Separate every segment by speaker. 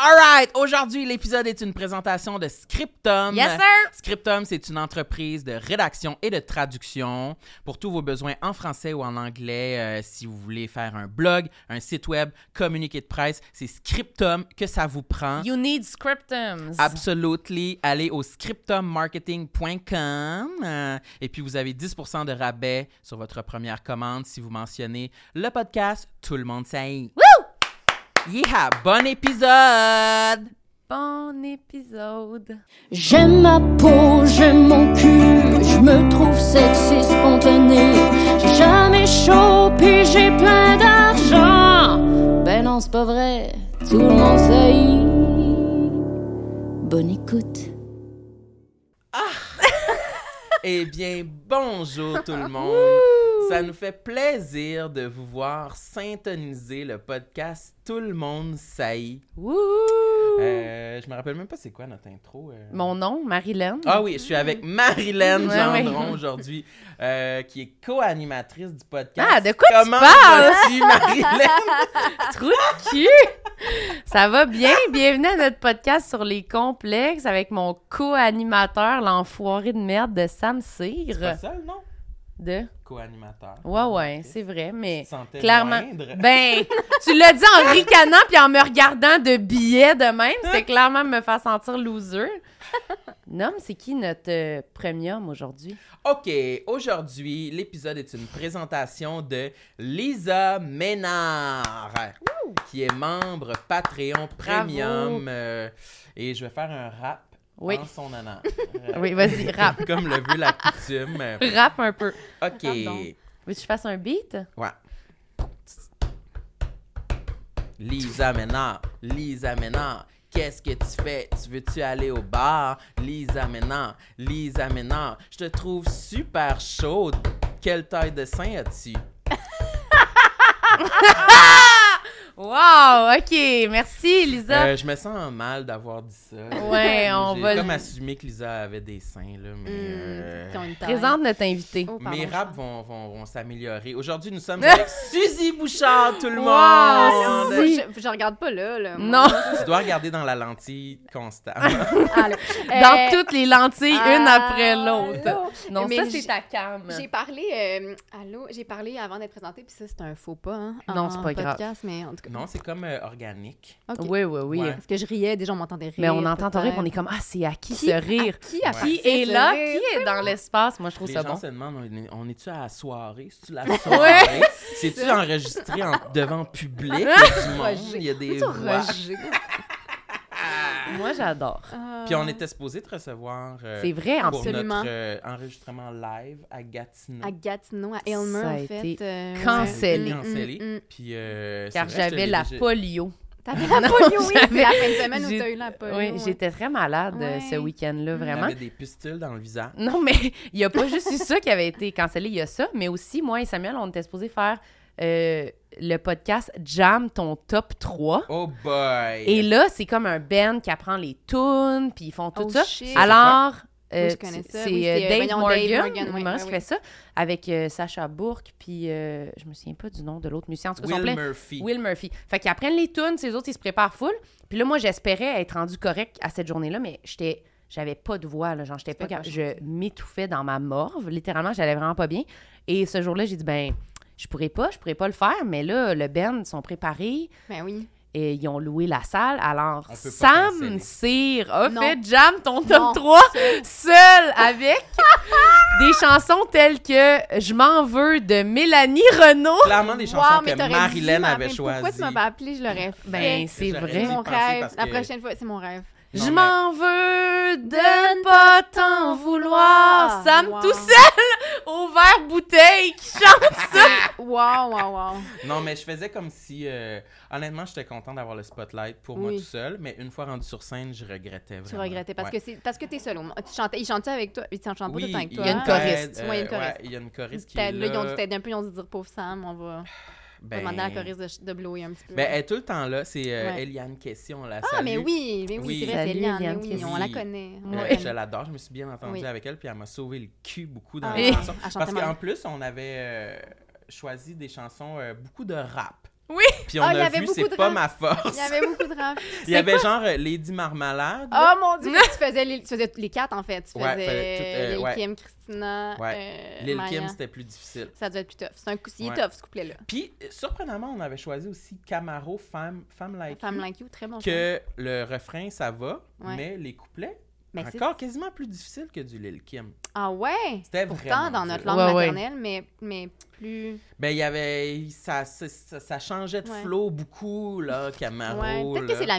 Speaker 1: Alright, aujourd'hui l'épisode est une présentation de Scriptum.
Speaker 2: Yes, sir!
Speaker 1: Scriptum, c'est une entreprise de rédaction et de traduction pour tous vos besoins en français ou en anglais. Euh, si vous voulez faire un blog, un site web, communiqué de presse, c'est Scriptum que ça vous prend.
Speaker 2: You need scriptums.
Speaker 1: Absolutely. Allez au scriptummarketing.com euh, et puis vous avez 10% de rabais sur votre première commande si vous mentionnez le podcast Tout le monde sait.
Speaker 2: Woo!
Speaker 1: Yeah, bon épisode!
Speaker 2: Bon épisode.
Speaker 1: Euh.
Speaker 3: J'aime ma peau, j'aime mon cul, je me trouve sexy spontané. J'ai jamais chaud puis j'ai plein d'argent. Ben non, c'est pas vrai, tout le monde sait. Bonne écoute.
Speaker 1: Eh bien, bonjour tout le monde. Ça nous fait plaisir de vous voir syntoniser le podcast Tout le monde saillit.
Speaker 2: Wouhou!
Speaker 1: Euh, je me rappelle même pas c'est quoi notre intro. euh.
Speaker 2: Mon nom, Marilyn.
Speaker 1: Ah oui, je suis avec Marilyn
Speaker 2: Ouais, ouais.
Speaker 1: Gendron aujourd'hui, euh, qui est co-animatrice du podcast.
Speaker 2: Ah, de quoi tu
Speaker 1: Comment
Speaker 2: parles?
Speaker 1: vas-tu, Marilyn?
Speaker 2: Trou de cul! Ça va bien? Bienvenue à notre podcast sur les complexes avec mon co-animateur, l'enfoiré de merde de Sam
Speaker 1: c'est pas
Speaker 2: Cyr.
Speaker 1: ça le nom?
Speaker 2: De...
Speaker 1: Co-animateur.
Speaker 2: Ouais, ouais,
Speaker 1: Ok.
Speaker 2: c'est vrai, mais...
Speaker 1: Tu te sentais
Speaker 2: Clairement.
Speaker 1: moindre?
Speaker 2: Ben, tu l'as dit en ricanant puis en me regardant de billets de même. C'était clairement me faire sentir loser. Nom, c'est qui notre euh, premium aujourd'hui?
Speaker 1: OK, aujourd'hui, l'épisode est une présentation de Lisa Ménard, qui est membre Patreon Premium. euh, et je vais faire un rap
Speaker 2: Oui.
Speaker 1: en son honneur. Ah.
Speaker 2: Oui, vas-y, rap.
Speaker 1: Comme le veut la coutume. Euh,
Speaker 2: Rap un peu.
Speaker 1: OK.
Speaker 2: Rappe donc. Veux-tu que je fasse un beat?
Speaker 1: Ouais. Lisa Ménard, Lisa Ménard, qu'est-ce que tu fais? Tu veux-tu aller au bar? Lisa Ménard, Lisa Ménard, je te trouve super chaude. Quelle taille de sein as-tu?
Speaker 2: Wow, OK. Merci, Lisa.
Speaker 1: Euh, je me sens mal d'avoir dit ça.
Speaker 2: Ouais, on
Speaker 1: J'ai
Speaker 2: va le- Hmm.
Speaker 1: comme assumé que Lisa avait des seins, là,
Speaker 4: Hmm,
Speaker 1: mais... euh,
Speaker 2: Présente notre invité.
Speaker 4: Oh, pardon,
Speaker 1: Mes
Speaker 4: Charles.
Speaker 1: raps vont, vont, vont s'améliorer. Aujourd'hui, nous sommes avec Suzy Bouchard, tout le monde!
Speaker 2: Suzy.
Speaker 4: Je, je regarde pas là. là.
Speaker 2: Non,
Speaker 1: Tu dois regarder dans la lentille constamment.
Speaker 4: Ah, là.
Speaker 2: dans
Speaker 4: Euh,
Speaker 2: toutes les lentilles, une
Speaker 4: ah,
Speaker 2: après l'autre.
Speaker 4: allô.
Speaker 2: Non,
Speaker 4: Mais
Speaker 2: ça,
Speaker 4: j-
Speaker 2: c'est ta cam.
Speaker 4: J'ai parlé, euh, allô, j'ai parlé avant d'être présentée, puis ça c'est un faux pas. Hein,
Speaker 2: Non,
Speaker 4: en
Speaker 2: c'est pas grave.
Speaker 4: podcast, Mais en tout cas,
Speaker 1: Non, c'est comme euh, organique.
Speaker 4: ok.
Speaker 2: Oui, oui, oui.
Speaker 1: Ouais.
Speaker 4: Parce que je riais, déjà on m'entendait rire.
Speaker 2: Mais on entend ton rire,
Speaker 4: peut-être.
Speaker 2: on est comme, ah, c'est à qui,
Speaker 4: Qui-
Speaker 2: ce rire?
Speaker 4: Qui a
Speaker 1: Ouais.
Speaker 2: Qui
Speaker 4: parti
Speaker 2: est
Speaker 4: ce
Speaker 2: là?
Speaker 4: rire?
Speaker 2: Qui est dans l'espace? Moi, je trouve
Speaker 1: Les
Speaker 2: ça
Speaker 1: gens
Speaker 2: bon.
Speaker 1: se demandent, on est- on est-tu à la soirée? C'est-tu la soirée? C'est-tu enregistré en- devant public? Il y
Speaker 4: Ah,
Speaker 1: a du monde, il y a des
Speaker 4: Tu
Speaker 1: voix.
Speaker 4: Roger.
Speaker 2: Moi, j'adore.
Speaker 4: Ah.
Speaker 1: Puis on était supposé te recevoir euh,
Speaker 2: C'est vrai, en
Speaker 1: pour
Speaker 4: Absolument.
Speaker 1: notre euh, enregistrement live à Gatineau.
Speaker 4: à Gatineau, à Elmer,
Speaker 2: Ça a
Speaker 4: en fait.
Speaker 2: été
Speaker 4: euh,
Speaker 2: cancellé.
Speaker 4: ouais.
Speaker 1: Cancellé.
Speaker 4: Mm, mm, mm.
Speaker 1: Puis, euh, c'est
Speaker 2: car
Speaker 1: vrai, je te
Speaker 2: j'avais
Speaker 1: l'ai
Speaker 2: la
Speaker 1: déjà-
Speaker 2: polio.
Speaker 4: T'avais la polio, oui, c'est la fin de semaine où
Speaker 2: J'ai-
Speaker 4: t'as eu la polio.
Speaker 2: oui,
Speaker 4: ouais.
Speaker 2: j'étais très malade euh, ce
Speaker 4: Ouais.
Speaker 2: week-end-là,
Speaker 4: Mm.
Speaker 2: vraiment.
Speaker 1: J'avais des pustules dans le visage.
Speaker 2: Non, mais il n'y a pas juste eu ça qui avait été cancellé, il y a ça, mais aussi, moi et Samuel, on était supposés faire euh, le podcast Jam ton top 3.
Speaker 1: Oh boy!
Speaker 2: Et là, c'est comme un band qui apprend les tunes, puis ils font tout
Speaker 4: Oh,
Speaker 2: ça.
Speaker 4: shit.
Speaker 2: Alors, euh,
Speaker 4: Oui, je connais
Speaker 2: tu-
Speaker 4: ça.
Speaker 2: c'est
Speaker 4: Oui,
Speaker 2: euh,
Speaker 4: c'est, euh,
Speaker 2: Dave,
Speaker 4: voyons,
Speaker 2: Morgan,
Speaker 4: Dave Morgan,
Speaker 2: un
Speaker 4: oui,
Speaker 2: humoriste
Speaker 4: oui,
Speaker 2: qui fait ça, avec euh, Sacha Bourque, puis euh, je me souviens pas du nom de l'autre musicien. En tout cas, son
Speaker 1: Will
Speaker 2: plein-
Speaker 1: Murphy.
Speaker 2: Will Murphy. Fait qu'ils apprennent les tunes, ces autres, ils se préparent full. Puis là, moi, j'espérais être rendu correct à cette journée-là, mais j'étais. J'avais pas de voix, là. Genre, j'étais pas
Speaker 4: peux pas
Speaker 2: capable. Je m'étouffais dans ma morve. Littéralement, j'allais vraiment pas bien. Et ce jour-là, j'ai dit, ben, je pourrais pas, je pourrais pas le faire, mais là, le band ils sont préparés
Speaker 4: Ben oui.
Speaker 2: et ils ont loué la salle. Alors,
Speaker 1: On peut pas
Speaker 2: Sam
Speaker 1: canceller.
Speaker 2: Cyr a
Speaker 4: Non.
Speaker 2: fait Jam ton top
Speaker 4: Non.
Speaker 2: 3 seul avec des chansons telles que Je m'en veux de Mélanie Renaud.
Speaker 1: Clairement, des chansons
Speaker 4: Wow, mais
Speaker 1: que
Speaker 4: t'aurais dû
Speaker 1: Marilyn
Speaker 4: m'appeler.
Speaker 1: avait choisies.
Speaker 4: Pourquoi tu m'as pas appelé? Je l'aurais fait.
Speaker 2: Ben, c'est
Speaker 1: J'aurais
Speaker 2: vrai.
Speaker 1: dû
Speaker 4: C'est
Speaker 1: y
Speaker 4: mon
Speaker 1: penser
Speaker 4: rêve.
Speaker 1: parce
Speaker 4: La
Speaker 1: que-
Speaker 4: prochaine fois, c'est mon rêve.
Speaker 1: Non, mais-
Speaker 2: je m'en veux de ne pas t'en vouloir.
Speaker 4: Ah,
Speaker 2: Sam
Speaker 4: wow.
Speaker 2: tout seul au verre bouteille qui chante ça.
Speaker 4: Wow, wow, wow.
Speaker 1: Non, mais je faisais comme si. euh, honnêtement, j'étais content d'avoir le spotlight pour moi
Speaker 4: Oui.
Speaker 1: tout seul, mais une fois rendu sur scène, je regrettais vraiment.
Speaker 4: Tu regrettais parce que c'est parce que t'es solo. Tu chantais, ils chantaient avec toi, ils chantent pas tout le temps avec
Speaker 2: Il
Speaker 4: toi. Ah,
Speaker 2: y a une choriste.
Speaker 1: euh,
Speaker 4: Ouais, il y a une
Speaker 1: ouais,
Speaker 4: choriste.
Speaker 1: il y a une
Speaker 4: Ils
Speaker 1: choriste qui
Speaker 4: t'aident,
Speaker 1: est
Speaker 4: là,
Speaker 1: là.
Speaker 4: ils ont dû t'aider un peu, ils ont dû dire pauvre Sam, on va on va
Speaker 1: ben,
Speaker 4: demander à la choriste de, ch- de blower un petit peu.
Speaker 1: ben, elle est tout le temps là. C'est euh,
Speaker 4: Ouais.
Speaker 1: Eliane Question, la
Speaker 4: ah, mais
Speaker 1: salue.
Speaker 4: oui, mais oui,
Speaker 1: Oui.
Speaker 4: c'est vrai, c'est
Speaker 2: Salut,
Speaker 4: Eliane, mais
Speaker 2: Eliane
Speaker 4: oui,
Speaker 2: Kessy.
Speaker 4: on la connaît. on
Speaker 1: Euh,
Speaker 4: la
Speaker 2: Ouais.
Speaker 1: je
Speaker 4: connaît.
Speaker 1: l'adore, je me suis bien entendue
Speaker 4: Oui.
Speaker 1: avec elle, puis elle m'a sauvé le cul beaucoup dans
Speaker 4: Ah,
Speaker 1: les
Speaker 4: elle
Speaker 1: chansons.
Speaker 4: chantait
Speaker 1: Parce
Speaker 4: mal.
Speaker 1: qu'en plus, on avait euh, choisi des chansons, euh, beaucoup de rap.
Speaker 2: Oui.
Speaker 1: Puis on
Speaker 4: Ah, il y
Speaker 1: a
Speaker 4: avait
Speaker 1: vu,
Speaker 4: beaucoup
Speaker 1: c'est
Speaker 4: de
Speaker 1: pas
Speaker 4: rangs.
Speaker 1: ma force.
Speaker 4: Il y avait beaucoup de remplis.
Speaker 1: Il y avait genre euh, Lady Marmalade.
Speaker 4: Oh mon dieu, tu faisais, les, tu faisais les quatre en fait. Tu faisais
Speaker 1: Ouais, fallait tout, euh,
Speaker 4: Lil
Speaker 1: ouais.
Speaker 4: Kim, Christina, euh,
Speaker 1: Lil
Speaker 4: Maya.
Speaker 1: Kim, c'était plus difficile.
Speaker 4: Ça devait être plus tough. C'est un coup, il est
Speaker 1: Ouais.
Speaker 4: tough ce couplet-là.
Speaker 1: Puis, euh, surprenamment, on avait choisi aussi Camaro, Femme, Femme Like
Speaker 4: Femme
Speaker 1: You,
Speaker 4: like you, très bon choix.
Speaker 1: que le refrain, ça va,
Speaker 4: Ouais.
Speaker 1: mais les couplets,
Speaker 4: Mais c'est-
Speaker 1: encore quasiment plus difficile que du Lil Kim.
Speaker 4: Ah ouais!
Speaker 1: C'était vraiment
Speaker 4: Pourtant, dans notre
Speaker 1: dur.
Speaker 2: Ouais,
Speaker 4: langue
Speaker 2: ouais.
Speaker 4: maternelle, Mais, mais plus...
Speaker 1: Ben, il y avait... Ça, ça, ça- ça changeait de
Speaker 4: Ouais.
Speaker 1: flow beaucoup, là, Camaro,
Speaker 4: Ouais. Peut-être que
Speaker 1: là.
Speaker 4: c'est la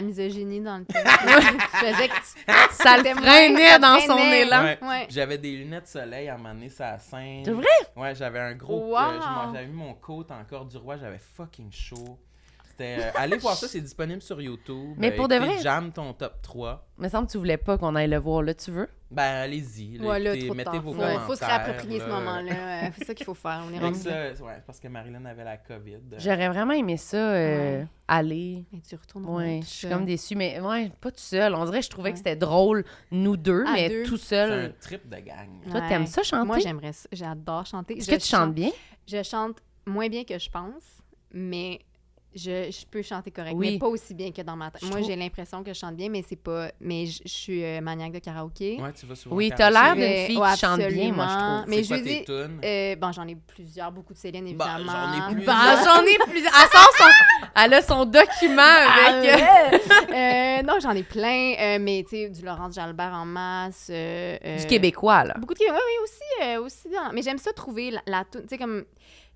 Speaker 4: misogynie dans le temps. Je faisais que tu-
Speaker 2: Ça le
Speaker 4: t'étais moins-
Speaker 2: freinait
Speaker 4: ça
Speaker 2: dans son
Speaker 4: freinait.
Speaker 2: élan.
Speaker 1: Ouais.
Speaker 4: Ouais.
Speaker 1: J'avais des lunettes soleil à m'amener ça scène.
Speaker 2: C'est vrai?
Speaker 1: Ouais, j'avais un gros.
Speaker 4: Wow!
Speaker 1: euh, je m'en- j'avais mis mon coat encore du roi, j'avais fucking chaud. C'était. euh, allez voir ça, c'est disponible sur YouTube.
Speaker 2: Mais
Speaker 1: Euh,
Speaker 2: pour de
Speaker 1: écoutez,
Speaker 2: vrai?
Speaker 1: Jam ton top 3.
Speaker 2: Il me semble que tu voulais pas qu'on aille le voir. Là, tu veux?
Speaker 1: Ben, allez-y. là,
Speaker 4: Ouais, là,
Speaker 1: écoutez,
Speaker 4: trop
Speaker 1: mettez
Speaker 4: tard.
Speaker 1: vos
Speaker 4: Ouais,
Speaker 1: commentaires.
Speaker 4: faut se réapproprier ce
Speaker 1: là.
Speaker 4: moment-là. Ouais, C'est ça qu'il faut faire. On est
Speaker 1: Fait que
Speaker 4: rendu là.
Speaker 1: ça, ouais, c'est parce que Marilyn avait la COVID.
Speaker 2: J'aurais vraiment aimé ça euh,
Speaker 4: Ouais.
Speaker 2: aller.
Speaker 4: Mais tu retournes au euh.
Speaker 2: Ouais,
Speaker 4: monde
Speaker 2: je suis
Speaker 4: tout
Speaker 2: comme
Speaker 4: seul.
Speaker 2: déçue, mais ouais, pas tout seul. On dirait que je trouvais que
Speaker 4: Ouais.
Speaker 2: c'était drôle, nous deux,
Speaker 4: À
Speaker 2: mais
Speaker 4: deux.
Speaker 2: tout
Speaker 1: C'est un
Speaker 2: seul.
Speaker 1: trip de gang.
Speaker 2: Toi,
Speaker 4: Ouais.
Speaker 2: t'aimes ça chanter?
Speaker 4: Moi, j'aimerais ça. J'adore chanter.
Speaker 2: Est-ce
Speaker 4: Je
Speaker 2: que tu chantes bien?
Speaker 4: Je chante moins bien que je pense, mais je, je peux chanter correct,
Speaker 2: Oui.
Speaker 4: mais pas aussi bien que dans ma tête.
Speaker 2: Je
Speaker 4: Moi,
Speaker 2: trouve-
Speaker 4: j'ai l'impression que je chante bien, mais c'est pas. Mais je, je suis euh, maniaque de karaoké.
Speaker 1: Ouais, tu vas souvent.
Speaker 2: Oui,
Speaker 1: au
Speaker 2: t'as l'air
Speaker 1: karaoké.
Speaker 2: d'une
Speaker 4: Euh,
Speaker 2: fille
Speaker 4: ouais,
Speaker 2: qui chante bien, moi, je
Speaker 4: absolument.
Speaker 2: trouve.
Speaker 4: Mais
Speaker 1: C'est
Speaker 4: je
Speaker 1: quoi
Speaker 4: veux
Speaker 1: tes
Speaker 4: dire,
Speaker 1: tunes?
Speaker 4: euh, bon, j'en ai plusieurs, beaucoup de Céline,
Speaker 1: Bah,
Speaker 4: évidemment. Bah,
Speaker 1: j'en ai plus.
Speaker 2: Ben, j'en ai plus. Elle, sort son... Elle a son document avec. euh,
Speaker 4: Avec, euh, euh, non, j'en ai plein, euh, mais tu sais, du Laurence Jalbert en masse. euh,
Speaker 2: Du
Speaker 4: euh,
Speaker 2: québécois, là.
Speaker 4: Beaucoup de Québécois, oui, aussi. euh, aussi dans- Mais j'aime ça trouver la, la toune. Tu sais, comme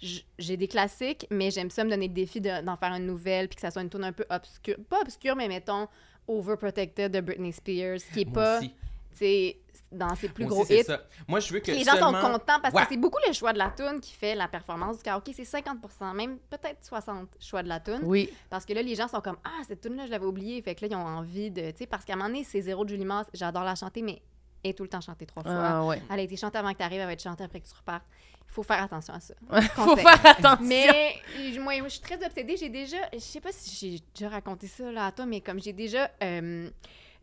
Speaker 4: j- j'ai des classiques, mais j'aime ça me donner le défi de- d'en faire une nouvelle, puis que ça soit une toune un peu obscure. Pas obscure, mais mettons Overprotected de Britney Spears, qui est
Speaker 1: Moi
Speaker 4: pas, tu
Speaker 1: aussi.
Speaker 4: sais, dans ses plus
Speaker 1: Moi
Speaker 4: gros
Speaker 1: aussi, c'est
Speaker 4: hits.
Speaker 1: ça. Moi, je veux que.
Speaker 4: Puis les gens
Speaker 1: seulement-
Speaker 4: sont contents parce
Speaker 1: Ouais.
Speaker 4: que c'est beaucoup le choix de la toune qui fait la performance du karaoké. C'est 50 même peut-être 60 choix de la toune.
Speaker 2: Oui.
Speaker 4: Parce que là, les gens sont comme Ah, cette tune là je l'avais oubliée. Fait que là, ils ont envie de. Tu sais, parce qu'à un moment donné, c'est Zéro de Julie Mars. J'adore la chanter, mais elle est tout le temps chantée trois fois.
Speaker 2: Ah, ouais.
Speaker 4: Elle a été chantée avant que tu arrives, elle va être chantée après que tu repartes. Il faut faire attention à ça.
Speaker 2: Faut
Speaker 4: Conseil.
Speaker 2: faire attention.
Speaker 4: Mais euh, moi, je suis très obsédée. J'ai déjà, je sais pas si j'ai déjà raconté ça là, à toi, mais comme j'ai déjà, euh,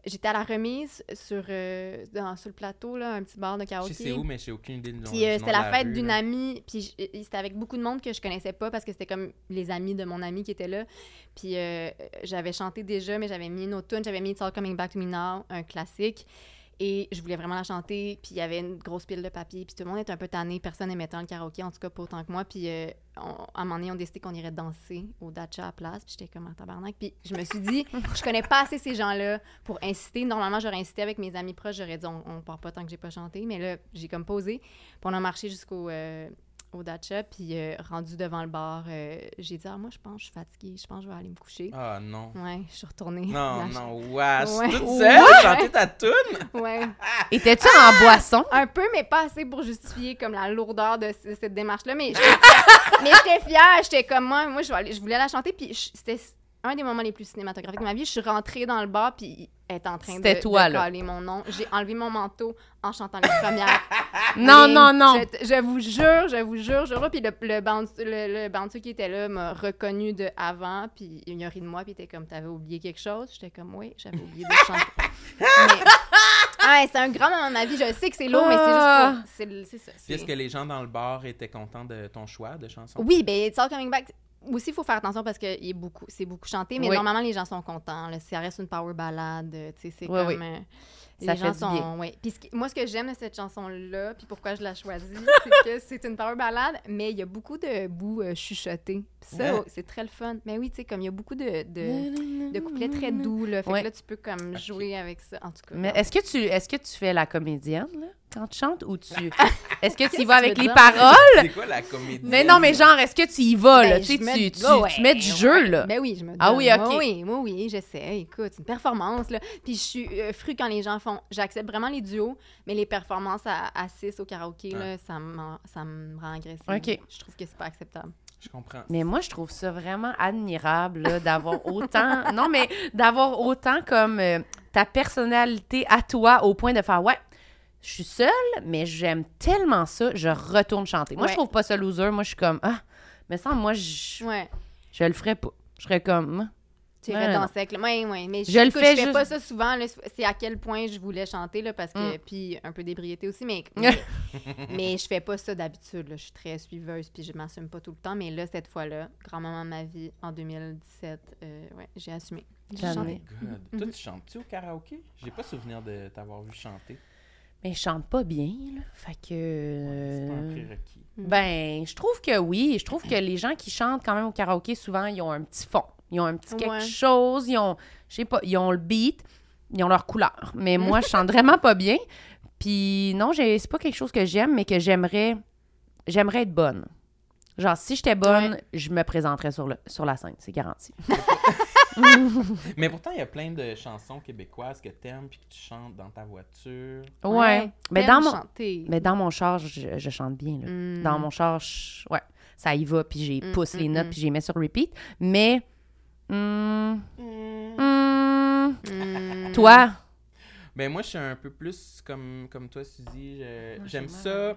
Speaker 4: j'étais à la remise sur, euh, dans, sur le plateau, là, un petit bar de
Speaker 1: Je
Speaker 4: karaoké.
Speaker 1: sais où, mais j'ai aucune idée de
Speaker 4: Puis euh, c'était la fête d'une
Speaker 1: amie.
Speaker 4: amie, puis j- euh, c'était avec beaucoup de monde que je connaissais pas parce que c'était comme les amis de mon ami qui étaient là. Puis euh, j'avais chanté déjà, mais j'avais mis une autre tune, j'avais mis It's All Coming Back to Me Now, un classique. Et je voulais vraiment la chanter, puis il y avait une grosse pile de papier, puis tout le monde était un peu tanné, personne n'aimait tant le karaoké, en tout cas pas autant que moi. Puis euh, on- à un moment donné, on décidait qu'on irait danser au Dacha à la place, puis j'étais comme en tabarnak. Puis je me suis dit, je connais pas assez ces gens-là pour inciter. Normalement, j'aurais incité avec mes amis proches, j'aurais dit on, on part pas tant que j'ai pas chanté, mais là, j'ai comme posé. Puis on a marché jusqu'au euh, au Dacha, puis euh, rendu devant le bar, euh, j'ai dit ah, moi je pense que je suis fatiguée, je pense que je vais aller me coucher.
Speaker 1: Ah non.
Speaker 4: Ouais, je suis retournée.
Speaker 1: Non,
Speaker 4: La-
Speaker 1: non, wesh.
Speaker 4: Ouais.
Speaker 1: Toute
Speaker 4: Ouais.
Speaker 1: seule, chanter ta toune.
Speaker 4: Ouais,
Speaker 2: Étais-tu
Speaker 4: Ah!
Speaker 2: en boisson?
Speaker 4: un peu, mais pas assez pour justifier comme la lourdeur de c- cette démarche-là. Mais j'étais- mais j'étais fière, j'étais comme moi, moi je, vais aller- je voulais la chanter, puis je- c'était un des moments les plus cinématographiques de ma vie. Je suis rentrée dans le bar, puis elle est en train de,
Speaker 2: C'était toi,
Speaker 4: de
Speaker 2: là.
Speaker 4: caler mon nom. J'ai enlevé mon manteau en chantant les premières Ah!
Speaker 2: Non,
Speaker 4: Mais
Speaker 2: non, non.
Speaker 4: Je, t- je vous jure, je vous jure, je vous jure. Puis le, le, bounce- le, le bouncer qui était là m'a reconnu de avant, puis il a ri de moi, puis il était comme, t'avais oublié quelque chose? J'étais comme, oui, j'avais oublié de chanter. Mais- ah Ouais, c'est un grand moment de ma vie. Je sais que c'est lourd, mais
Speaker 2: Ah.
Speaker 4: c'est juste pour... C'est c'est ça.
Speaker 1: Puis
Speaker 4: c'est-
Speaker 1: Est-ce que les gens dans le bar étaient contents de ton choix de chanson?
Speaker 4: Oui, ben It's All Coming Back... Aussi, il faut faire attention parce que il est beaucoup, c'est beaucoup chanté, mais
Speaker 2: Oui.
Speaker 4: normalement, les gens sont contents. Là, ça reste une power ballade. euh, tu sais, C'est
Speaker 2: Oui,
Speaker 4: comme...
Speaker 2: oui.
Speaker 4: euh,
Speaker 2: Ça
Speaker 4: les
Speaker 2: fait
Speaker 4: gens
Speaker 2: du
Speaker 4: sont...
Speaker 2: bien.
Speaker 4: ouais. Puis ce qui- moi, ce que j'aime de cette chanson-là, puis pourquoi je la choisis, c'est que c'est une power ballade, mais il y a beaucoup de bouts euh, chuchotés. Puis ça,
Speaker 1: Ouais.
Speaker 4: c'est très le fun. Mais oui, tu sais, comme il y a beaucoup de, de, de couplets très doux, là. Fait
Speaker 2: Ouais.
Speaker 4: que là, tu peux comme jouer avec ça, en tout cas.
Speaker 2: Mais est-ce que tu est-ce que tu fais la comédienne là, quand tu chantes ou tu est-ce que tu y
Speaker 4: Qu'est-ce
Speaker 2: vas
Speaker 4: que
Speaker 2: avec
Speaker 4: tu
Speaker 2: les
Speaker 4: veux dire?
Speaker 2: paroles
Speaker 1: C'est quoi la comédie?
Speaker 2: Mais non, mais genre est-ce que tu y vas Ah, là,
Speaker 4: Ben,
Speaker 2: tu sais,
Speaker 4: je me-
Speaker 2: tu, tu-
Speaker 4: Ouais,
Speaker 2: tu mets du
Speaker 4: ouais.
Speaker 2: jeu là.
Speaker 4: Ben oui, je me
Speaker 2: Ah
Speaker 4: donne.
Speaker 2: oui, ok.
Speaker 4: Moi, Oui, moi, oui, j'essaie. Écoute, c'est une performance, là. Puis je suis euh, fru quand les gens font... J'accepte vraiment les duos, mais les performances à, à 6 au karaoké, là, ça, m'en- ça me rend agressive.
Speaker 2: Ok.
Speaker 4: Je trouve que c'est pas acceptable.
Speaker 1: Je comprends.
Speaker 2: Mais moi je trouve ça vraiment admirable là, d'avoir autant non mais d'avoir autant comme euh, ta personnalité à toi au point de faire ouais je suis seule, mais j'aime tellement ça, je retourne chanter. Moi, je
Speaker 4: Ouais.
Speaker 2: trouve pas ça loser. Moi, je suis comme, ah, mais ça, moi, je,
Speaker 4: Ouais.
Speaker 2: je le ferais pas. Je serais comme, hein?
Speaker 4: Tu
Speaker 2: Ouais,
Speaker 4: irais
Speaker 2: non.
Speaker 4: danser avec le. Oui, oui. Mais
Speaker 2: Je le
Speaker 4: écoute,
Speaker 2: fais
Speaker 4: je fais
Speaker 2: juste-
Speaker 4: pas ça souvent. là. C'est à quel point je voulais chanter, là, parce
Speaker 2: Mm.
Speaker 4: que. Puis un peu d'ébriété aussi, mais. mais, mais je fais pas ça d'habitude. là. Je suis très suiveuse, puis je m'assume pas tout le temps. Mais là, cette fois-là, grand-maman de ma vie, en 2017, euh, ouais, j'ai assumé. J'ai
Speaker 2: Jamais.
Speaker 4: chanté.
Speaker 1: Oh God. Toi, tu chantes-tu au karaoké? J'ai pas souvenir de t'avoir vu chanter.
Speaker 2: Mais je chante pas bien, là. Fait que.
Speaker 1: C'est pas un
Speaker 2: euh,
Speaker 1: prérequis.
Speaker 2: Ben, je trouve que oui. Je trouve que les gens qui chantent quand même au karaoké, souvent, ils ont un petit fond. Ils ont un petit quelque
Speaker 4: Ouais.
Speaker 2: chose. Ils ont, je sais pas, ils ont le beat. Ils ont leur couleur. Mais moi, je chante vraiment pas bien. Puis non, j'ai- c'est pas quelque chose que j'aime, mais que j'aimerais, j'aimerais être bonne. Genre, si j'étais bonne, je me présenterais sur, le, sur la scène, c'est garanti.
Speaker 1: Mais pourtant, il y a plein de chansons québécoises que t'aimes puis que tu chantes dans ta voiture.
Speaker 2: Ouais. Mais, dans
Speaker 4: J'aime
Speaker 2: mon,
Speaker 4: chanter.
Speaker 2: mais dans mon char, je, je chante bien. Là.
Speaker 4: Mm.
Speaker 2: Dans mon char, je- ouais, ça y va, puis j'ai
Speaker 4: Mm,
Speaker 2: pousse les
Speaker 4: mm,
Speaker 2: notes,
Speaker 4: mm.
Speaker 2: puis j'ai mets sur repeat. Mais, hmm,
Speaker 1: Mm.
Speaker 2: hmm,
Speaker 4: Mm.
Speaker 2: toi,
Speaker 1: Ben moi, je suis un peu plus comme, comme toi, Suzy. Je-
Speaker 4: Ah,
Speaker 2: Moi,
Speaker 1: J'aime ça.
Speaker 2: j'ai mal.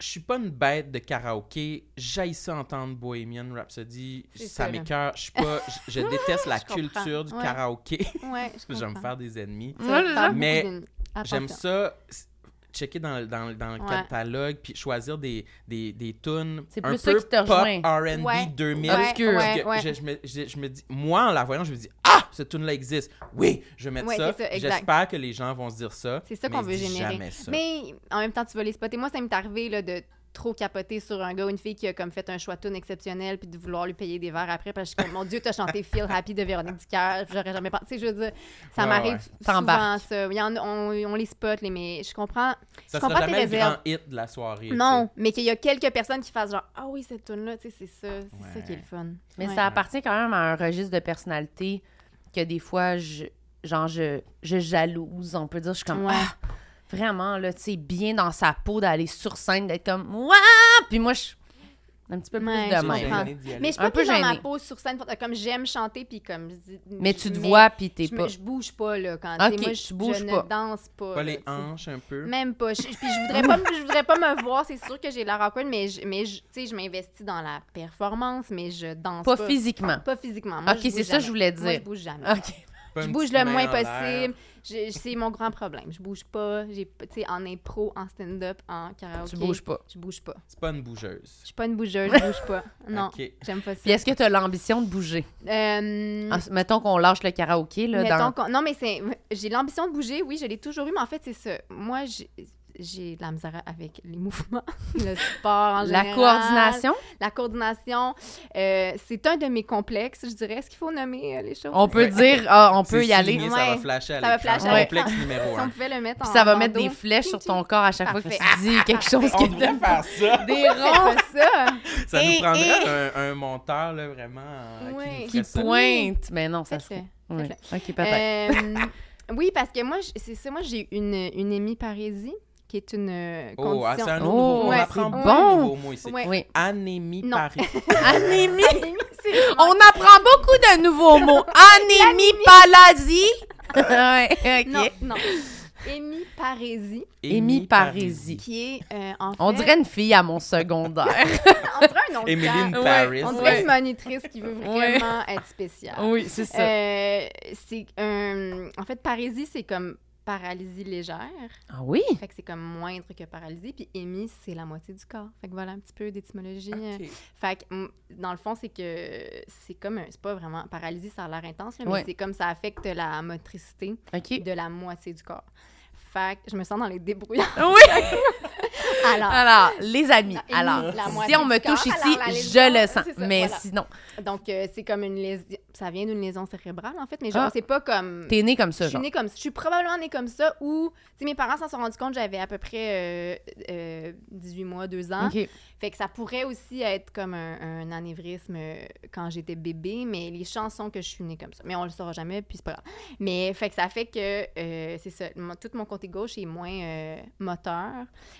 Speaker 1: Je suis pas une bête de karaoké. J'aille ça entendre Bohemian Rhapsody.
Speaker 4: C'est
Speaker 1: Ça
Speaker 4: ça.
Speaker 1: m'écoeure. Je suis pas. Je, je déteste la
Speaker 4: Je comprends.
Speaker 1: culture du
Speaker 4: Ouais.
Speaker 1: karaoké.
Speaker 4: Ouais, je
Speaker 1: je vais me
Speaker 4: comprends.
Speaker 1: faire des ennemis.
Speaker 4: Ça va te faire beaucoup
Speaker 1: Mais
Speaker 4: d'une-
Speaker 1: J'aime
Speaker 4: Attention.
Speaker 1: ça. s- Checker dans, le- dans, le- dans le
Speaker 4: Ouais.
Speaker 1: catalogue puis choisir des, des, des tunes
Speaker 2: C'est
Speaker 1: un
Speaker 2: plus ça
Speaker 1: peu
Speaker 2: qui te
Speaker 1: pop
Speaker 2: rejoint.
Speaker 1: R&B
Speaker 4: Ouais.
Speaker 1: 2000
Speaker 4: Ouais,
Speaker 2: obscur.
Speaker 1: Parce
Speaker 4: ouais,
Speaker 1: que
Speaker 4: ouais.
Speaker 1: Je, je me, je- je me dis, moi, en la voyant, je me dis, ah, cette tune là existe. Oui, je vais mettre
Speaker 4: Ouais,
Speaker 1: ça.
Speaker 4: c'est ça, exact.
Speaker 1: J'espère que les gens vont se dire ça.
Speaker 4: C'est ça
Speaker 1: mais
Speaker 4: qu'on
Speaker 1: ils
Speaker 4: veut
Speaker 1: disent
Speaker 4: générer.
Speaker 1: Jamais ça.
Speaker 4: Mais en même temps, tu vas les spotter. Moi, ça m'est arrivé là, de trop capoter sur un gars ou une fille qui a comme fait un choix de tune exceptionnel puis de vouloir lui payer des verres après parce que je suis comme, mon Dieu, t'as chanté Feel Happy de Véronique Dicker, j'aurais jamais pensé. Tu sais, Je veux dire,
Speaker 1: Ouais,
Speaker 4: ça
Speaker 1: ouais.
Speaker 4: m'arrive souvent,
Speaker 2: T'embarques.
Speaker 4: ça. Il y en a- on, on les spot, les, mais je comprends.
Speaker 1: Ça
Speaker 4: je
Speaker 1: sera
Speaker 4: comprends tes
Speaker 1: jamais le grand
Speaker 4: réserves.
Speaker 1: hit de la soirée.
Speaker 4: Non, mais qu'il y a quelques personnes qui fassent genre, ah oui, cette tune-là, tu sais, c'est ça, c'est ça qui est le fun.
Speaker 2: mais
Speaker 4: Ouais.
Speaker 2: ça appartient quand même à un registre de personnalité que des fois, je, genre, je, je jalouse, on peut dire. Je suis comme,
Speaker 4: Ouais.
Speaker 2: ah, vraiment, là, tu sais, bien dans sa peau d'aller sur scène, d'être comme, ouah! Puis moi, je suis un petit peu plus
Speaker 4: Ouais,
Speaker 1: tu sais.
Speaker 2: de
Speaker 4: je
Speaker 1: J'ai
Speaker 2: même.
Speaker 4: comprends.
Speaker 1: gêné d'y aller.
Speaker 4: Mais je suis
Speaker 2: Un
Speaker 4: pas
Speaker 2: peu
Speaker 4: pris dans ma
Speaker 2: gênée.
Speaker 4: peau sur scène, comme j'aime chanter puis comme. je dis-
Speaker 2: Mais
Speaker 4: je
Speaker 2: tu te
Speaker 4: mets-
Speaker 2: vois, puis t'es
Speaker 4: je, me-
Speaker 2: pas.
Speaker 4: je bouge pas là quand
Speaker 2: Ok,
Speaker 4: tu sais, moi,
Speaker 2: tu
Speaker 4: je,
Speaker 2: bouges
Speaker 4: je
Speaker 2: pas.
Speaker 4: ne danse pas.
Speaker 1: pas
Speaker 4: là,
Speaker 1: les
Speaker 4: tu sais.
Speaker 1: hanches un peu.
Speaker 4: Même pas. Je, puis je voudrais pas, me- je voudrais pas me voir, c'est sûr que j'ai l'air awkward, mais je, mais je, tu sais, je m'investis dans la performance, mais je danse
Speaker 2: Pas
Speaker 4: pas. Ah.
Speaker 2: physiquement.
Speaker 4: Pas physiquement. Moi,
Speaker 2: Ok,
Speaker 4: je bouge
Speaker 2: c'est ça que
Speaker 4: jamais.
Speaker 2: je voulais
Speaker 4: Moi,
Speaker 2: dire.
Speaker 4: je bouge jamais.
Speaker 2: Ok.
Speaker 1: Pas
Speaker 4: Je
Speaker 1: une
Speaker 4: bouge
Speaker 1: petite
Speaker 4: le
Speaker 1: main
Speaker 4: moins
Speaker 1: en l'air.
Speaker 4: possible. Je- c'est mon grand problème. Je bouge pas. J'ai, pas- tu sais, en impro, en stand-up, en karaoké.
Speaker 2: Tu bouges pas.
Speaker 4: Je bouge pas.
Speaker 1: C'est pas une bougeuse.
Speaker 4: Je suis pas une bougeuse, je bouge pas. Non,
Speaker 1: Ok.
Speaker 4: j'aime pas
Speaker 2: Puis
Speaker 4: ça.
Speaker 2: est-ce que tu as l'ambition de bouger?
Speaker 4: Euh,
Speaker 2: En- mettons qu'on lâche le karaoké, là,
Speaker 4: Mettons
Speaker 2: dans...
Speaker 4: qu'on- Non, mais c'est... j'ai l'ambition de bouger, oui, je l'ai toujours eu, mais en fait, c'est ça. Moi, j'ai- j'ai de la misère avec les mouvements, le sport en
Speaker 2: la
Speaker 4: général.
Speaker 2: coordination.
Speaker 4: La coordination. Euh, c'est un de mes complexes, je dirais. Est-ce qu'il faut nommer euh, les choses?
Speaker 2: On peut
Speaker 1: Ouais.
Speaker 2: dire, ah, on peut
Speaker 1: C'est
Speaker 2: y aller.
Speaker 1: souligné, Ça va
Speaker 4: Ouais.
Speaker 1: flasher à
Speaker 4: Ça va
Speaker 1: l'écran.
Speaker 4: flasher
Speaker 2: à Ouais.
Speaker 1: Complexe numéro
Speaker 4: Si on
Speaker 1: 1.
Speaker 4: pouvait le mettre en
Speaker 2: Puis ça va mettre
Speaker 4: bandeau.
Speaker 2: des flèches sur ton corps à chaque fois que tu dis quelque chose
Speaker 1: On
Speaker 2: qui
Speaker 1: devrait
Speaker 2: te...
Speaker 1: faire ça.
Speaker 2: Des ronds!
Speaker 4: C'est ça.
Speaker 1: Ça nous
Speaker 2: Et-
Speaker 1: prendrait un, un monteur, là, vraiment, euh,
Speaker 4: Ouais.
Speaker 1: qui, nous
Speaker 2: Qui
Speaker 1: ferait ça.
Speaker 2: pointe. Mais non, ça se
Speaker 4: Faites-le.
Speaker 2: Oui. OK, peut-être.
Speaker 4: Euh, oui, parce que moi, j- c'est ça. Moi, j'ai une, une hémiparésie qui est une euh,
Speaker 1: Oh, ah, c'est
Speaker 4: condition.
Speaker 1: un nouveau mot. On
Speaker 2: Ouais,
Speaker 1: apprend
Speaker 2: c'est
Speaker 1: beaucoup
Speaker 2: bon.
Speaker 1: de nouveaux mots ici.
Speaker 4: euh, Ouais.
Speaker 2: Oui.
Speaker 1: Anémie
Speaker 4: Non.
Speaker 1: Paris.
Speaker 2: Anémie!
Speaker 4: C'est vraiment-
Speaker 2: On apprend beaucoup de nouveaux mots. Anémie paladie! ouais, OK.
Speaker 4: Non, non. Hémiparésie,
Speaker 2: Émie Parisi.
Speaker 4: qui est euh, en fait...
Speaker 2: On dirait une fille à mon secondaire.
Speaker 4: on dirait un nom de
Speaker 1: Émiline
Speaker 4: gars.
Speaker 2: Ouais,
Speaker 1: Paris.
Speaker 4: On dirait
Speaker 2: Ouais.
Speaker 4: une monitrice qui veut
Speaker 2: Ouais.
Speaker 4: vraiment être spéciale.
Speaker 2: oui, c'est ça.
Speaker 4: Euh, c'est un... En fait, parésie, c'est comme paralysie légère.
Speaker 2: Ah oui?
Speaker 4: Fait que c'est comme moindre que paralysie. Puis hémi, c'est la moitié du corps. Fait que voilà un petit peu d'étymologie. euh,
Speaker 1: Ok.
Speaker 4: Fait que, mm, dans le fond, c'est que c'est comme un- C'est pas vraiment paralysie, ça a l'air intense, là,
Speaker 2: Ouais.
Speaker 4: mais c'est comme ça affecte la motricité
Speaker 2: OK.
Speaker 4: de la moitié du corps. Fait que je me sens dans les débrouillards.
Speaker 2: Oui!
Speaker 4: Alors,
Speaker 2: Alors, les amis,
Speaker 4: La-
Speaker 2: alors,
Speaker 4: la
Speaker 2: si
Speaker 4: moitié
Speaker 2: on me
Speaker 4: du corps,
Speaker 2: touche
Speaker 4: alors
Speaker 2: ici,
Speaker 4: la lésion,
Speaker 2: je le sens.
Speaker 4: c'est ça,
Speaker 2: mais
Speaker 4: voilà.
Speaker 2: sinon,
Speaker 4: donc, euh, c'est comme une lésion. Ça vient d'une lésion cérébrale, en fait, mais genre,
Speaker 2: Ah.
Speaker 4: c'est pas comme.
Speaker 2: t'es né comme ça,
Speaker 4: Je suis
Speaker 2: genre.
Speaker 4: née comme ça. Je suis probablement née comme ça ou, tu sais, mes parents s'en sont rendus compte, j'avais à peu près euh, euh, 18 mois, 2 ans.
Speaker 2: OK.
Speaker 4: Fait que ça pourrait aussi être comme un, un anévrisme euh, quand j'étais bébé, mais les chances sont que je suis née comme ça. Mais on le saura jamais, puis c'est pas grave. Mais fait que ça fait que, euh, c'est ça, mon- tout mon côté gauche est moins euh, moteur.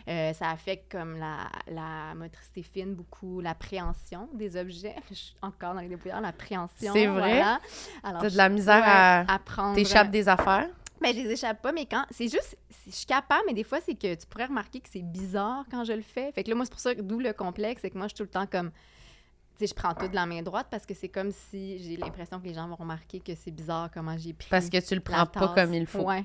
Speaker 4: Euh, ça affecte comme la, la motricité fine beaucoup, l'appréhension des objets. Je suis encore dans les débrouillards, l'appréhension.
Speaker 2: C'est vrai?
Speaker 4: voilà. Alors,
Speaker 2: T'as de
Speaker 4: je-
Speaker 2: la misère
Speaker 4: ouais,
Speaker 2: à...
Speaker 4: apprendre.
Speaker 2: T'échappes des affaires?
Speaker 4: Ben, je les échappe pas, mais quand. C'est juste. c'est- Je suis capable, mais des fois, c'est que tu pourrais remarquer que c'est bizarre quand je le fais. Fait que là, moi, c'est pour ça que d'où le complexe, c'est que moi, je suis tout le temps comme. tu sais, je prends tout de la main droite parce que c'est comme si j'ai l'impression que les gens vont remarquer que c'est bizarre comment j'ai pris.
Speaker 2: Parce que tu le prends
Speaker 4: la
Speaker 2: pas
Speaker 4: tasse.
Speaker 2: comme il faut.
Speaker 4: Ouais.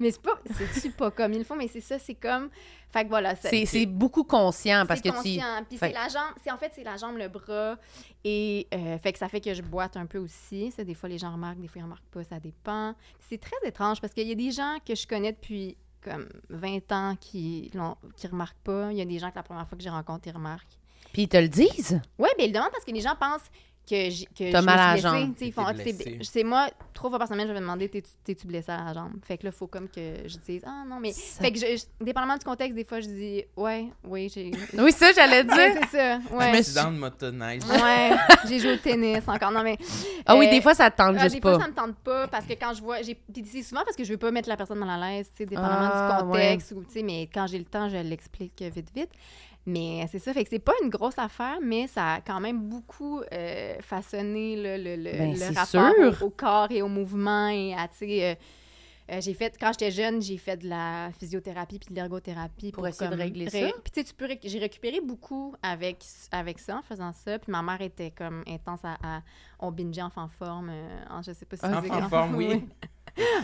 Speaker 4: Mais c'est pas, c'est-tu pas comme il faut, mais c'est ça, c'est comme. Fait que voilà, ça-
Speaker 2: C'est c'est beaucoup conscient Ah, parce
Speaker 4: c'est
Speaker 2: que tu.
Speaker 4: conscient. Puis
Speaker 2: fait-
Speaker 4: c'est la jambe, c'est en fait c'est la jambe, le bras et euh, fait que ça fait que je boite un peu aussi. Ça des fois les gens remarquent, des fois ils remarquent pas, ça dépend. C'est très étrange parce qu'il y a des gens que je connais depuis comme 20 ans qui l'ont qui remarquent pas, il y a des gens que la première fois que j'ai rencontré ils remarquent.
Speaker 2: Puis ils te le disent.
Speaker 4: Ouais, ben ils le demandent parce que les gens pensent que j'ai- que
Speaker 2: T'as
Speaker 4: je
Speaker 2: mal à la
Speaker 4: me suis blessée,
Speaker 2: jambe.
Speaker 4: tu sais, ils
Speaker 1: T'es
Speaker 4: font, ah, tu t'es-
Speaker 1: blessée.
Speaker 4: je sais moi trois fois par semaine je vais demander t'es-tu- t'es-tu blessée à la jambe. Fait que là faut comme que je dise ah non mais
Speaker 2: Ça-
Speaker 4: fait que je, je- dépendamment du contexte des fois je dis ouais oui j'ai
Speaker 2: Oui, ça, j'allais
Speaker 4: Ouais,
Speaker 2: dire.
Speaker 4: c'est ça.
Speaker 1: Je me
Speaker 4: Ouais.
Speaker 1: suis dans le motoneige.
Speaker 4: Ouais, j'ai joué au tennis encore. Non, mais.
Speaker 2: Ah oui,
Speaker 4: Euh,
Speaker 2: des fois, ça te tente
Speaker 4: ah, des
Speaker 2: juste
Speaker 4: fois,
Speaker 2: pas.
Speaker 4: ça me tente pas parce que quand je vois. j'ai- Puis c'est souvent parce que je veux pas mettre la personne mal à l'aise, tu sais, dépendamment
Speaker 2: Ah,
Speaker 4: du contexte. Ou, tu sais, mais quand j'ai le temps, je l'explique vite, vite. Mais c'est ça. Fait que c'est pas une grosse affaire, mais ça a quand même beaucoup euh, façonné là, le, le,
Speaker 2: Ben,
Speaker 4: le
Speaker 2: c'est
Speaker 4: rapport
Speaker 2: sûr.
Speaker 4: au, au corps et au mouvement et à, tu sais. euh, euh, j'ai fait quand j'étais jeune, j'ai fait de la physiothérapie puis de l'ergothérapie
Speaker 2: Pour essayer de régler ça.
Speaker 4: Puis tu sais, tu peux réc- j'ai récupéré beaucoup avec avec ça en faisant ça. Puis ma mère était comme intense à, à- on bingeait enfant forme, euh, en- je sais pas si
Speaker 2: Ah,
Speaker 4: tu
Speaker 1: Enfant
Speaker 4: sais-
Speaker 1: forme, oui.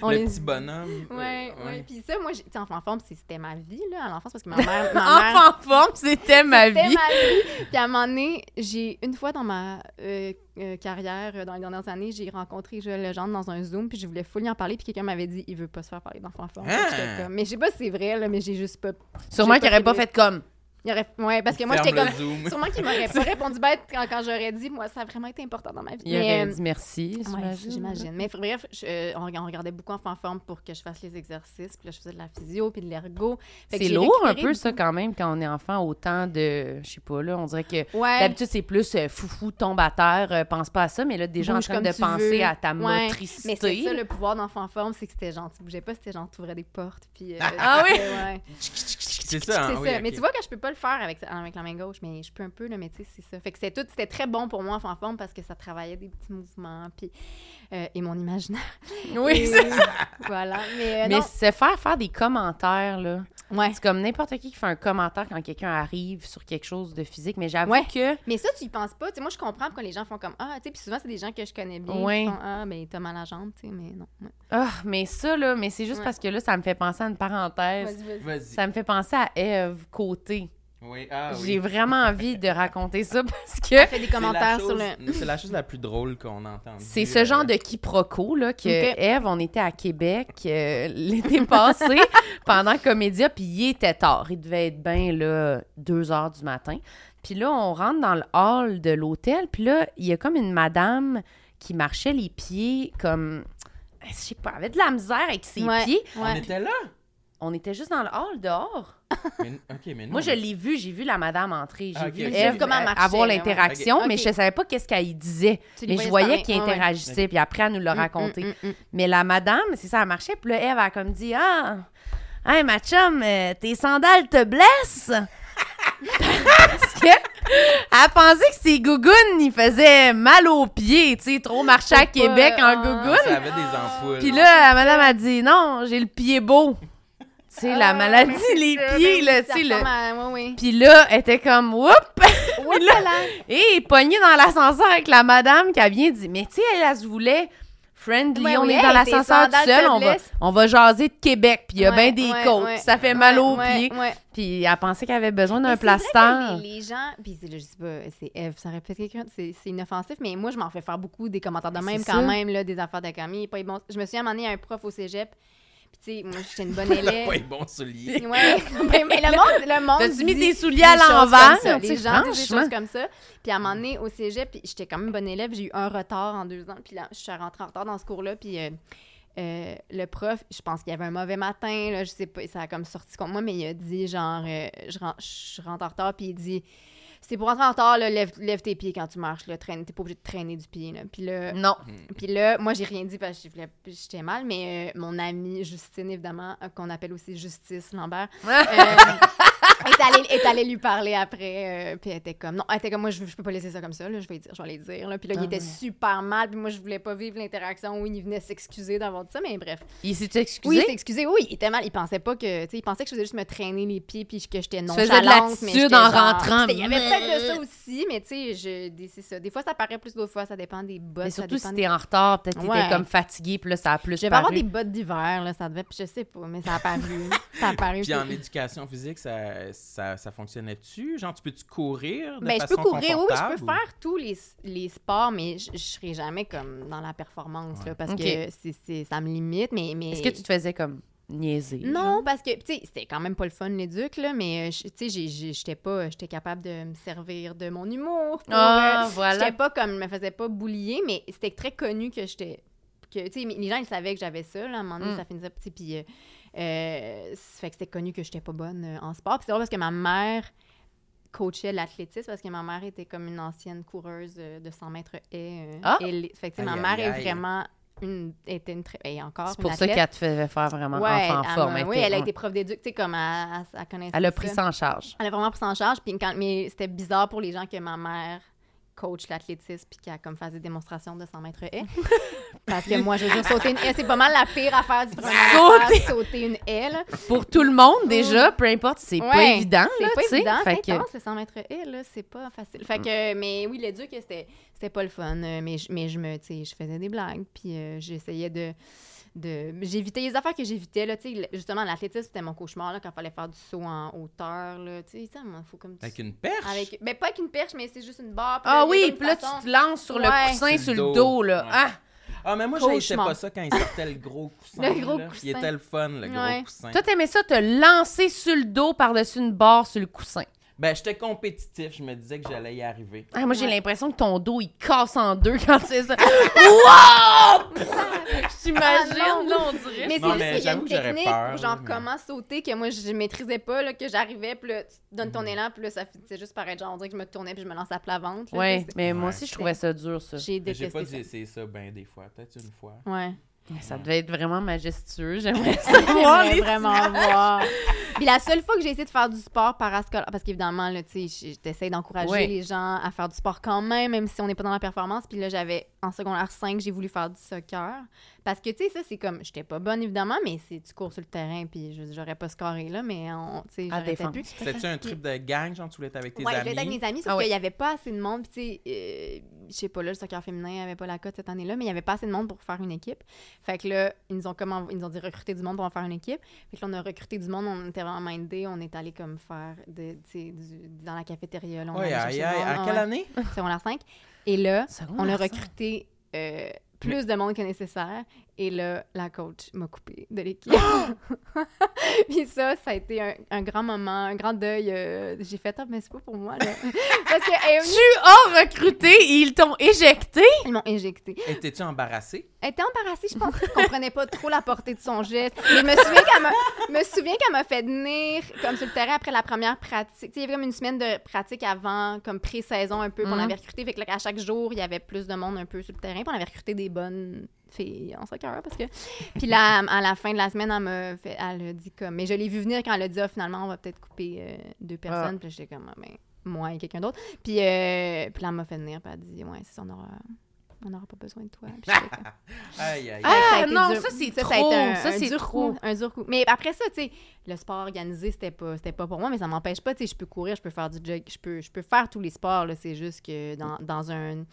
Speaker 4: on
Speaker 1: le
Speaker 4: les-
Speaker 1: petit bonhomme.
Speaker 4: Ouais,
Speaker 1: euh,
Speaker 4: ouais.
Speaker 1: ouais.
Speaker 4: Puis ça, moi, j'ai- tu sais, enfant forme, c'est- c'était ma vie là, à l'enfance parce que ma mère, ma mère
Speaker 2: Enfant forme, c'était ma
Speaker 4: c'était
Speaker 2: vie.
Speaker 4: ma vie. Puis à un moment donné, j'ai une fois dans ma euh, euh, carrière, euh, dans les dernières années, j'ai rencontré Joël Legendre dans un Zoom, puis je voulais full lui en parler, puis quelqu'un m'avait dit il veut pas se faire parler d'enfants forts.
Speaker 1: Hein?
Speaker 4: J'étais comme, Mais je sais pas si c'est vrai, là, mais j'ai juste pas.
Speaker 2: Sûrement
Speaker 4: j'ai
Speaker 2: qu'il aurait pas
Speaker 4: aimé.
Speaker 2: fait comme.
Speaker 4: Il aurait... Ouais, parce que moi,
Speaker 1: Ferme
Speaker 4: j'étais
Speaker 1: le
Speaker 4: comme.
Speaker 1: zoom.
Speaker 4: Sûrement qu'il m'aurait pas répondu bête quand, quand j'aurais dit moi, ça a vraiment été important dans ma vie.
Speaker 2: Il
Speaker 4: Mais, euh,
Speaker 2: aurait dit merci.
Speaker 4: Ouais,
Speaker 2: j'imagine.
Speaker 4: j'imagine. Mais bref, je- euh, on, on regardait beaucoup Enfants forme pour que je fasse les exercices. Puis là, je faisais de la physio, puis de l'ergo. Fait que
Speaker 2: C'est
Speaker 4: j'ai
Speaker 2: lourd un
Speaker 4: récupéré
Speaker 2: peu, ça, quand même, quand on est enfant, autant de. Je sais pas, là, on dirait que.
Speaker 4: beaucoup- Ouais.
Speaker 2: D'habitude, c'est plus euh, foufou, tombe à terre, euh, pense pas à ça, mais là, déjà en
Speaker 4: Bouge
Speaker 2: train
Speaker 4: comme
Speaker 2: de
Speaker 4: tu
Speaker 2: penser
Speaker 4: veux.
Speaker 2: à ta
Speaker 4: Ouais,
Speaker 2: motricité.
Speaker 4: Mais c'est ça le pouvoir d'enfant en forme, c'est que c'était genre, tu bougeais pas, c'était genre, tu ouvrais des portes. Puis, euh,
Speaker 2: Ah oui?
Speaker 4: c'était- ouais.
Speaker 1: C'est
Speaker 4: C'est
Speaker 1: ça, hein?
Speaker 4: ça.
Speaker 1: oui,
Speaker 4: Mais
Speaker 1: ok.
Speaker 4: tu vois que je peux pas le faire avec, avec la main gauche, mais je peux un peu, le mais tu sais, c'est ça. Fait que c'était tout, c'était très bon pour moi en forme parce que ça travaillait des petits mouvements, puis euh, et mon imaginaire.
Speaker 2: Oui,
Speaker 4: Et-
Speaker 2: ça-
Speaker 4: Voilà. Mais, euh,
Speaker 2: Mais se faire faire des commentaires, là.
Speaker 4: non. Ouais.
Speaker 2: C'est comme n'importe qui qui fait un commentaire quand quelqu'un arrive sur quelque chose de physique, mais j'avoue
Speaker 4: Ouais.
Speaker 2: que.
Speaker 4: Mais ça, tu y penses pas. Tu sais, moi, je comprends quand les gens font comme Ah, tu sais, puis souvent, c'est des gens que je connais bien. qui
Speaker 2: Ouais.
Speaker 4: font, ah, ben, t'as mal à la jambe, tu sais, mais non. Ouais.
Speaker 2: Ah, mais ça, là, mais c'est juste
Speaker 4: Ouais.
Speaker 2: parce que là, ça me fait penser à une parenthèse.
Speaker 4: Vas-y, vas-y.
Speaker 1: Vas-y.
Speaker 2: Ça me fait penser à Eve Côté.
Speaker 1: Oui, ah oui.
Speaker 2: J'ai vraiment envie de raconter ça parce que.
Speaker 4: Fais des
Speaker 1: C'est la
Speaker 4: commentaires sur
Speaker 1: chose-
Speaker 4: le.
Speaker 1: C'est la chose la plus drôle qu'on entend.
Speaker 2: C'est ce genre
Speaker 1: euh,
Speaker 2: de quiproquo là que
Speaker 4: Ok.
Speaker 2: Eve, on était à Québec euh, l'été passé pendant Comédia, puis il était tard. Il devait être bien là 2 heures du matin. Puis là, on rentre dans le hall de l'hôtel, puis là, il y a comme une madame qui marchait les pieds comme je sais pas, elle avait de la misère avec ses
Speaker 4: Ouais,
Speaker 2: pieds.
Speaker 1: On
Speaker 4: ouais.
Speaker 1: était là.
Speaker 2: On était juste dans le hall dehors.
Speaker 1: Mais- ok, mais non.
Speaker 2: Moi, je l'ai vu, j'ai vu la madame entrer, j'ai
Speaker 1: Mmh. Ah, ok,
Speaker 2: vu
Speaker 1: ok.
Speaker 2: Ève
Speaker 1: J'ai vu comment
Speaker 4: elle
Speaker 2: euh,
Speaker 4: marchait,
Speaker 2: avoir
Speaker 4: là, ouais.
Speaker 2: l'interaction,
Speaker 4: Ok.
Speaker 2: mais je ne savais pas qu'est-ce qu'elle y disait.
Speaker 4: Tu les
Speaker 2: Mais je
Speaker 4: voyais
Speaker 2: voyais
Speaker 4: se
Speaker 2: qu'il
Speaker 4: parler. Ouais, ouais.
Speaker 2: interagissait, puis après, elle nous l'a
Speaker 4: Mm,
Speaker 2: raconté.
Speaker 4: mm, mm, mm.
Speaker 2: Mais la madame, c'est ça, elle marchait. Puis là, Eve, elle a comme dit Ah, hey, ma chum, euh, tes sandales te blessent. Parce que elle pensait que ses gougounes, ils faisaient mal aux pieds. Tu sais, trop marcher à
Speaker 4: Faut pas,
Speaker 2: Québec en
Speaker 4: hein.
Speaker 2: gougoune.
Speaker 1: Ça avait des ampoules.
Speaker 2: Puis là, la madame a dit Non, j'ai le pied beau. Tu sais, la
Speaker 4: Ah,
Speaker 2: maladie,
Speaker 4: mais c'est
Speaker 2: les
Speaker 4: ça,
Speaker 2: pieds,
Speaker 4: ben
Speaker 2: là,
Speaker 4: oui, ça
Speaker 2: tu sais. le-
Speaker 4: ressemble à- ouais, ouais.
Speaker 2: Puis là, elle était comme Oups!
Speaker 4: Oups, là.
Speaker 2: Et pogné Eh, dans l'ascenseur avec la madame qui a bien dit Mais tu sais, elle, elle se voulait friendly,
Speaker 4: Ouais,
Speaker 2: on
Speaker 4: oui,
Speaker 2: est dans
Speaker 4: hey,
Speaker 2: l'ascenseur
Speaker 4: tes
Speaker 2: tout seul,
Speaker 4: sandales te
Speaker 2: on va,
Speaker 4: blessent.
Speaker 2: on va jaser de Québec, puis il y a
Speaker 4: Ouais,
Speaker 2: bien des
Speaker 4: ouais,
Speaker 2: côtes,
Speaker 4: ouais.
Speaker 2: ça fait mal
Speaker 4: Ouais,
Speaker 2: aux
Speaker 4: ouais,
Speaker 2: pieds.
Speaker 4: ouais.
Speaker 2: Puis elle pensait qu'elle avait besoin d'un
Speaker 4: Mais c'est vrai
Speaker 2: plaster.
Speaker 4: que Les, les gens, puis c'est- je sais pas, c'est Eve, ça répète quelqu'un, c'est c'est inoffensif, mais moi, je m'en fais faire beaucoup des commentaires de
Speaker 2: C'est
Speaker 4: même,
Speaker 2: ça.
Speaker 4: quand même, là, des affaires de Camille. Pas bon. Je me suis amenée à un prof au cégep, puis tu sais, moi, j'étais une bonne
Speaker 1: Elle a
Speaker 4: élève.
Speaker 1: pas les bons souliers.
Speaker 4: Ouais, mais, mais le monde, le monde
Speaker 2: T'as-tu mis
Speaker 4: dit
Speaker 2: tes souliers
Speaker 4: des
Speaker 2: à
Speaker 4: choses comme
Speaker 2: l'envers?
Speaker 4: ça.
Speaker 2: Tu
Speaker 4: Les
Speaker 2: sais,
Speaker 4: gens disent des
Speaker 2: franchement.
Speaker 4: choses comme ça. Puis à un moment donné, au cégep, puis j'étais quand même bonne élève, j'ai eu un retard en deux ans. Puis là, je suis rentrée en retard dans ce cours-là, puis euh, euh, le prof, je pense qu'il y avait un mauvais matin, là, je sais pas, ça a comme sorti contre moi, mais il a dit genre, euh, je, ren- je rentre en retard, puis il dit... C'est pour rentrer en retard, là, lève, lève tes pieds quand tu marches, là, traîne, t'es pas obligé de traîner du pied, là. Puis là,
Speaker 2: Non.
Speaker 4: puis là, moi, j'ai rien dit parce que je voulais- j'étais mal, mais euh, mon amie Justine, évidemment, euh, qu'on appelle aussi Justice Lambert, euh, Elle est allée, elle est allée lui parler après, euh, puis elle était comme, non, elle était comme, moi, je, je peux pas laisser ça comme ça, là, je vais dire, je vais aller dire, là. Puis là,
Speaker 2: Ah
Speaker 4: il était
Speaker 2: ouais.
Speaker 4: super mal, puis moi, je voulais pas vivre l'interaction où il venait s'excuser d'avoir dit ça, mais bref.
Speaker 2: Il s'est excusé.
Speaker 4: Oui, il s'est excusé, oui, il était mal, il pensait pas que, tu sais, il pensait que je faisais juste me traîner les pieds, puis que j'étais
Speaker 2: faisais de
Speaker 4: nonchalante, mais
Speaker 2: l'attitude
Speaker 4: j'étais
Speaker 2: en
Speaker 4: genre-
Speaker 2: rentrant.
Speaker 4: C'était- Il y avait peut-être de ça aussi, mais tu sais, je- des- c'est ça. Des fois, ça paraît plus, d'autres fois, ça dépend des bottes,
Speaker 2: mais
Speaker 4: ça
Speaker 2: surtout
Speaker 4: dépend
Speaker 2: si
Speaker 4: des
Speaker 2: t'es en retard, peut-être que t'étais
Speaker 4: Ouais.
Speaker 2: comme fatigué, puis là, ça a plus
Speaker 4: je vais pas avoir
Speaker 2: paru.
Speaker 4: des bottes d'hiver, là, ça devait, je sais pas, mais ça a paru. ça a paru.
Speaker 1: Puis en éducation physique, ça, ça, ça fonctionnait-tu? Genre, tu peux-tu courir de
Speaker 4: Ben, je
Speaker 1: façon
Speaker 4: peux courir, oui, oui, je peux
Speaker 1: confortable ou-
Speaker 4: faire tous les, les sports, mais je, je serai jamais comme dans la performance, là, parce
Speaker 2: Ok.
Speaker 4: que c'est c'est- ça me limite, mais... mais...
Speaker 2: Est-ce que tu te faisais comme niaiser? genre?
Speaker 4: Non, parce que, tu sais, c'était quand même pas le fun, l'éduc, là, mais, euh, je- tu sais, j'ai- j'ai- j'étais pas... J'étais capable de me servir de mon humour pour, euh,
Speaker 2: Ah,
Speaker 4: J'étais
Speaker 2: voilà.
Speaker 4: pas comme, je me faisais pas boulier, mais c'était très connu que j'étais. Que, tu sais, mais les gens, ils savaient que j'avais ça, là, à un moment donné,
Speaker 2: Mm.
Speaker 4: ça finissait petit, puis. euh, euh, c'est- fait que c'était connu que j'étais pas bonne euh, en sport. Puis c'est drôle parce que ma mère coachait l'athlétisme parce que ma mère était comme une ancienne coureuse euh, de 100 mètres et. euh,
Speaker 2: Ah!
Speaker 4: ailée. Fait que, tu sais, ma
Speaker 1: Aïe,
Speaker 4: mère
Speaker 1: aïe,
Speaker 4: est
Speaker 1: aïe.
Speaker 4: vraiment. Une, était une très. Et encore.
Speaker 2: C'est
Speaker 4: une
Speaker 2: pour ça
Speaker 4: athlète.
Speaker 2: qu'elle te faisait faire vraiment
Speaker 4: Ouais,
Speaker 2: enfant en
Speaker 4: elle
Speaker 2: forme.
Speaker 4: m'a-
Speaker 2: elle
Speaker 4: Oui,
Speaker 2: était-
Speaker 4: elle a été prof d'éduc, tu sais, comme elle, elle, elle connaissait
Speaker 2: Elle a pris
Speaker 4: ça.
Speaker 2: ça en charge.
Speaker 4: Elle a vraiment pris ça en charge. Puis quand, mais c'était bizarre pour les gens que ma mère coach l'athlétisme puis qu'elle comme fasse des démonstrations de 100 mètres haie. Parce que moi, je veux dire, sauter une haie, c'est pas mal la pire affaire du premier sauter. sauter une haie, là.
Speaker 2: Pour tout le monde, déjà, peu importe, Mm. c'est pas
Speaker 4: Ouais,
Speaker 2: évident,
Speaker 4: C'est
Speaker 2: Ah, là,
Speaker 4: pas
Speaker 2: tu sais.
Speaker 4: évident,
Speaker 2: Fait
Speaker 4: c'est
Speaker 2: que- Mm.
Speaker 4: intense, le 100 mètres haie, là, c'est pas facile. Fait que, mais oui, l'éduc, c'était, c'était pas le fun. euh, Mais je, mais je me, tu sais, je faisais des blagues, puis euh, j'essayais de... De... J'évitais les affaires que j'évitais. Là, tu sais, justement, l'athlétisme, c'était mon cauchemar là, quand il fallait faire du saut en hauteur. Là, tu sais, ça, il faut comme tu-
Speaker 1: Avec une perche?
Speaker 4: Avec, ben pas avec une perche, mais c'est juste une barre. puis
Speaker 2: Ah
Speaker 4: là, il y a
Speaker 2: oui,
Speaker 4: comme
Speaker 2: puis là,
Speaker 4: une façon-
Speaker 2: tu te lances sur le
Speaker 4: Ouais.
Speaker 2: coussin, sur le
Speaker 1: dos.
Speaker 2: dos, là.
Speaker 1: Ouais.
Speaker 2: Ah!
Speaker 1: Ah, mais moi,
Speaker 4: Cauchemar.
Speaker 1: je pas ça quand il sortait le gros coussin.
Speaker 4: Le gros
Speaker 1: là.
Speaker 4: coussin.
Speaker 1: Il était le fun, le gros
Speaker 4: Ouais.
Speaker 1: coussin.
Speaker 2: Toi, t'aimais ça, te lancer sur le dos par-dessus une barre sur le coussin.
Speaker 1: Ben, j'étais compétitif. Je me disais que j'allais y arriver.
Speaker 2: Ah, moi, j'ai
Speaker 4: Ouais.
Speaker 2: l'impression que ton dos, il casse en deux quand c'est ça. wow! Je t'imagine,
Speaker 4: Ah, non.
Speaker 2: là, on dirait.
Speaker 4: Mais
Speaker 1: Non, mais
Speaker 4: c'est juste qu'il y a
Speaker 1: j'avoue
Speaker 4: une
Speaker 1: que j'aurais
Speaker 4: technique
Speaker 1: peur,
Speaker 4: pour genre
Speaker 1: mais-
Speaker 4: comment sauter que moi je maîtrisais pas, là, que j'arrivais, puis là, tu donnes
Speaker 1: Mm.
Speaker 4: ton élan, puis là, ça fait- c'est juste pareil. Genre, on dirait que je me tournais, puis je me lançais à plat ventre. là,
Speaker 2: Ouais,
Speaker 4: tu sais,
Speaker 2: mais moi
Speaker 1: Ouais.
Speaker 2: aussi, je trouvais ça dur, ça.
Speaker 4: c'est- J'ai
Speaker 1: Mais J'ai pas
Speaker 4: détesté
Speaker 1: dit c'est ça, ben, des fois. Peut-être une fois.
Speaker 4: ça. Ouais.
Speaker 2: Ça devait être vraiment majestueux. J'aimerais savoir
Speaker 4: J'aimerais
Speaker 2: les
Speaker 4: vraiment voir. Puis la seule fois que j'ai essayé de faire du sport parascolaire, parce qu'évidemment, là, tu sais, je- j'essaie d'encourager
Speaker 2: Ouais.
Speaker 4: les gens à faire du sport quand même, même si on n'est pas dans la performance. Puis là, j'avais, en secondaire 5, j'ai voulu faire du soccer. Parce que, tu sais, ça, c'est comme, j'étais pas bonne, évidemment, mais c'est, tu cours sur le terrain, puis je- j'aurais pas scoré, là, mais on, tu sais,
Speaker 2: À
Speaker 4: j'arrêtais
Speaker 2: défendre.
Speaker 4: plus.
Speaker 1: C'était-tu un trip de gang, genre, tu voulais être avec tes
Speaker 4: Ouais, je
Speaker 1: amis?
Speaker 4: l'ai avec mes amis, sauf
Speaker 2: Ah ouais.
Speaker 4: qu'il y avait pas assez de monde. Puis, tu sais, euh, je sais pas, là, le soccer féminin avait pas la cote cette année-là, mais il y avait pas assez de monde pour faire une équipe. Fait que là, ils nous ont, comme env- ils nous ont dit recruter du monde pour en faire une équipe. Fait que là, on a recruté du monde, on était vraiment mindés, on est allé comme faire de, tu sais, du- dans la cafétéria. Là, on
Speaker 1: Ouais,
Speaker 4: allait
Speaker 1: aïe,
Speaker 4: chercher
Speaker 1: aïe,
Speaker 4: le monde, Ah
Speaker 1: à quelle
Speaker 4: ouais,
Speaker 1: année?
Speaker 4: secondaire 5. Et là,
Speaker 2: Secondaire
Speaker 4: on a
Speaker 2: cinq.
Speaker 4: recruté euh, plus de monde que nécessaire. Et là, la coach m'a coupé de l'équipe. Puis ça, ça a été un, un grand moment, un grand deuil. euh, J'ai fait, ah, mais c'est pas pour moi. Là. Parce que elle est venue,
Speaker 2: Tu as recruté, ils t'ont éjecté.
Speaker 4: ils m'ont injecté.
Speaker 1: Étais-tu embarrassée?
Speaker 4: Elle était embarrassée, je pense qu'elle comprenait pas trop la portée de son geste. Mais je me souviens qu'elle m'a, me souviens qu'elle m'a fait venir comme sur le terrain après la première pratique. Tu sais, il y avait comme une semaine de pratique avant, comme pré-saison un peu, puis on
Speaker 2: Mhm.
Speaker 4: avait recruté. Fait que là, à chaque jour, il y avait plus de monde un peu sur le terrain, puis on avait recruté des bonnes filles en soccer parce que. Puis là, à la fin de la semaine, elle m'a fait, elle a dit comme, mais je l'ai vu venir quand elle a dit, Ah, finalement, on va peut-être couper euh, deux personnes. Puis là, j'étais comme, Ah, ben, moi et quelqu'un d'autre. Puis, euh, puis là, elle m'a fait venir, puis elle a dit, ouais, c'est ça, on aura, on aura pas besoin de toi. Puis j'étais comme,
Speaker 1: Aïe, aïe, aïe.
Speaker 4: Ouais, ça a
Speaker 2: Ah
Speaker 4: été
Speaker 2: non,
Speaker 4: dur.
Speaker 2: ça c'est
Speaker 4: ça a
Speaker 2: trop.
Speaker 4: été un-
Speaker 2: Ça
Speaker 4: un
Speaker 2: c'est
Speaker 4: dur
Speaker 2: trop.
Speaker 4: coup, un dur coup. Mais après ça, tu sais, le sport organisé, c'était pas, c'était pas pour moi, mais ça m'empêche pas. Tu sais, je peux courir, je peux faire du jog, je peux, je peux faire tous les sports. là. C'est juste que dans, dans un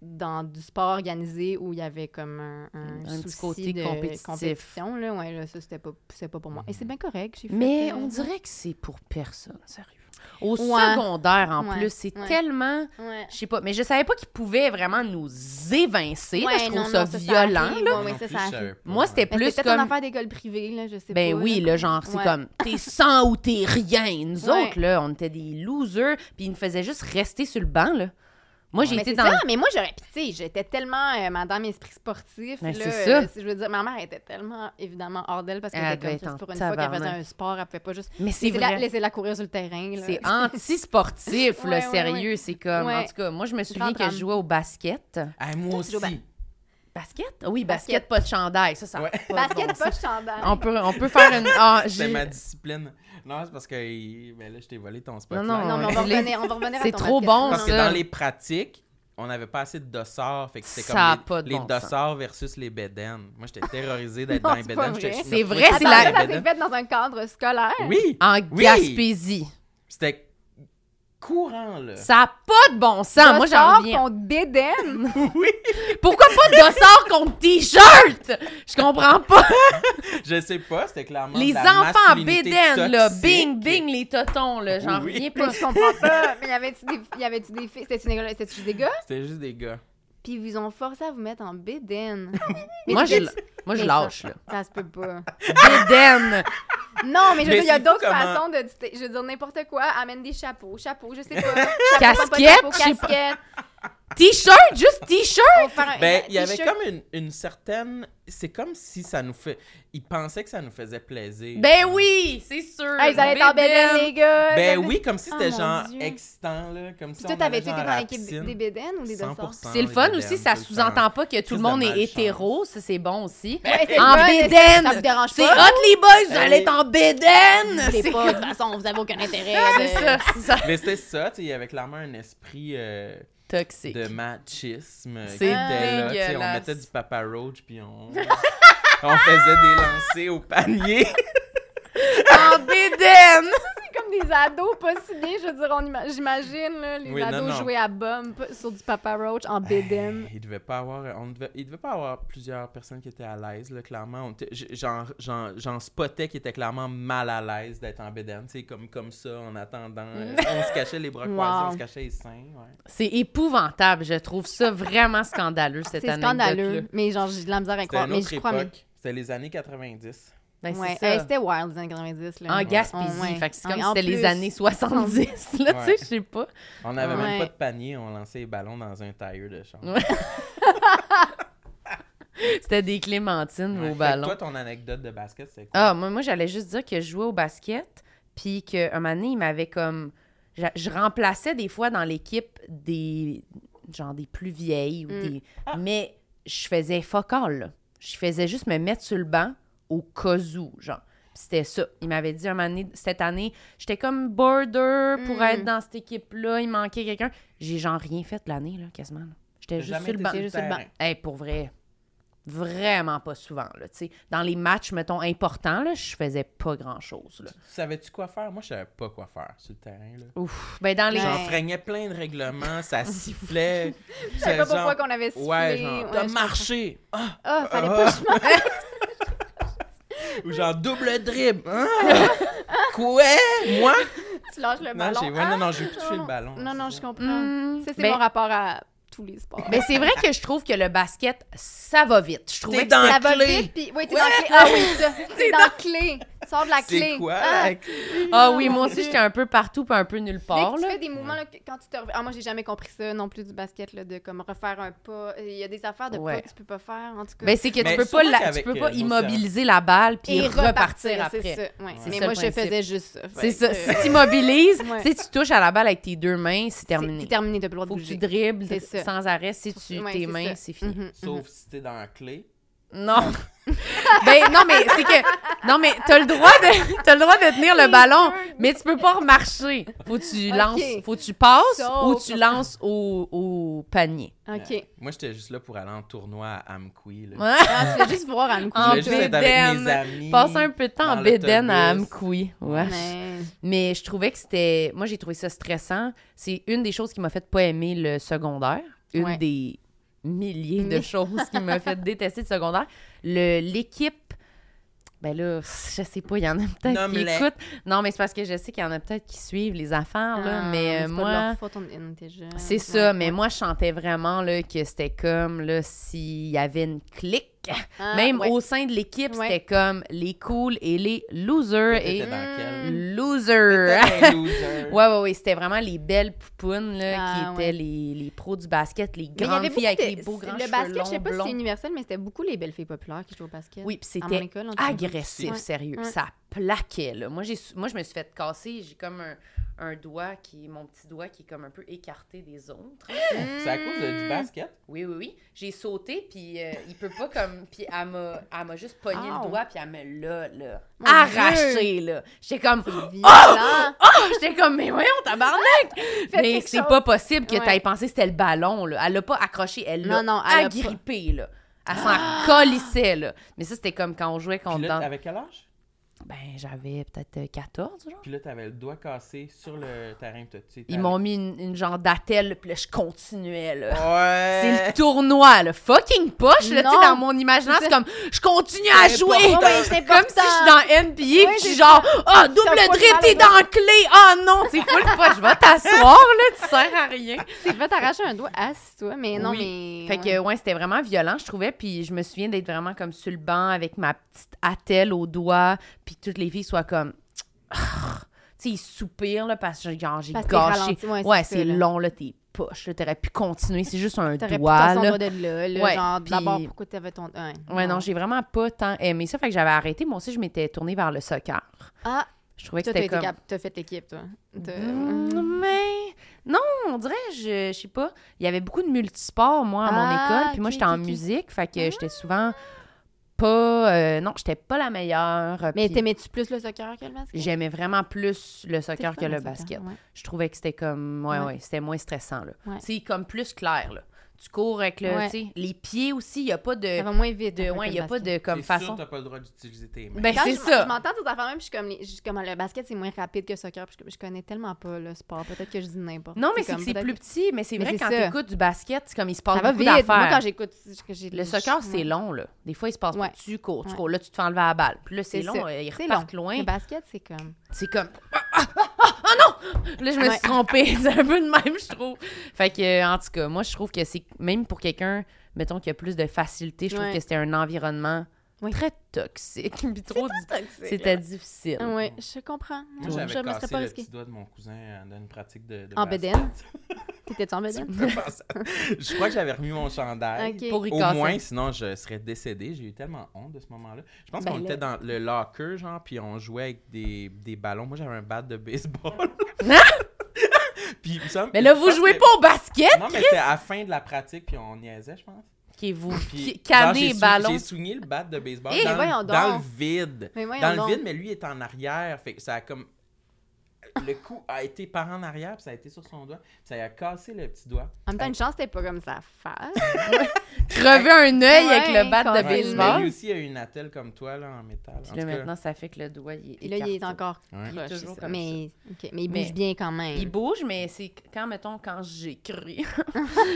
Speaker 4: dans du sport organisé où il y avait comme un, un,
Speaker 2: Un petit
Speaker 4: souci
Speaker 2: côté
Speaker 4: de
Speaker 2: compétitif.
Speaker 4: compétition, là, ouais, là, ça c'était pas, c'était pas pour moi. Et c'est bien correct. J'ai fait,
Speaker 2: Mais
Speaker 4: euh,
Speaker 2: on dirait que c'est pour personne, sérieux. Au
Speaker 4: Ouais.
Speaker 2: secondaire en
Speaker 4: Ouais.
Speaker 2: plus, c'est
Speaker 4: Ouais.
Speaker 2: tellement.
Speaker 4: ouais.
Speaker 2: Je sais pas, mais je savais pas qu'ils pouvaient vraiment nous évincer. là,
Speaker 4: Ouais,
Speaker 2: je trouve
Speaker 4: non,
Speaker 2: ça
Speaker 4: non,
Speaker 2: violent.
Speaker 4: arrive.
Speaker 2: là.
Speaker 4: Ouais, ouais,
Speaker 1: Non plus,
Speaker 4: ça, ça
Speaker 1: je
Speaker 4: arrive.
Speaker 1: savais pas,
Speaker 2: Moi, c'était
Speaker 1: ouais.
Speaker 4: Mais
Speaker 2: plus
Speaker 4: c'était
Speaker 2: comme.
Speaker 4: ton affaire d'école privée, là, je sais
Speaker 2: Ben
Speaker 4: pas.
Speaker 2: oui, là, genre, c'est
Speaker 4: Ouais.
Speaker 2: comme t'es sans ou t'es rien. Nous
Speaker 4: Ouais.
Speaker 2: autres, là, on était des losers, puis ils nous faisaient juste rester sur le banc, là. Moi, j'ai
Speaker 4: Mais
Speaker 2: été
Speaker 4: c'est
Speaker 2: dans.
Speaker 4: ça, mais moi, j'aurais. Puis, tu sais, j'étais tellement euh, madame esprit sportif.
Speaker 2: Mais
Speaker 4: là,
Speaker 2: Ben, c'est ça.
Speaker 4: euh, je veux dire, ma mère était tellement, évidemment, hors d'elle parce
Speaker 2: Elle
Speaker 4: qu'elle
Speaker 2: devait
Speaker 4: était
Speaker 2: être en
Speaker 4: comme Christ, pour une fois qu'elle faisait
Speaker 2: tabarnak.
Speaker 4: un sport, elle pouvait pas juste.
Speaker 2: Mais c'est
Speaker 4: Laissez-la
Speaker 2: vrai.
Speaker 4: laissez-la courir sur le terrain. là.
Speaker 2: C'est anti-sportif, là,
Speaker 4: Ouais, ouais,
Speaker 2: sérieux. C'est comme. En
Speaker 4: Ouais.
Speaker 2: tout cas, moi, je me souviens que
Speaker 4: drame.
Speaker 2: je jouais au basket.
Speaker 1: Hey, moi
Speaker 4: Toi, tu joues
Speaker 1: aussi.
Speaker 2: Basket? Oui, basket,
Speaker 4: Basket.
Speaker 2: pas de chandail. Ça, ça. a
Speaker 1: Ouais.
Speaker 2: pas de
Speaker 4: Basket,
Speaker 2: bon
Speaker 4: pas
Speaker 2: sens.
Speaker 4: de chandail.
Speaker 2: On peut, on peut faire une. ah,
Speaker 1: C'est
Speaker 2: j'ai-
Speaker 1: ma discipline. Non, c'est parce que il- ben là, je t'ai volé ton spot.
Speaker 2: Non, non,
Speaker 4: Non, mais on va
Speaker 2: Dis-les.
Speaker 4: revenir, on va revenir à
Speaker 2: C'est
Speaker 4: ton
Speaker 2: trop
Speaker 4: basket.
Speaker 2: bon,
Speaker 4: Non,
Speaker 1: Parce
Speaker 4: non,
Speaker 1: que
Speaker 2: ça.
Speaker 1: dans les pratiques, on n'avait pas assez de dossards. Fait que c'était
Speaker 2: Ça
Speaker 1: comme
Speaker 2: a
Speaker 1: les,
Speaker 2: pas de
Speaker 1: les
Speaker 2: bon sens.
Speaker 1: dossards versus les bédaines. Moi, j'étais terrorisée d'être
Speaker 4: Non,
Speaker 1: dans les
Speaker 4: c'est pas
Speaker 1: bédaines. J'étais-
Speaker 4: vrai. Ah,
Speaker 2: C'est
Speaker 1: non, moi, j'étais
Speaker 2: vrai, c'est
Speaker 4: Attends,
Speaker 1: dans
Speaker 2: la-
Speaker 4: ça,
Speaker 1: les
Speaker 4: ça s'est
Speaker 1: bédaines.
Speaker 4: fait dans un cadre scolaire.
Speaker 1: Oui,
Speaker 2: En
Speaker 1: Oui.
Speaker 2: Gaspésie.
Speaker 1: c'était courant, là.
Speaker 2: Ça n'a pas de bon sens. Moi, j'en reviens.
Speaker 4: On dédène.
Speaker 1: Oui,
Speaker 2: Pourquoi pas de dossard contre t-shirt? Je comprends pas.
Speaker 1: je sais pas, c'était clairement de
Speaker 2: Les
Speaker 1: la
Speaker 2: enfants en
Speaker 1: masculinité
Speaker 2: bédaine, là,
Speaker 1: toxique.
Speaker 2: bing, bing, les totons, là, j'en
Speaker 1: Oui.
Speaker 2: reviens pas.
Speaker 4: Mais je comprends pas. Mais y avait-tu des, y avait-tu des filles? C'était-tu des, c'était-tu des gars?
Speaker 1: C'était juste des gars.
Speaker 4: Puis ils vous ont forcé à vous mettre en bédaine. Mais
Speaker 2: Moi,
Speaker 4: tu-
Speaker 2: je, moi, je
Speaker 4: Mais ça-
Speaker 2: lâche, là.
Speaker 4: Ça se peut pas.
Speaker 2: Bédaine!
Speaker 4: Non, mais je veux
Speaker 1: Mais
Speaker 4: dire, il y a
Speaker 1: c'est
Speaker 4: d'autres
Speaker 1: fou comment-
Speaker 4: façons de. Je veux dire, n'importe quoi. Amène des chapeaux. Chapeaux, je sais pas.
Speaker 2: Casquette,
Speaker 4: Chapeau, pas de chapeau,
Speaker 2: je sais pas.
Speaker 4: casquette.
Speaker 2: T-shirt, juste t-shirt!
Speaker 4: On va faire un-
Speaker 1: Ben,
Speaker 4: un
Speaker 1: il y avait
Speaker 4: t-shirt.
Speaker 1: comme une, une certaine. C'est comme si ça nous fait. Ils pensaient que ça nous faisait plaisir.
Speaker 2: Ben oui, c'est sûr.
Speaker 4: Hey, vous allez être en bédaine, les gars.
Speaker 1: Ben
Speaker 4: Vous allez-
Speaker 1: oui, comme si c'était
Speaker 4: Euh, Oh, mon
Speaker 1: genre
Speaker 4: Dieu.
Speaker 1: excitant, là. Comme si
Speaker 4: Puis toi,
Speaker 1: on allait
Speaker 4: t'avais-tu
Speaker 1: genre
Speaker 4: été
Speaker 1: à
Speaker 4: dans
Speaker 1: la
Speaker 4: l'équipe
Speaker 1: piscine.
Speaker 4: des bédaines ou des dossards?
Speaker 1: 100%.
Speaker 2: C'est le fun aussi, ça sous-entend pas que tout le
Speaker 1: Plus
Speaker 2: monde
Speaker 1: de
Speaker 2: est
Speaker 1: malchance.
Speaker 2: hétéro, ça c'est bon aussi.
Speaker 4: Ouais, c'est
Speaker 2: En
Speaker 4: bon, mais
Speaker 2: bédaine.
Speaker 4: Ça vous dérange
Speaker 2: C'est
Speaker 4: pas?
Speaker 2: hot les boys, vous
Speaker 1: Ben
Speaker 2: allez
Speaker 1: oui.
Speaker 2: être en bédaine!
Speaker 4: C'est
Speaker 2: C'est
Speaker 4: pas. De toute façon, vous avez aucun intérêt.
Speaker 2: c'est
Speaker 4: de-
Speaker 2: ça, c'est ça.
Speaker 1: Mais c'était ça, tu sais, il y avait clairement un esprit euh,
Speaker 2: Toxique.
Speaker 1: de machisme. euh, qui
Speaker 2: C'est
Speaker 1: était là, tu sais, On
Speaker 2: dégueulasse.
Speaker 1: mettait du Papa Roach, puis on... on faisait des lancers au panier.
Speaker 2: En bédaine!
Speaker 4: comme des ados, pas si bien. Je veux dire, on ima- j'imagine là, les
Speaker 1: Oui, non,
Speaker 4: ados
Speaker 1: non.
Speaker 4: jouer à Bump sur du Papa Roach en bédaine.
Speaker 1: Il devait pas avoir, on devait, il devait pas avoir plusieurs personnes qui étaient à l'aise, là, clairement. On était- j- j'en, j'en, j'en spottais qui étaient clairement mal à l'aise d'être en bédaine, tu sais, comme, comme ça, en attendant. euh, on se cachait les bras
Speaker 4: Mm. Wow.
Speaker 1: croisés, on se cachait les seins, ouais.
Speaker 2: C'est épouvantable, je trouve ça vraiment scandaleux cette
Speaker 4: C'est
Speaker 2: anecdote
Speaker 4: scandaleux. Mais genre, j'ai de la misère à
Speaker 1: C'était
Speaker 4: croire.
Speaker 1: une
Speaker 4: Mais
Speaker 1: autre
Speaker 4: je crois, mais.
Speaker 1: époque. C'était les années 90.
Speaker 2: Ben, c'est
Speaker 4: Ouais.
Speaker 2: ça.
Speaker 4: Hey, c'était wild les années 90. Là.
Speaker 2: en
Speaker 4: Ouais.
Speaker 2: Gaspésie,
Speaker 4: Ouais.
Speaker 2: fait que c'est
Speaker 4: En-
Speaker 2: comme si
Speaker 4: en
Speaker 2: c'était les
Speaker 4: plus,
Speaker 2: années 70 là, tu sais,
Speaker 1: Ouais.
Speaker 2: je sais pas.
Speaker 1: On n'avait
Speaker 4: Ouais.
Speaker 1: même pas de panier, on lançait les ballons dans un tailleur de chambre.
Speaker 2: Ouais. C'était des
Speaker 4: Mmh,
Speaker 2: clémentines
Speaker 1: Ouais.
Speaker 2: au
Speaker 1: Fait que
Speaker 2: ballon.
Speaker 1: Toi, ton anecdote de basket, c'est quoi?
Speaker 2: Ah, moi, moi j'allais juste dire que je jouais au basket, puis qu'un moment donné, il m'avait comme. Je, je remplaçais des fois dans l'équipe des. genre des plus vieilles ou
Speaker 4: Mm.
Speaker 2: des.
Speaker 1: Ah.
Speaker 2: Mais je faisais fuck all, là. Je faisais juste me mettre sur le banc au cas où, genre. Puis C'était ça. Il m'avait dit un moment donné, cette année, j'étais comme border pour
Speaker 4: Mm.
Speaker 2: être dans cette équipe-là. Il manquait quelqu'un. J'ai genre rien fait l'année, là, quasiment. là. J'étais
Speaker 1: T'as
Speaker 2: juste
Speaker 1: jamais
Speaker 2: sur le
Speaker 1: été
Speaker 2: banc.
Speaker 1: sur le
Speaker 4: Juste sur le
Speaker 1: terrain.
Speaker 4: banc.
Speaker 2: Hey, pour vrai, vraiment pas souvent. Là, tu sais. dans les matchs, mettons, importants, là, je faisais pas grand-chose. là.
Speaker 1: Tu Savais-tu quoi faire? Moi, je savais pas quoi faire sur le terrain. Là.
Speaker 2: Ouf. Ben, dans les...
Speaker 4: Ouais.
Speaker 1: J'en freignais plein de règlements, ça sifflait.
Speaker 4: Je savais pas pourquoi qu'on avait sifflé.
Speaker 1: Ouais, genre,
Speaker 4: Ouais,
Speaker 1: t'as
Speaker 4: je-
Speaker 1: marché! Ah!
Speaker 4: Ah, fallait pas que je m'en-
Speaker 1: Ou genre, double dribble! Hein? quoi? Moi?
Speaker 4: Tu lâches le
Speaker 1: Non,
Speaker 4: ballon.
Speaker 1: j'ai ouais,
Speaker 4: Ah,
Speaker 1: non, non, j'ai plus touché
Speaker 4: non.
Speaker 1: le ballon.
Speaker 4: Non, non, je comprends.
Speaker 2: Hmm,
Speaker 4: Ah, Ça, c'est
Speaker 2: ben-
Speaker 4: mon rapport à tous les sports.
Speaker 2: ben, c'est vrai que je trouve que le basket, ça va vite. Je trouvais
Speaker 1: T'es
Speaker 2: que
Speaker 1: dans
Speaker 4: Ça
Speaker 1: la
Speaker 4: va
Speaker 1: clé!
Speaker 4: vite, puis... Oui, t'es dans la clé. Ah oui, ça. T'es dans la clé. Sors de la clé.
Speaker 1: C'est quoi?
Speaker 4: Ah,
Speaker 1: la clé?
Speaker 2: Ah oui, moi aussi, j'étais un peu partout puis un peu nulle
Speaker 4: Dès
Speaker 2: part.
Speaker 4: que tu
Speaker 2: là.
Speaker 4: fais des mouvements, là, que- quand tu te rev- Ah, moi, j'ai jamais compris ça non plus du basket, là, de comme refaire un pas. Il y a des affaires de
Speaker 2: Ouais.
Speaker 4: pas que tu peux pas faire, en tout cas.
Speaker 2: Ben, c'est que tu
Speaker 1: Mais
Speaker 2: peux pas,
Speaker 1: sûrement
Speaker 2: la- tu
Speaker 1: qu'avec,
Speaker 2: peux
Speaker 1: euh,
Speaker 2: pas
Speaker 1: nos
Speaker 2: immobiliser la balle puis repartir,
Speaker 4: C'est
Speaker 2: après.
Speaker 4: ça. ouais.
Speaker 1: C'est
Speaker 4: Mais
Speaker 2: ça le
Speaker 4: moi, je
Speaker 2: principe.
Speaker 4: faisais juste ça.
Speaker 2: C'est
Speaker 4: Fait
Speaker 2: ça.
Speaker 4: que,
Speaker 2: Si
Speaker 4: euh,
Speaker 2: tu immobilises,
Speaker 4: Ouais.
Speaker 2: si tu touches à la balle avec tes deux mains, c'est terminé.
Speaker 4: C'est terminé, t'as plus le droit de
Speaker 2: Faut que tu
Speaker 4: bouger.
Speaker 2: dribbles
Speaker 4: C'est ça.
Speaker 2: sans arrêt. Si tu,
Speaker 4: Ouais,
Speaker 2: tes
Speaker 4: c'est
Speaker 2: mains,
Speaker 4: ça.
Speaker 2: c'est fini.
Speaker 4: Mhm, mhm.
Speaker 1: Sauf si t'es dans la clé.
Speaker 2: Non. ben non mais c'est que non mais t'as le droit de t'as le droit de tenir le ballon mais tu peux pas remarcher. Faut que tu
Speaker 4: Ok.
Speaker 2: lances, faut que tu passes ou
Speaker 4: Sauf-
Speaker 2: tu lances au, au panier.
Speaker 4: OK.
Speaker 1: Moi, j'étais juste là pour aller en tournoi à Amqui. Là.
Speaker 4: Ah, tu veux juste voir à me
Speaker 1: Je
Speaker 2: En
Speaker 1: voulais juste être avec
Speaker 2: bédaine.
Speaker 1: mes amis.
Speaker 2: Passe un peu de temps
Speaker 1: dans
Speaker 2: en bédaine à
Speaker 1: l'autobus.
Speaker 2: Amkoui. Ouais.
Speaker 4: Mais...
Speaker 2: Mais je trouvais que c'était moi j'ai trouvé ça stressant, c'est une des choses qui m'a fait pas aimer le secondaire, une
Speaker 4: Ouais.
Speaker 2: des milliers de
Speaker 4: Mais-
Speaker 2: choses qui m'a fait détester le secondaire, le l'équipe ben là, je sais pas, il y en a peut-être qui
Speaker 1: Nomme-les.
Speaker 2: écoutent. Non, mais c'est parce que je sais qu'il y en a peut-être qui suivent les affaires, là,
Speaker 4: Ah,
Speaker 2: mais euh,
Speaker 4: c'est pas de
Speaker 2: moi,
Speaker 4: leur faute, on- on était jeunes.
Speaker 2: c'est
Speaker 4: Ouais,
Speaker 2: ça. mais
Speaker 4: ouais.
Speaker 2: moi, je chantais vraiment là, que c'était comme là, s'il y avait une clique.
Speaker 4: Ah,
Speaker 2: Même
Speaker 4: ouais.
Speaker 2: au sein de l'équipe,
Speaker 4: Ouais.
Speaker 2: c'était comme les cools et les losers.
Speaker 1: T'étais
Speaker 2: Et
Speaker 1: dans quel?
Speaker 2: losers.
Speaker 1: T'étais un loser.
Speaker 2: Ouais, ouais, ouais. C'était vraiment les belles poupounes là,
Speaker 4: Ah,
Speaker 2: qui étaient
Speaker 4: ouais.
Speaker 2: les, les pros du basket, les
Speaker 4: Mais il y
Speaker 2: grandes
Speaker 4: avait
Speaker 2: filles
Speaker 4: beaucoup
Speaker 2: avec
Speaker 4: de-
Speaker 2: les beaux grands
Speaker 4: Le
Speaker 2: cheveux
Speaker 4: basket, je sais
Speaker 2: longs,
Speaker 4: pas si c'est
Speaker 2: blonds.
Speaker 4: universel, mais c'était beaucoup les belles filles populaires qui jouaient au basket.
Speaker 2: Oui, puis
Speaker 4: À mon
Speaker 2: c'était
Speaker 4: école, en tout cas.
Speaker 2: agressif,
Speaker 4: Ouais.
Speaker 2: sérieux.
Speaker 4: Ouais.
Speaker 2: Ça plaquait, là. Moi, j'ai, moi, je me suis fait casser. J'ai comme un, un doigt qui est mon petit doigt qui est comme un peu écarté des autres.
Speaker 1: C'est à cause de- du basket?
Speaker 2: Oui, oui, oui. J'ai sauté, puis euh, il peut pas comme. Puis elle m'a elle m'a juste pogné
Speaker 4: Ow.
Speaker 2: le doigt, puis elle me l'a, là.
Speaker 4: Mon
Speaker 2: Arraché, là. J'étais comme. Oh,
Speaker 4: Violent.
Speaker 2: Ah! J'étais comme, mais voyons, tabarnak! mais
Speaker 4: quelque
Speaker 2: c'est
Speaker 4: chose.
Speaker 2: pas possible que
Speaker 4: Ouais.
Speaker 2: t'ailles penser que c'était le ballon, là. Elle l'a pas accroché, elle l'a
Speaker 4: Non, non, elle l'a pas-
Speaker 2: agrippé, là. Elle s'en collissait, là. Mais ça, c'était comme quand on jouait
Speaker 1: Puis
Speaker 2: contre.
Speaker 1: là,
Speaker 2: Dan-
Speaker 1: t'avais quel âge?
Speaker 2: Ben, j'avais peut-être euh, 14, genre.
Speaker 1: Puis là, t'avais le doigt cassé sur le terrain. puis t'as- tu sais,
Speaker 2: Ils
Speaker 1: t'avais-
Speaker 2: m'ont mis une, une genre d'attelle, puis là, je continuais, là. C'est le
Speaker 1: Ouais!
Speaker 2: tournoi, le fucking poche, là, tu sais,
Speaker 4: Non.
Speaker 2: dans mon imaginaire, c'est comme, je continue à
Speaker 1: C'est
Speaker 2: jouer!
Speaker 1: important.
Speaker 4: Oui, c'est
Speaker 2: comme si
Speaker 4: important.
Speaker 2: je suis dans NBA, puis je
Speaker 4: c'est
Speaker 2: suis genre, ah, double
Speaker 4: T'as pas de
Speaker 2: drip, t'es
Speaker 4: balle,
Speaker 2: dans la clé, ah non, c'est full poche, va t'asseoir, là, tu sers à rien.
Speaker 4: Tu vas t'arracher un doigt, assis-toi. Mais non, mais.
Speaker 2: Fait que, ouais, c'était vraiment violent, je trouvais, puis je me souviens d'être vraiment comme sur le banc avec ma petite attelle au doigt, puis que toutes les filles soient comme, Ah. tu sais, ils soupirent, là, parce que genre, j'ai
Speaker 4: Parce que t'es
Speaker 2: gâché.
Speaker 4: ralenti, ouais,
Speaker 2: Ouais,
Speaker 4: c'est
Speaker 2: c'est
Speaker 4: ça, là.
Speaker 2: long, là, t'es poche, là, t'aurais pu continuer, c'est juste un
Speaker 4: T'aurais pu
Speaker 2: doigt,
Speaker 4: t'en
Speaker 2: là.
Speaker 4: sortir de là, là,
Speaker 2: Ouais,
Speaker 4: genre,
Speaker 2: puis-
Speaker 4: d'abord, pourquoi t'avais ton... Ouais,
Speaker 2: Ouais, non, j'ai vraiment pas tant aimé ça. Fait que j'avais arrêté. Moi aussi, je m'étais tournée vers le soccer.
Speaker 4: Ah,
Speaker 2: Je trouvais que
Speaker 4: toi, t'as
Speaker 2: c'était
Speaker 4: été
Speaker 2: comme.
Speaker 4: cap- t'as fait l'équipe, toi. T'as-
Speaker 2: Mm, Mais. Non, on dirait, je, je sais pas. Il y avait beaucoup de multisports, moi, à mon
Speaker 4: Ah,
Speaker 2: école. Puis moi,
Speaker 4: ok,
Speaker 2: j'étais en
Speaker 4: ok, Ah. ok.
Speaker 2: musique. Fait que j'étais souvent pas. euh, non, j'étais pas la meilleure.
Speaker 4: Mais
Speaker 2: puis
Speaker 4: t'aimais-tu plus le soccer que le basket?
Speaker 2: J'aimais vraiment plus le
Speaker 4: C'est
Speaker 2: soccer
Speaker 4: fun,
Speaker 2: que le basket.
Speaker 4: soccer, ouais.
Speaker 2: Je trouvais que c'était comme. Ouais, ouais,
Speaker 4: Ouais.
Speaker 2: c'était moins stressant, là.
Speaker 4: Ouais.
Speaker 2: C'est comme plus clair, là. Tu cours avec le.
Speaker 4: Ouais.
Speaker 2: tu sais, Les pieds aussi, il n'y a pas
Speaker 4: Ça
Speaker 2: de.
Speaker 4: va moins vite.
Speaker 2: de
Speaker 4: un peu
Speaker 2: Euh, ouais,
Speaker 4: que
Speaker 2: il y a
Speaker 4: le
Speaker 2: pas
Speaker 4: basket.
Speaker 2: de comme
Speaker 1: C'est sûr,
Speaker 2: façon.
Speaker 1: t'as pas le droit d'utiliser tes mains.
Speaker 2: Ben,
Speaker 4: Quand
Speaker 2: c'est
Speaker 4: je m-
Speaker 2: ça.
Speaker 4: Je m'entends ces affaires-même, je suis comme, les- je suis comme le basket, c'est moins rapide que le soccer. puis Je, je connais tellement pas le sport. Peut-être que je dis n'importe
Speaker 2: Non, mais c'est
Speaker 4: comme
Speaker 2: que c'est
Speaker 4: peut-être
Speaker 2: plus petit, mais c'est
Speaker 4: Mais
Speaker 2: vrai
Speaker 4: c'est
Speaker 2: quand
Speaker 4: ça.
Speaker 2: t'écoutes du basket, c'est comme il se
Speaker 4: que-
Speaker 2: passe
Speaker 4: Ça va
Speaker 2: beaucoup
Speaker 4: vite. Moi, quand
Speaker 2: d'affaires.
Speaker 4: j'écoute. que j'ai-
Speaker 2: Le soccer, c'est long, là. Des fois, il se passe pas.
Speaker 4: Ouais.
Speaker 2: Tu cours, tu
Speaker 4: Ouais.
Speaker 2: cours. Là, tu te fais enlever la balle. Puis là, c'est
Speaker 4: C'est
Speaker 2: long,
Speaker 4: ça.
Speaker 2: euh, ils
Speaker 4: C'est
Speaker 2: repartent loin.
Speaker 4: Le basket, c'est comme.
Speaker 2: C'est comme... Ah, ah, ah, ah, ah, non! Là, je me
Speaker 4: Ouais.
Speaker 2: suis trompée. C'est un peu de même, je trouve. Fait que, euh, en tout cas, moi, je trouve que c'est... Même pour quelqu'un, mettons, qui a plus de facilité, je trouve
Speaker 4: Ouais.
Speaker 2: que c'était un environnement
Speaker 4: Oui.
Speaker 2: très toxique. Puis trop... di- C'était
Speaker 4: C'était.
Speaker 2: difficile.
Speaker 4: Oui, je comprends.
Speaker 1: Moi,
Speaker 4: je
Speaker 1: j'avais
Speaker 4: me serais
Speaker 1: cassé
Speaker 4: pas
Speaker 1: le
Speaker 4: risqué.
Speaker 1: petit doigt de mon cousin euh, dans une pratique de, de
Speaker 4: En
Speaker 1: basket.
Speaker 4: bédaine? T'étais-tu en bedaine?
Speaker 1: Je crois que j'avais remis mon chandail.
Speaker 4: Ok.
Speaker 2: Pour y
Speaker 1: Au
Speaker 2: casser.
Speaker 1: moins, sinon je serais décédée. J'ai eu tellement honte de ce moment-là. Je pense
Speaker 4: Ben
Speaker 1: qu'on
Speaker 4: là.
Speaker 1: était dans le locker, genre, puis on jouait avec des, des ballons. Moi, j'avais un bat de baseball. puis, il me semble-
Speaker 2: Hein? Mais là,
Speaker 1: je
Speaker 2: vous
Speaker 1: pense
Speaker 2: jouez
Speaker 1: que-
Speaker 2: pas hein, au basket?
Speaker 1: Non, mais c'était à la fin de la pratique, puis on niaisait, je pense.
Speaker 2: Qui vous...
Speaker 1: Puis, genre, j'ai
Speaker 2: Canet,
Speaker 1: sou-
Speaker 2: ballon.
Speaker 1: J'ai soigné le bat de baseball
Speaker 4: Eh,
Speaker 1: dans,
Speaker 4: voyons
Speaker 1: le-
Speaker 4: donc.
Speaker 1: dans le vide.
Speaker 4: Mais voyons
Speaker 1: dans
Speaker 4: donc.
Speaker 1: le vide, mais lui est en arrière. Fait que ça a comme. Le coup a été par en arrière, puis ça a été sur son doigt. puis ça a cassé le petit doigt.
Speaker 4: En même temps, une chance, c'était pas comme ça face.
Speaker 2: Crever un œil avec
Speaker 4: Ouais,
Speaker 2: le bat de
Speaker 4: cassé
Speaker 1: Ouais,
Speaker 4: le
Speaker 2: baseball.
Speaker 1: mais lui aussi a une attelle comme toi, là, en métal. En
Speaker 2: Puis là,
Speaker 1: tout cas,
Speaker 2: maintenant, ça fait que le doigt, il est
Speaker 4: Puis là, il est
Speaker 2: écarté.
Speaker 4: encore
Speaker 1: Ouais.
Speaker 2: Il est
Speaker 4: croche. c'est
Speaker 2: toujours
Speaker 4: ça.
Speaker 2: comme
Speaker 4: Mais ok, mais il
Speaker 2: Mais-
Speaker 4: bouge bien quand même.
Speaker 2: Il bouge, mais c'est quand, mettons, quand j'écris.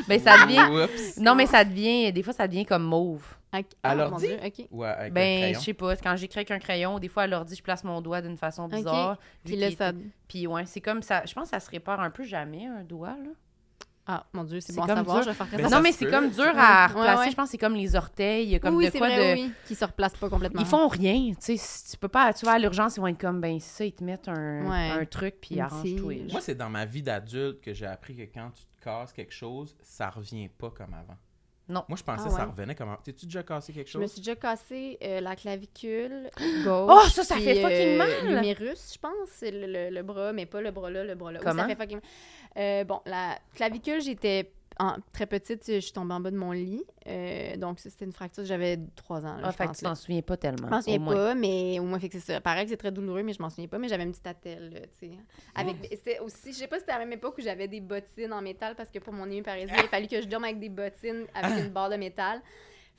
Speaker 2: ben, ça devient...
Speaker 1: Oups.
Speaker 2: Non, mais ça devient... Des fois, ça devient comme mauve.
Speaker 4: Ok. Ah,
Speaker 1: Alors,
Speaker 4: mon
Speaker 1: dis-
Speaker 4: Dieu, ok.
Speaker 1: Ouais, avec un
Speaker 2: Ben,
Speaker 1: crayon.
Speaker 2: je sais pas. Quand j'écris avec un crayon, des fois, à l'ordi, je place mon doigt d'une façon bizarre. vu
Speaker 4: Puis là,
Speaker 2: qu'il
Speaker 4: ça.
Speaker 2: est- Puis ouais, c'est comme ça... Je pense que ça se répare un peu jamais, un doigt, là.
Speaker 4: Ah, mon Dieu, c'est
Speaker 2: C'est
Speaker 4: bon à
Speaker 2: comme
Speaker 4: savoir.
Speaker 2: dur.
Speaker 4: Je vais faire
Speaker 1: Mais
Speaker 4: ça.
Speaker 1: Ben, ça
Speaker 2: non, mais
Speaker 1: se
Speaker 2: c'est
Speaker 1: peut.
Speaker 2: comme dur à
Speaker 4: Ouais,
Speaker 2: replacer.
Speaker 4: ouais.
Speaker 2: Je pense que c'est comme les orteils. Il y a comme
Speaker 4: oui,
Speaker 2: de
Speaker 4: c'est
Speaker 2: quoi
Speaker 4: vrai,
Speaker 2: de...
Speaker 4: oui, qui se replace pas complètement.
Speaker 2: Ils font rien, tu sais, si tu peux pas, tu vas à l'urgence, ils vont être comme, ben ça, ils te mettent un,
Speaker 4: Ouais.
Speaker 2: un truc, puis
Speaker 4: Une
Speaker 2: arrange-toi.
Speaker 4: tige.
Speaker 1: Moi, c'est dans ma vie d'adulte que j'ai appris que quand tu te casses quelque chose, ça revient pas comme avant.
Speaker 2: Non.
Speaker 1: Moi, je pensais
Speaker 4: Ah
Speaker 1: que ça
Speaker 4: ouais?
Speaker 1: revenait comme avant. T'es-tu déjà cassé quelque
Speaker 4: Je me
Speaker 1: chose?
Speaker 4: suis déjà cassé euh, la clavicule gauche.
Speaker 2: Oh, ça, ça
Speaker 4: puis,
Speaker 2: fait fucking
Speaker 4: euh,
Speaker 2: mal!
Speaker 4: L'humérus, je pense, c'est le, le- le bras, mais pas le bras là, le bras là. Oui,
Speaker 2: Comment?
Speaker 4: ça fait fucking mal. Euh, bon, la clavicule, j'étais en- très petite, je suis tombée en bas de mon lit. Euh, donc, ça, c'était une fracture, j'avais 3 ans. Là,
Speaker 2: Ah,
Speaker 4: je
Speaker 2: fait que
Speaker 4: pense,
Speaker 2: tu
Speaker 4: là.
Speaker 2: t'en souviens pas
Speaker 1: Hein,
Speaker 2: tellement.
Speaker 4: Je m'en souviens
Speaker 2: au moins.
Speaker 4: pas, mais au moins, fait que c'est ça. Pareil que c'est très douloureux, mais je m'en souviens pas. Mais j'avais une petite attelle, là, tu sais. Avec, c'était aussi, je sais pas si c'était à la même époque où j'avais des bottines en métal, parce que pour mon hémiparésien, il a fallu que je dorme avec des bottines avec une barre de métal.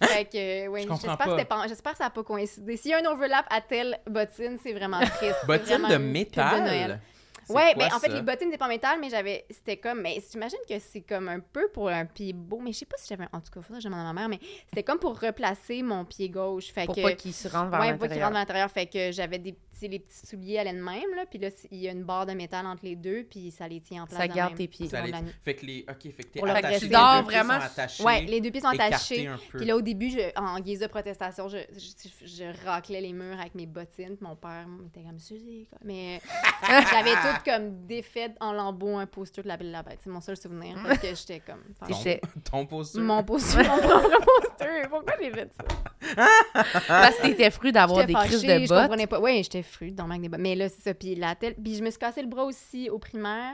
Speaker 4: Fait que, euh, ouais,
Speaker 1: Je comprends
Speaker 4: j'espère que,
Speaker 1: pas.
Speaker 4: c'était pas- j'espère que ça n'a pas coïncidé. S'il y a un overlap à telle bottine, c'est vraiment triste. C'est
Speaker 1: Bottine
Speaker 4: vraiment
Speaker 1: de
Speaker 4: une pub de Noël.
Speaker 1: métal? C'est
Speaker 4: Ouais,
Speaker 1: quoi,
Speaker 4: mais en fait,
Speaker 1: ça?
Speaker 4: les bottines n'étaient pas en métal, mais j'avais. C'était comme. Mais j'imagine que c'est comme un peu pour un pied beau, mais je sais pas si j'avais. En tout cas, faudrait que je demande à ma mère, mais c'était comme pour replacer mon pied gauche. Fait
Speaker 2: Pour
Speaker 4: que.
Speaker 2: pas qu'ils se rendent vers
Speaker 4: Ouais, pas qu'il rentre
Speaker 2: l'intérieur.
Speaker 4: à l'intérieur. Fait que j'avais des petits, les petits souliers à l'aine même, là. Puis là, c- il y a une barre de métal entre les deux, puis ça les tient en place.
Speaker 2: Ça
Speaker 4: de
Speaker 2: garde
Speaker 4: même.
Speaker 2: tes pieds.
Speaker 1: Vous allez-
Speaker 4: la nuit.
Speaker 1: Fait que les. Ok, fait que t'es
Speaker 4: Pour le
Speaker 1: attaché.
Speaker 4: reste,
Speaker 1: les
Speaker 4: dors
Speaker 1: deux pieds sont
Speaker 2: vraiment-
Speaker 1: attachés,
Speaker 4: Ouais, les deux pieds sont
Speaker 1: écartés
Speaker 4: attachés.
Speaker 1: un peu.
Speaker 4: Puis là, au début, je- en guise de protestation, je, je, je raclais les murs avec mes bottines. puis Mon père était comme Suzy. quoi. Mais euh, j'avais toutes comme défaites en lambeaux un poster de la Belle et la Bête. C'est mon seul souvenir. Parce que j'étais comme.
Speaker 1: Ton-
Speaker 2: J'étais-
Speaker 1: Ton posture.
Speaker 4: Mon poster, mon propre poster. Pourquoi j'ai fait ça?
Speaker 2: Parce que t'étais fru d'avoir
Speaker 4: Ah. J'étais
Speaker 2: des crises
Speaker 4: fâchée,
Speaker 2: de
Speaker 4: Je
Speaker 2: bottes.
Speaker 4: comprenais pas. Oui, j'étais fruit dans le manque des bottes. Mais là, c'est ça. Puis, la tête- puis je me suis cassé le bras aussi au primaire.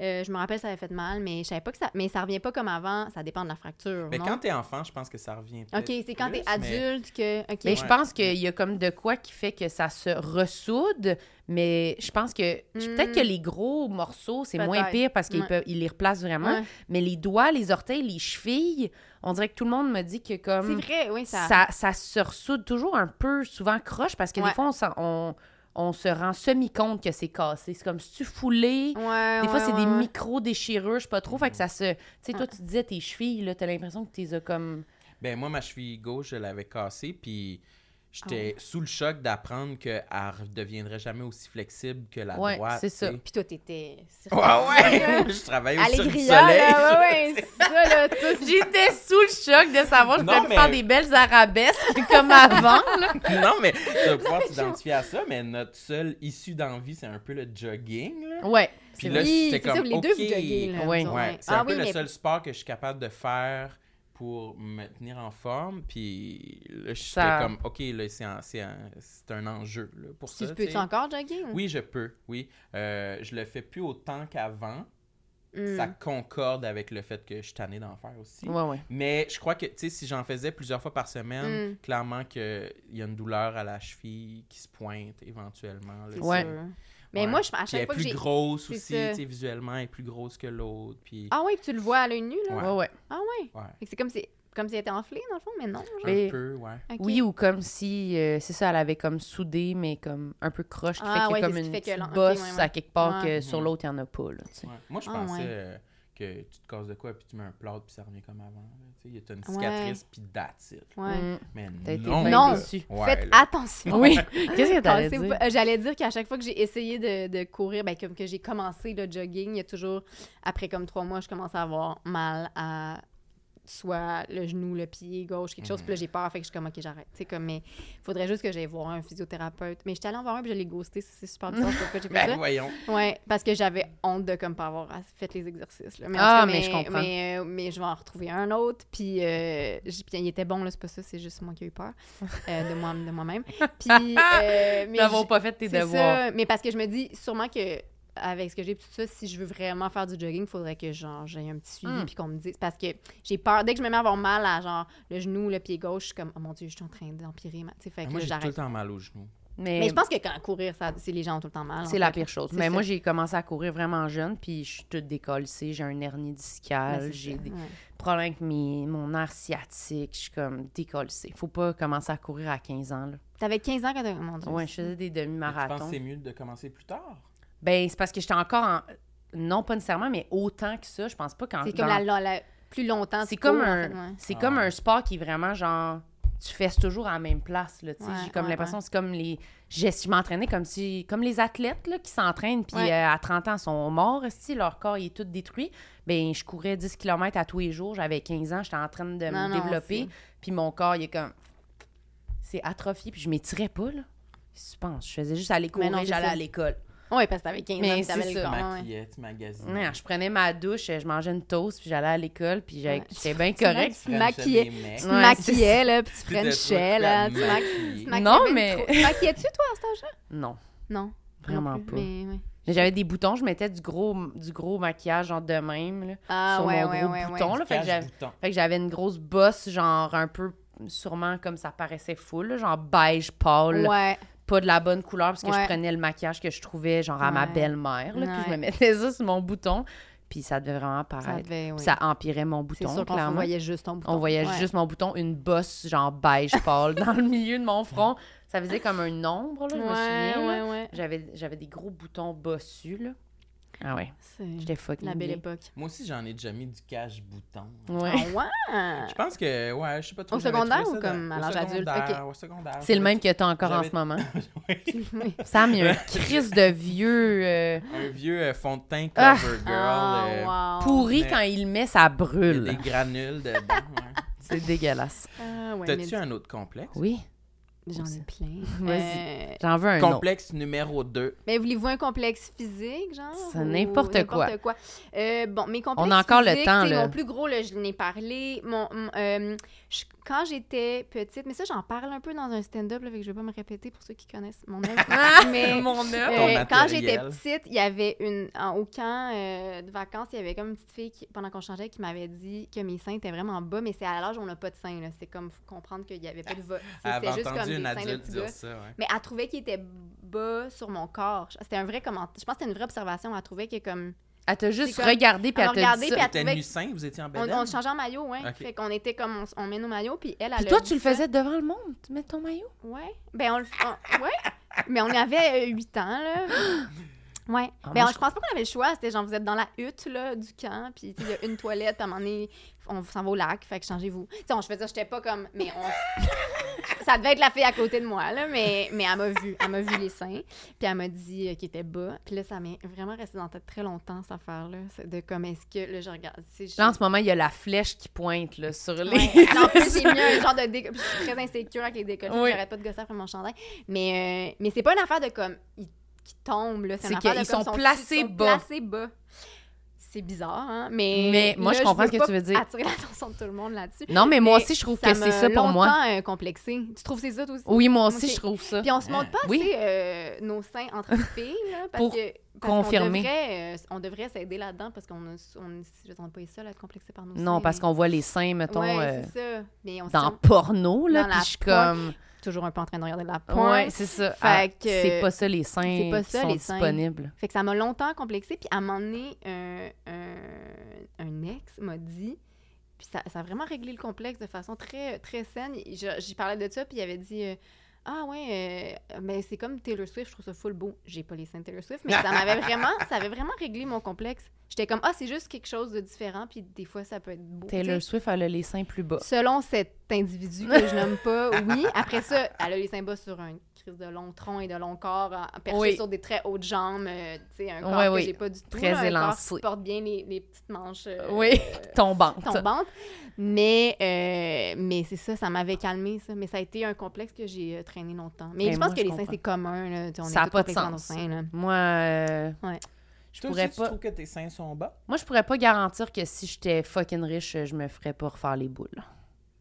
Speaker 4: Euh, je me rappelle, ça avait fait mal, mais je savais pas que ça. Mais ça revient pas comme avant. Ça dépend de la fracture.
Speaker 1: Mais
Speaker 4: non?
Speaker 1: Ben, quand t'es enfant, je pense que ça revient.
Speaker 4: Ok,
Speaker 1: peut-être
Speaker 4: c'est quand t'es
Speaker 1: plus, mais-
Speaker 4: adulte que. Ok.
Speaker 2: Mais je
Speaker 1: Ouais.
Speaker 2: pense qu'il y a comme de quoi qui fait que ça se ressoude, mais je pense que je- peut-être
Speaker 4: Hmm.
Speaker 2: que les gros morceaux, c'est moins
Speaker 4: Peut-être.
Speaker 2: pire parce qu'ils
Speaker 4: Ouais.
Speaker 2: peuvent- ils les replacent vraiment,
Speaker 4: Ouais.
Speaker 2: mais les doigts, les orteils, les chevilles, on dirait que tout le monde me dit que
Speaker 4: C'est
Speaker 2: comme
Speaker 4: vrai, oui, ça.
Speaker 2: ça, ça se ressoude toujours un peu, souvent croche, parce que
Speaker 4: Ouais.
Speaker 2: des fois, on, s'en- on, on se rend semi-compte que c'est cassé. C'est comme si tu foulais.
Speaker 4: Ouais,
Speaker 2: Des fois,
Speaker 4: ouais,
Speaker 2: c'est
Speaker 4: ouais,
Speaker 2: des
Speaker 4: ouais.
Speaker 2: micro-déchirures, je sais pas trop. Fait que ça se. Tu sais, toi,
Speaker 4: Ouais.
Speaker 2: tu disais tes chevilles, là, t'as l'impression que t'es comme.
Speaker 1: Ben moi, ma cheville gauche, je l'avais cassée, puis j'étais sous le choc d'apprendre qu'elle ne deviendrait jamais aussi flexible que la
Speaker 2: Ouais,
Speaker 1: droite.
Speaker 2: c'est ça.
Speaker 1: tu sais.
Speaker 4: Puis toi, t'étais.
Speaker 1: Ouais, ouais! je travaille au Cirque du
Speaker 4: Allégria,
Speaker 1: Soleil.
Speaker 4: là, ouais, ouais, ça, là, tout.
Speaker 2: J'étais sous le choc de savoir que je
Speaker 1: Non,
Speaker 2: pouvais plus
Speaker 1: mais-
Speaker 2: faire des belles arabesques comme avant. là.
Speaker 1: non, mais tu vas pouvoir t'identifier à ça, mais notre seule issue d'envie, c'est un peu le jogging. Là.
Speaker 2: Ouais.
Speaker 1: Puis
Speaker 2: c'est
Speaker 1: là,
Speaker 2: vrai.
Speaker 4: oui,
Speaker 1: j'étais
Speaker 4: c'est ça,
Speaker 1: comme,
Speaker 4: les deux,
Speaker 1: OK.
Speaker 4: vous joguez, là.
Speaker 2: Ouais.
Speaker 4: vous autres,
Speaker 1: Ouais, c'est
Speaker 4: ah
Speaker 1: un peu
Speaker 4: oui,
Speaker 1: le
Speaker 4: mais
Speaker 1: seul sport que je suis capable de faire pour me tenir en forme. Puis là, j'étais
Speaker 2: Ça-
Speaker 1: comme, OK, là, c'est un, c'est un- c'est un enjeu là, pour
Speaker 4: Tu
Speaker 1: ça. tu
Speaker 4: peux-tu
Speaker 1: sais.
Speaker 4: encore joguer?
Speaker 1: Oui, je peux, oui. Euh, je le fais plus autant qu'avant.
Speaker 4: Mm.
Speaker 1: Ça concorde avec le fait que je suis tanné d'en faire aussi.
Speaker 2: Ouais, ouais.
Speaker 1: Mais je crois que, tu sais, si j'en faisais plusieurs fois par semaine,
Speaker 4: Mm.
Speaker 1: clairement qu'il y a une douleur à la cheville qui se pointe éventuellement. là,
Speaker 4: C'est
Speaker 2: Ouais.
Speaker 1: tu sais.
Speaker 4: sûr. Mais
Speaker 1: Ouais.
Speaker 4: moi, je- à
Speaker 1: Puis elle
Speaker 4: chaque
Speaker 1: est
Speaker 4: fois que
Speaker 1: plus
Speaker 4: j'ai.
Speaker 1: grosse
Speaker 4: c'est
Speaker 1: aussi,
Speaker 4: ça.
Speaker 1: tu sais, visuellement, elle est plus grosse que l'autre. Puis...
Speaker 4: Ah oui, tu le vois à l'œil nu, là.
Speaker 1: Ouais.
Speaker 2: Ouais, ouais.
Speaker 4: Ah oui.
Speaker 1: Ouais.
Speaker 4: Fait que C'est comme si, comme si elle était enflée, dans le fond, mais non. genre.
Speaker 1: Un
Speaker 2: Mais-
Speaker 1: peu, ouais.
Speaker 4: Ok.
Speaker 2: Oui, ou comme si, euh, c'est ça, elle avait comme soudé, mais comme un peu croche, qui
Speaker 4: Ah,
Speaker 2: fait qu'il y
Speaker 4: ouais,
Speaker 2: a comme
Speaker 4: c'est
Speaker 2: une
Speaker 4: ce qui fait que
Speaker 2: petite
Speaker 4: l'en- ok,
Speaker 2: bosse
Speaker 4: ouais, ouais.
Speaker 2: à quelque part
Speaker 4: Ouais.
Speaker 2: que sur
Speaker 1: Mhm.
Speaker 2: l'autre, il n'y en a pas. Là, tu sais.
Speaker 1: Ouais. Moi, je
Speaker 4: Ah,
Speaker 1: pensais
Speaker 4: ouais.
Speaker 1: euh, que tu te casses de quoi, puis tu mets un plâtre, puis ça revient comme avant. là, tu sais. Il y a une
Speaker 4: Ouais.
Speaker 1: cicatrice, puis that's it.
Speaker 4: Ouais.
Speaker 2: Mm.
Speaker 1: Mais
Speaker 2: T'as été
Speaker 1: non!
Speaker 2: bien
Speaker 4: Non.
Speaker 2: déçu.
Speaker 1: Ouais,
Speaker 4: Faites
Speaker 1: là.
Speaker 4: attention.
Speaker 2: Oui, qu'est-ce que t'allais
Speaker 4: Pensez-vous
Speaker 2: dire?
Speaker 4: pas- euh, J'allais dire qu'à chaque fois que j'ai essayé de, de courir, ben, comme que j'ai commencé le jogging, il y a toujours, après comme trois mois, je commence à avoir mal à soit le genou, le pied gauche, quelque chose.
Speaker 1: Mm.
Speaker 4: Puis là, j'ai peur, fait que je suis comme, OK, j'arrête. Tu sais, comme, mais faudrait juste que j'aille voir un physiothérapeute. Mais j'étais allée en voir un, puis je l'ai ghosté. Ça, C'est super bizarre, je sais pas pourquoi j'ai fait
Speaker 1: Ben,
Speaker 4: ça.
Speaker 1: voyons.
Speaker 4: Ouais, parce que j'avais honte de comme pas avoir ass- fait les exercices. là. Mais en
Speaker 2: Ah,
Speaker 4: tout cas,
Speaker 2: mais je comprends.
Speaker 4: Mais, euh, mais je vais en retrouver un autre. Puis, euh, j- puis il était bon, là, c'est pas ça, c'est juste moi qui ai eu peur euh, de moi- de moi-même. puis, euh, mais
Speaker 2: Nous n'avons
Speaker 4: j-
Speaker 2: pas fait tes
Speaker 4: c'est
Speaker 2: devoirs.
Speaker 4: ça. Mais parce que je me dis sûrement que avec ce que j'ai, puis tout ça, si je veux vraiment faire du jogging, il faudrait que genre j'ai un petit suivi
Speaker 2: Mm.
Speaker 4: puis qu'on me dise. Parce que j'ai peur. Dès que je me mets à avoir mal à genre le genou, le pied gauche, je suis comme, oh mon Dieu, je suis en train d'empirer. ma- Tu sais,
Speaker 2: Ah,
Speaker 4: fait que
Speaker 1: Moi,
Speaker 4: là,
Speaker 1: j'ai tout le
Speaker 4: j'arrête.
Speaker 1: temps mal aux genoux.
Speaker 2: Mais,
Speaker 4: Mais je pense que quand courir, ça, c'est les gens ont tout le temps mal. hein. en
Speaker 2: c'est la
Speaker 4: fait.
Speaker 2: pire chose.
Speaker 4: C'est
Speaker 2: Mais
Speaker 4: ça.
Speaker 2: moi, j'ai commencé à courir vraiment jeune, puis je suis toute décollée. J'ai un hernie
Speaker 4: Mais
Speaker 2: discale,
Speaker 4: Ben, c'est
Speaker 2: j'ai
Speaker 4: ça,
Speaker 2: des
Speaker 4: ouais.
Speaker 2: problèmes avec mes, mon air sciatique. Je suis comme décollée. Faut pas commencer à courir à 15 ans. Là.
Speaker 4: T'avais 15 ans quand t'as. Mon Dieu.
Speaker 2: Ouais, je faisais des
Speaker 1: Mais Tu penses
Speaker 2: demi-marathons.
Speaker 1: que c'est mieux de commencer plus tard?
Speaker 2: Ben, c'est parce que j'étais encore en. Non, pas nécessairement, mais autant que ça, je pense pas qu'en.
Speaker 4: C'est comme
Speaker 2: Ah, dans-
Speaker 4: la, la- la- plus longtemps.
Speaker 2: C'est
Speaker 4: tu cours,
Speaker 2: comme,
Speaker 4: en
Speaker 2: un...
Speaker 4: fait, ouais.
Speaker 2: c'est
Speaker 1: Ah
Speaker 2: comme
Speaker 1: ouais.
Speaker 2: un sport qui est vraiment genre. Tu fesses toujours à la même place, là, tu sais.
Speaker 4: Ouais,
Speaker 2: J'ai comme
Speaker 4: ouais,
Speaker 2: l'impression, que c'est comme les. Je, je m'entraînais comme si. Comme les athlètes, là, qui s'entraînent, puis
Speaker 4: Ouais.
Speaker 2: euh, à 30 ans sont morts, si leur corps il est tout détruit. Ben, je courais 10 km à tous les jours, j'avais 15 ans, j'étais en train de me
Speaker 4: Non, non,
Speaker 2: développer,
Speaker 4: c'est-
Speaker 2: puis mon corps, il est comme. C'est atrophié, puis je m'étirais pas, là. Qu'est-ce que tu penses? Je faisais juste aller
Speaker 4: Mais
Speaker 2: courir,
Speaker 4: non, c'est
Speaker 2: j'allais
Speaker 4: ça.
Speaker 2: à l'école.
Speaker 4: Ouais, parce que t'avais 15
Speaker 2: Mais
Speaker 4: ans, puis t'avais
Speaker 2: c'est
Speaker 4: le
Speaker 2: ça.
Speaker 4: corps.
Speaker 1: Tu
Speaker 4: Ah, ouais, ouais.
Speaker 1: maquillais, tu magasinais.
Speaker 2: Ouais, je prenais ma douche, je mangeais une toast, puis j'allais à l'école, puis j'ai-
Speaker 4: Ouais.
Speaker 2: j'étais bien
Speaker 4: Tu
Speaker 2: correcte.
Speaker 1: Tu
Speaker 4: Tu
Speaker 1: frenchais
Speaker 4: maquillais.
Speaker 1: des mecs.
Speaker 4: Tu te
Speaker 2: Ouais,
Speaker 4: maquillais, là, puis tu
Speaker 1: Tu te
Speaker 4: frenchais, là. Tu
Speaker 1: trucs la
Speaker 4: ma-
Speaker 1: maquillée.
Speaker 4: tu maquillais
Speaker 2: Non,
Speaker 4: ben
Speaker 2: mais-
Speaker 4: trop. Tu maquillais-tu, toi, à cet âge-là?
Speaker 2: Non,
Speaker 4: Non.
Speaker 2: vraiment
Speaker 4: non plus,
Speaker 2: pas. Mais...
Speaker 4: Mais, ouais.
Speaker 2: J'avais des boutons, je mettais du gros, du gros maquillage, genre de même, là,
Speaker 4: Ah,
Speaker 2: sur
Speaker 4: ouais,
Speaker 2: mon
Speaker 4: ouais,
Speaker 2: gros
Speaker 4: ouais,
Speaker 2: bouton.
Speaker 4: ouais.
Speaker 2: Là, fait, que j'avais,
Speaker 1: Cache-bouton.
Speaker 2: fait que j'avais une grosse bosse, genre un peu, sûrement comme ça paraissait full, là, genre beige pâle,
Speaker 4: Ouais.
Speaker 2: pas de la bonne couleur, parce que
Speaker 4: Ouais.
Speaker 2: je prenais le maquillage que je trouvais, genre à ma
Speaker 4: Ouais.
Speaker 2: belle-mère, là, puis je
Speaker 4: Ouais.
Speaker 2: me mettais ça sur mon bouton, puis ça devait vraiment
Speaker 4: Ça
Speaker 2: paraître.
Speaker 4: devait, ouais.
Speaker 2: Puis ça empirait mon
Speaker 4: C'est
Speaker 2: bouton,
Speaker 4: sûr qu'on
Speaker 2: clairement.
Speaker 4: voyait juste ton bouton.
Speaker 2: On voyait
Speaker 4: Ouais.
Speaker 2: juste mon bouton, une bosse genre beige pâle dans le milieu de mon front. Ça faisait comme un ombre, là, je
Speaker 4: ouais,
Speaker 2: me souviens. là.
Speaker 4: ouais, ouais.
Speaker 2: J'avais, j'avais des gros boutons bossus, là. Ah ouais,
Speaker 4: C'est
Speaker 2: j'étais fucking
Speaker 4: la belle
Speaker 2: bien.
Speaker 4: époque.
Speaker 1: Moi aussi, j'en ai déjà mis du cache-bouton.
Speaker 4: Ah,
Speaker 2: Ouais.
Speaker 1: Je
Speaker 4: ouais!
Speaker 1: pense que, ouais, je sais pas trop.
Speaker 4: Au
Speaker 1: j'avais
Speaker 4: secondaire
Speaker 1: trouvé
Speaker 4: ou
Speaker 1: ça
Speaker 4: comme
Speaker 1: dans-
Speaker 4: à
Speaker 1: au
Speaker 4: l'âge adulte?
Speaker 1: secondaire, Au secondaire.
Speaker 2: C'est le même que t'as encore en
Speaker 1: Ah, J'avais-
Speaker 2: ce moment.
Speaker 1: Oui.
Speaker 2: Sam, il y a un crise de vieux euh,
Speaker 1: Un vieux euh, fond de teint
Speaker 2: Ah.
Speaker 1: Covergirl. euh,
Speaker 4: Ah, wow.
Speaker 2: pourri
Speaker 1: mais-
Speaker 2: quand il le met, ça
Speaker 1: il y a
Speaker 2: brûle.
Speaker 1: des granules dedans. ouais.
Speaker 2: C'est dégueulasse.
Speaker 4: Ah, ouais, mais
Speaker 1: T'as-tu un autre complexe?
Speaker 2: Oui,
Speaker 4: J'en ai plein.
Speaker 2: Vas-y.
Speaker 4: Euh,
Speaker 2: j'en veux un autre.
Speaker 1: Complexe numéro 2.
Speaker 4: Mais voulez-vous un complexe physique, genre?
Speaker 2: C'est
Speaker 4: ou
Speaker 2: n'importe quoi.
Speaker 4: Euh, bon, mes complexes
Speaker 2: encore le
Speaker 4: physiques,
Speaker 2: temps,
Speaker 4: tu sais,
Speaker 2: là.
Speaker 4: Mon plus gros, là, je n'ai parlé. Mon, mm, euh, Je- quand j'étais petite, mais ça, j'en parle un peu dans un stand-up, là, fait que je vais pas me répéter pour ceux qui connaissent mon œuvre. mais
Speaker 2: Mon œuvre.
Speaker 4: euh,
Speaker 1: Ton
Speaker 4: quand j'étais
Speaker 1: matériel.
Speaker 4: petite, il y avait une. En, au camp euh, de vacances, il y avait comme une petite fille, qui, pendant qu'on changeait, qui m'avait dit que mes seins étaient vraiment bas, mais c'est à l'âge où on n'a pas de seins. là. C'est comme, faut comprendre qu'il n'y avait pas de. vo-
Speaker 1: Elle
Speaker 4: C'était
Speaker 1: avait
Speaker 4: juste comme
Speaker 1: entendu
Speaker 4: des
Speaker 1: une
Speaker 4: seins de
Speaker 1: adulte
Speaker 4: petit
Speaker 1: dire
Speaker 4: gars.
Speaker 1: ça, ouais.
Speaker 4: Mais elle trouvait qu'il était bas sur mon corps. C'était un vrai commentaire. Je pense que c'était une vraie observation. Elle trouvait que comme.
Speaker 2: Elle t'a juste
Speaker 4: comme-
Speaker 2: regardé puis
Speaker 4: elle
Speaker 2: elle
Speaker 4: m'a
Speaker 2: t'a dit
Speaker 4: regardée,
Speaker 2: ça.
Speaker 4: puis elle
Speaker 1: T'étais
Speaker 4: trouvait-
Speaker 1: nu sein, vous étiez en
Speaker 4: On,
Speaker 1: bed
Speaker 4: on changeait en maillot, ouais.
Speaker 1: Ben Ok.
Speaker 4: Fait qu'on était comme. On, s- on met nos maillots, puis elle, elle.
Speaker 2: Puis
Speaker 4: a
Speaker 2: toi,
Speaker 4: dit
Speaker 2: tu le
Speaker 4: ça.
Speaker 2: faisais devant le monde, tu mets ton maillot.
Speaker 4: Ouais. Ben, on le. on- ouais. Mais on avait 8 ans, là. Ouais.
Speaker 2: Ah,
Speaker 4: ben,
Speaker 2: moi,
Speaker 4: on-
Speaker 2: je-
Speaker 4: je pense pas qu'on avait le choix. C'était genre, vous êtes dans la hutte, là, du camp, puis tu sais, il y a une toilette, à un moment donné, on s'en va au lac, fait que changez-vous. Tu sais, on- je faisais ça, j'étais pas comme. Mais on. ça devait être la fille à côté de moi, là, mais, mais elle m'a vu. Elle m'a vu les seins, puis elle m'a dit euh, qu'il était bas. Puis là, ça m'est vraiment resté dans la tête très longtemps, cette affaire-là. C'est De comme, est-ce que. Là, je regarde. tu sais, je-
Speaker 2: Là, en ce moment, il y a la flèche qui pointe là, sur les.
Speaker 4: Ouais. Non, en plus, j'ai mis un genre de décolleté. Je suis très insécure avec les décolletés.
Speaker 2: Oui.
Speaker 4: J'arrête pas de gosser après mon chandail. Mais, euh, mais c'est pas une affaire de comme. Ils, qui tombent, là.
Speaker 2: C'est
Speaker 4: une affaire de
Speaker 2: qu'ils
Speaker 4: comme
Speaker 2: sont
Speaker 4: ils
Speaker 2: placés
Speaker 4: ils sont
Speaker 2: bas.
Speaker 4: placés bas. C'est bizarre, hein. Mais,
Speaker 2: Mais moi,
Speaker 4: là,
Speaker 2: je comprends ce
Speaker 4: veux
Speaker 2: que
Speaker 4: pas
Speaker 2: tu veux dire.
Speaker 4: Attirer l'attention de tout le monde là-dessus.
Speaker 2: Non, mais moi
Speaker 4: Mais
Speaker 2: aussi, je trouve que c'est
Speaker 4: m'a
Speaker 2: ça pour moi.
Speaker 4: longtemps, euh, complexé. Tu trouves c'est ça, toi aussi?
Speaker 2: Oui, moi aussi,
Speaker 4: Ok.
Speaker 2: je trouve ça.
Speaker 4: Puis on se montre pas
Speaker 2: Oui.
Speaker 4: assez euh, nos seins entre filles, là, parce
Speaker 2: Pour
Speaker 4: que parce qu'on
Speaker 2: confirmer.
Speaker 4: devrait, euh, On devrait s'aider là-dedans parce qu'on a- on, je on n'est pas seul à être complexé par nos seins.
Speaker 2: Non, parce
Speaker 4: mais-
Speaker 2: qu'on voit les seins, mettons,
Speaker 4: Ouais,
Speaker 2: euh,
Speaker 4: c'est ça. Mais on se
Speaker 2: dans
Speaker 4: tient-
Speaker 2: porno, là,
Speaker 4: Dans
Speaker 2: puis
Speaker 4: la
Speaker 2: je suis comme...
Speaker 4: toujours un peu en train de regarder de la pointe.
Speaker 2: Ouais, c'est ça.
Speaker 4: Fait
Speaker 2: Ah,
Speaker 4: que-
Speaker 2: C'est pas ça, les seins
Speaker 4: c'est pas ça,
Speaker 2: qui sont
Speaker 4: les seins.
Speaker 2: disponibles.
Speaker 4: Fait que ça m'a longtemps complexé. Puis à un moment donné, un, un- un ex m'a dit, puis ça, ça a vraiment réglé le complexe de façon très, très saine. Il- je- J'y parlais de ça, puis il avait dit euh, Ah ouais, euh, mais c'est comme Taylor Swift, je trouve ça full beau. J'ai pas les seins de Taylor Swift, mais ça m'avait vraiment, ça avait vraiment réglé mon complexe. J'étais comme Ah, c'est juste quelque chose de différent, puis des fois, ça peut être beau.
Speaker 2: Taylor
Speaker 4: tu sais.
Speaker 2: Swift, elle a les seins plus bas.
Speaker 4: Selon cet individu que je nomme pas, oui. Après ça, elle a les seins bas sur un crise de long tronc et de long corps, euh, perché
Speaker 2: Oui.
Speaker 4: sur des très hautes jambes, euh, tu sais, un corps
Speaker 2: Ouais,
Speaker 4: que
Speaker 2: oui.
Speaker 4: j'ai pas du tout.
Speaker 2: Très
Speaker 4: là, un
Speaker 2: élancé.
Speaker 4: corps qui porte bien les, les petites manches euh,
Speaker 2: Oui, tombante.
Speaker 4: tombantes. Mais, euh, mais c'est ça, ça m'avait calmé ça. Mais ça a été un complexe que j'ai euh, traîné longtemps. Mais
Speaker 2: Ben,
Speaker 4: je pense
Speaker 2: moi,
Speaker 4: que
Speaker 2: je
Speaker 4: les seins,
Speaker 2: comprends.
Speaker 4: c'est commun. Là, tu sais, on
Speaker 2: Ça
Speaker 4: est
Speaker 2: a
Speaker 4: tous
Speaker 2: pas de
Speaker 4: complexés dans nos
Speaker 2: sens.
Speaker 4: seins, là.
Speaker 2: Moi, euh,
Speaker 1: Je
Speaker 2: pourrais
Speaker 1: Tu
Speaker 2: pas-
Speaker 1: trouves que tes seins sont bas?
Speaker 2: moi, je pourrais pas garantir que si j'étais fucking riche, je me ferais pas refaire les boules.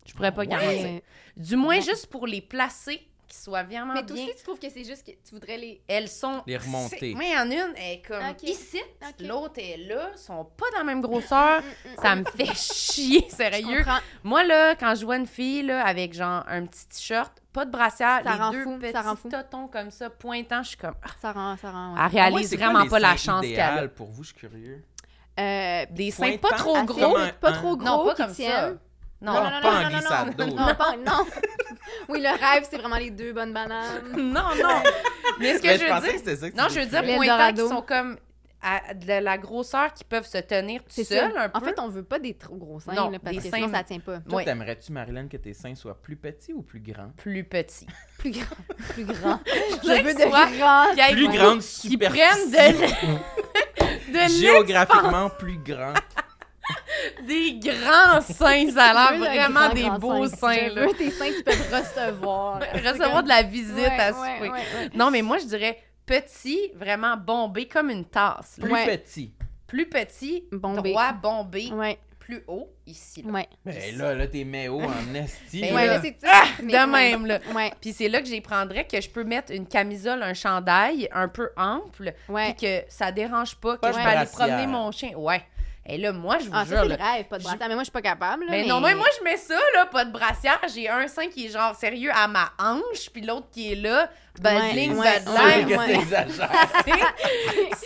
Speaker 2: Je pourrais pas
Speaker 1: Ouais.
Speaker 2: garantir.
Speaker 4: Mais,
Speaker 2: Du moins,
Speaker 4: Ouais.
Speaker 2: juste pour les placer, qu'ils soient vraiment
Speaker 4: mais toi
Speaker 2: bien.
Speaker 4: aussi, tu trouves que c'est juste que tu voudrais les.
Speaker 2: Elles sont...
Speaker 1: Les remonter.
Speaker 2: c'est- Moi, il y en a une, elle est comme
Speaker 4: Ok.
Speaker 2: ici,
Speaker 4: Ok.
Speaker 2: l'autre est là, sont pas dans la même grosseur.
Speaker 4: Mm, mm,
Speaker 2: Ça me fait chier,
Speaker 4: je
Speaker 2: sérieux.
Speaker 4: comprends.
Speaker 2: Moi, là, quand je vois une fille là, avec genre un petit t-shirt, pas de brassière,
Speaker 4: Ça
Speaker 2: les
Speaker 4: rend
Speaker 2: deux
Speaker 4: fou, ça
Speaker 2: petits
Speaker 4: rend fou.
Speaker 2: totons comme ça, pointant, je suis comme... ah,
Speaker 4: Ça rend, ça rend. ouais.
Speaker 2: Elle
Speaker 1: Moi,
Speaker 2: réalise
Speaker 1: c'est quoi
Speaker 2: vraiment
Speaker 1: les
Speaker 2: pas la
Speaker 1: seins
Speaker 2: chance qu'elle a.
Speaker 1: idéal pour vous, je suis curieux.
Speaker 2: Ah.
Speaker 4: Euh,
Speaker 2: Des seins
Speaker 1: Pointant,
Speaker 2: pas trop
Speaker 4: assez-
Speaker 2: gros.
Speaker 1: Ah, un-
Speaker 4: pas
Speaker 1: un-
Speaker 4: trop gros,
Speaker 2: Non, pas
Speaker 4: qui
Speaker 2: comme ça.
Speaker 4: tiennent.
Speaker 2: Non,
Speaker 1: Non, pas en glissade
Speaker 4: non,
Speaker 1: d'eau,
Speaker 4: non,
Speaker 1: là.
Speaker 4: pas- non. Oui, le rêve, c'est vraiment les deux bonnes bananes.
Speaker 2: non, non. Mais ce que
Speaker 1: Mais
Speaker 2: je
Speaker 1: je pensais
Speaker 2: veux
Speaker 1: que
Speaker 2: dire...
Speaker 1: c'était ça que tu
Speaker 2: Non, je veux dire
Speaker 1: décrivais.
Speaker 4: Les
Speaker 2: pointants qui
Speaker 4: Dorado.
Speaker 2: sont comme à de la grosseur, qui peuvent se tenir tout
Speaker 4: C'est
Speaker 2: seuls
Speaker 4: ça.
Speaker 2: un peu.
Speaker 4: En fait, on veut pas des trop gros seins,
Speaker 2: Non,
Speaker 4: là, parce
Speaker 2: des
Speaker 4: que
Speaker 2: seins-
Speaker 4: sinon, ça tient pas.
Speaker 1: Toi,
Speaker 2: Ouais.
Speaker 1: t'aimerais-tu, Marilyn, que tes seins soient plus petits ou plus grands?
Speaker 2: plus petit.
Speaker 4: Plus grand. Plus grand.
Speaker 2: Ouais,
Speaker 4: Je veux
Speaker 2: que ce soit
Speaker 4: de grand.
Speaker 2: Qui aillent
Speaker 1: Plus
Speaker 2: beaucoup,
Speaker 1: grande
Speaker 2: Qui
Speaker 1: superficie.
Speaker 2: prennent de, de
Speaker 1: Géographiquement plus grand.
Speaker 2: l- des grands seins, ça a
Speaker 4: Je
Speaker 2: l'air
Speaker 4: veux de
Speaker 2: vraiment
Speaker 4: grand,
Speaker 2: des
Speaker 4: grand
Speaker 2: beaux
Speaker 4: sein.
Speaker 2: seins.
Speaker 4: Je
Speaker 2: là.
Speaker 4: veux des seins qui peuvent recevoir.
Speaker 2: Recevoir de la visite à souper.
Speaker 4: souper.
Speaker 2: Non, mais moi, je dirais petit, vraiment bombé comme une tasse. là.
Speaker 1: Plus
Speaker 4: Ouais.
Speaker 1: petit.
Speaker 2: Plus petit,
Speaker 4: Bombé.
Speaker 2: droit, bombé,
Speaker 4: Ouais,
Speaker 2: plus haut, ici. là.
Speaker 4: ouais.
Speaker 1: Ben là, là, t'es méo en esti.
Speaker 2: Ben
Speaker 1: là.
Speaker 4: Ouais,
Speaker 2: là,
Speaker 4: là, c'est
Speaker 2: Ah,
Speaker 4: mais-
Speaker 2: de même, là.
Speaker 4: Ouais,
Speaker 2: Puis c'est là que j'y prendrais que je peux mettre une camisole, un chandail un peu ample,
Speaker 4: ouais.
Speaker 2: puis que ça dérange pas, que
Speaker 1: Pas
Speaker 2: je
Speaker 1: de
Speaker 2: peux aller
Speaker 1: brassière.
Speaker 2: promener mon chien. Ouais. Et là, moi, je vous
Speaker 4: Ah, ça,
Speaker 2: jure,
Speaker 4: c'est
Speaker 2: là,
Speaker 4: le rêve, pas de
Speaker 2: Je-
Speaker 4: brassière. Mais moi, je suis pas capable. là,
Speaker 2: Mais, non, mais moi, je mets ça, là, pas de brassière. J'ai un sein qui est genre sérieux à ma hanche, puis l'autre qui est là, buzzing,
Speaker 4: Ouais, ouais,
Speaker 1: C'est
Speaker 2: badline.
Speaker 1: que
Speaker 4: ouais.
Speaker 1: t'exagères.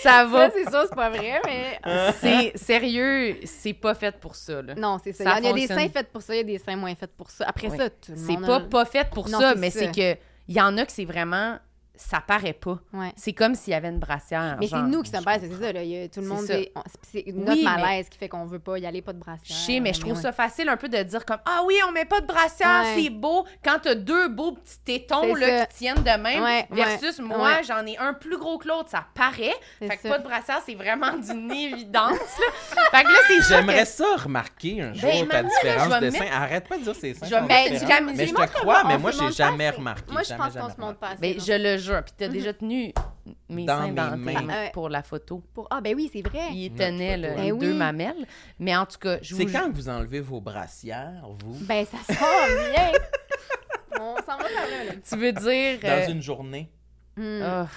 Speaker 2: Ça va.
Speaker 4: Ça, c'est sûr, c'est pas vrai, mais.
Speaker 1: Euh,
Speaker 2: C'est sérieux, c'est pas fait pour ça, là.
Speaker 4: Non, c'est ça.
Speaker 2: Ça
Speaker 4: Il y a des
Speaker 2: fonctionne.
Speaker 4: seins faits pour ça, il y a des seins moins faits pour ça. Après
Speaker 2: Oui.
Speaker 4: ça, tout le
Speaker 2: C'est
Speaker 4: monde
Speaker 2: pas
Speaker 4: a-
Speaker 2: pas fait pour
Speaker 4: Non,
Speaker 2: ça,
Speaker 4: c'est
Speaker 2: mais
Speaker 4: ça.
Speaker 2: c'est que il y en a que c'est vraiment ça paraît pas.
Speaker 4: Ouais.
Speaker 2: C'est comme s'il y avait une brassière.
Speaker 4: Mais
Speaker 2: genre.
Speaker 4: c'est nous qui sommes balèzes, c'est ça. Là. Il y a tout le
Speaker 2: C'est
Speaker 4: monde.
Speaker 2: ça.
Speaker 4: est- on- C'est c'est notre
Speaker 2: Oui,
Speaker 4: malaise qui fait qu'on veut pas y aller, pas de brassière.
Speaker 2: Chier, mais je trouve
Speaker 4: ouais.
Speaker 2: ça facile un peu de dire comme Ah oui, on met pas de brassière,
Speaker 4: Ouais.
Speaker 2: c'est beau. Quand t'as deux beaux petits tétons
Speaker 4: C'est
Speaker 2: là,
Speaker 4: ça.
Speaker 2: qui tiennent de même,
Speaker 4: Ouais,
Speaker 2: versus
Speaker 4: ouais,
Speaker 2: moi,
Speaker 4: ouais.
Speaker 2: j'en ai un plus gros que l'autre, ça paraît.
Speaker 4: C'est
Speaker 2: Fait que
Speaker 4: ça.
Speaker 2: pas de brassière, c'est vraiment d'une évidence. là. Fait que là, c'est sûr
Speaker 1: J'aimerais
Speaker 2: que
Speaker 1: ça remarquer un jour
Speaker 2: Ben,
Speaker 1: ta
Speaker 2: maintenant, là, je
Speaker 1: différence
Speaker 2: vais
Speaker 1: de
Speaker 2: mettre-
Speaker 1: seins. Arrête pas de dire ces seins.
Speaker 2: je vais
Speaker 1: sont
Speaker 2: mettre du
Speaker 1: différents.
Speaker 2: camisole.
Speaker 1: Mais je
Speaker 4: Dis-moi
Speaker 1: te crois,
Speaker 4: comment
Speaker 1: mais
Speaker 4: on
Speaker 1: moi,
Speaker 4: se
Speaker 1: j'ai
Speaker 4: montre
Speaker 1: jamais
Speaker 4: pas.
Speaker 1: remarqué.
Speaker 4: Moi, je
Speaker 1: jamais,
Speaker 4: pense
Speaker 1: jamais
Speaker 4: qu'on se montre
Speaker 1: remarqué.
Speaker 4: pas assez.
Speaker 2: Ben,
Speaker 4: non.
Speaker 2: je le jure. Puis t'as déjà tenu mes
Speaker 1: Dans
Speaker 2: seins
Speaker 1: mes
Speaker 2: dans tes
Speaker 1: mains.
Speaker 2: mains
Speaker 4: Ah,
Speaker 2: pour la photo.
Speaker 4: Pour... Ah, ben oui, c'est vrai.
Speaker 2: Il
Speaker 1: Notre
Speaker 2: tenait
Speaker 1: photo,
Speaker 2: là,
Speaker 1: hein.
Speaker 2: les
Speaker 4: Ben
Speaker 2: deux
Speaker 4: oui.
Speaker 2: mamelles. Mais en tout cas, je
Speaker 1: C'est
Speaker 2: vous
Speaker 1: quand que vous enlevez vos brassières, vous,
Speaker 4: Ben, ça sort bien. On s'en va par là, là.
Speaker 2: Tu veux dire. euh,
Speaker 1: dans une journée?
Speaker 4: Hmm.
Speaker 2: ah,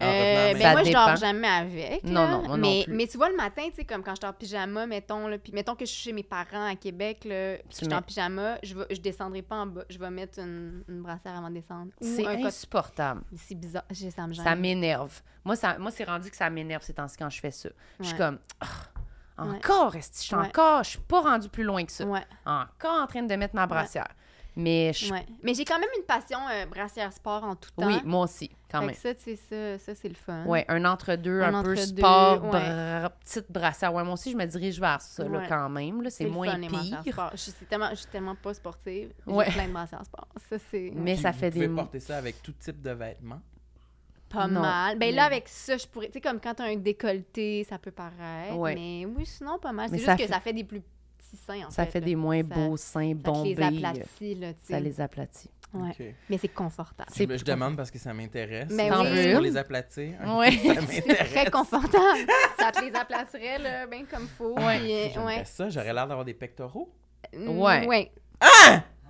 Speaker 1: en revenant
Speaker 4: Euh, ben
Speaker 1: à la maison?
Speaker 2: Ça
Speaker 4: moi, je dors
Speaker 2: dépend.
Speaker 4: jamais avec.
Speaker 2: Non,
Speaker 4: là.
Speaker 2: non, moi non
Speaker 4: mais,
Speaker 2: plus.
Speaker 4: mais tu vois, le matin, tu sais, comme quand je suis en pyjama, mettons, là, puis mettons que je suis chez mes parents à Québec, là, puis je suis
Speaker 2: mets-
Speaker 4: en pyjama, je, vais, je descendrai pas en bas. Je vais mettre une, une brassière avant de descendre. Ou
Speaker 2: c'est
Speaker 4: un cot-
Speaker 2: insupportable.
Speaker 4: C'est bizarre. J'ai- Ça me gêne.
Speaker 2: Ça m'énerve. Moi, ça, moi c'est rendu que ça m'énerve ces temps-ci quand je fais ça. Je suis
Speaker 4: Ouais.
Speaker 2: comme. Ah,
Speaker 4: Ouais.
Speaker 2: Encore, est-ce que je suis
Speaker 4: Ouais.
Speaker 2: encore, je suis pas rendue plus loin que ça.
Speaker 4: Ouais,
Speaker 2: Encore en train de mettre ma brassière. Mais je,
Speaker 4: ouais. Mais j'ai quand même une passion euh, brassière sport en tout temps.
Speaker 2: oui, moi aussi, quand
Speaker 4: Fait
Speaker 2: même.
Speaker 4: que ça, tu sais, ça, ça c'est le fun.
Speaker 2: Ouais, un entre-deux,
Speaker 4: Un
Speaker 2: un, peu
Speaker 4: entre-deux,
Speaker 2: sport,
Speaker 4: ouais.
Speaker 2: bra- petite brassière. Ouais, moi aussi, je me dirige vers ça là,
Speaker 4: Ouais.
Speaker 2: quand même. là. C'est
Speaker 4: le
Speaker 2: moins
Speaker 4: fun, les brassières
Speaker 2: pire.
Speaker 4: sport. Je suis tellement, je suis tellement pas sportive. J'ai
Speaker 2: Ouais.
Speaker 4: plein de brassières sport. Ça, c'est
Speaker 2: Mais
Speaker 1: Puis
Speaker 2: ça
Speaker 1: vous
Speaker 2: fait
Speaker 1: pouvez
Speaker 2: des. mots.
Speaker 1: porter ça avec tout type de vêtements.
Speaker 4: pas
Speaker 2: Non.
Speaker 4: mal. Ben
Speaker 2: Mm.
Speaker 4: là, avec ça, je pourrais. Tu sais, comme quand t'as un décolleté, ça peut paraître.
Speaker 2: Ouais.
Speaker 4: Mais oui, sinon, pas mal.
Speaker 2: Mais
Speaker 4: C'est juste
Speaker 2: ça
Speaker 4: que
Speaker 2: fait-
Speaker 4: ça fait des plus petits seins, en
Speaker 2: Ça
Speaker 4: fait.
Speaker 2: fait
Speaker 4: là.
Speaker 2: des moins
Speaker 4: Ça-
Speaker 2: beaux seins
Speaker 4: Ça te
Speaker 2: bombés. euh,
Speaker 4: les aplatit, là, tu
Speaker 2: Ça
Speaker 4: sais.
Speaker 2: les aplatit.
Speaker 4: Ouais.
Speaker 1: Ok.
Speaker 4: Mais c'est confortable.
Speaker 2: C'est
Speaker 1: Je, je
Speaker 2: plus
Speaker 1: demande parce que ça m'intéresse.
Speaker 4: Mais
Speaker 1: Pour
Speaker 2: oui.
Speaker 1: les-
Speaker 2: T'en
Speaker 1: Pour
Speaker 2: veux
Speaker 1: les
Speaker 2: une?
Speaker 1: aplatir.
Speaker 2: Ouais.
Speaker 1: Ça
Speaker 4: C'est
Speaker 1: m'intéresse.
Speaker 4: très confortable. ça te les aplacerait, là, bien comme faut. puis, euh,
Speaker 1: J'aimerais
Speaker 4: ouais.
Speaker 1: ça. J'aurais l'air d'avoir des pectoraux.
Speaker 4: Mm,
Speaker 2: Ouais.
Speaker 4: ouais.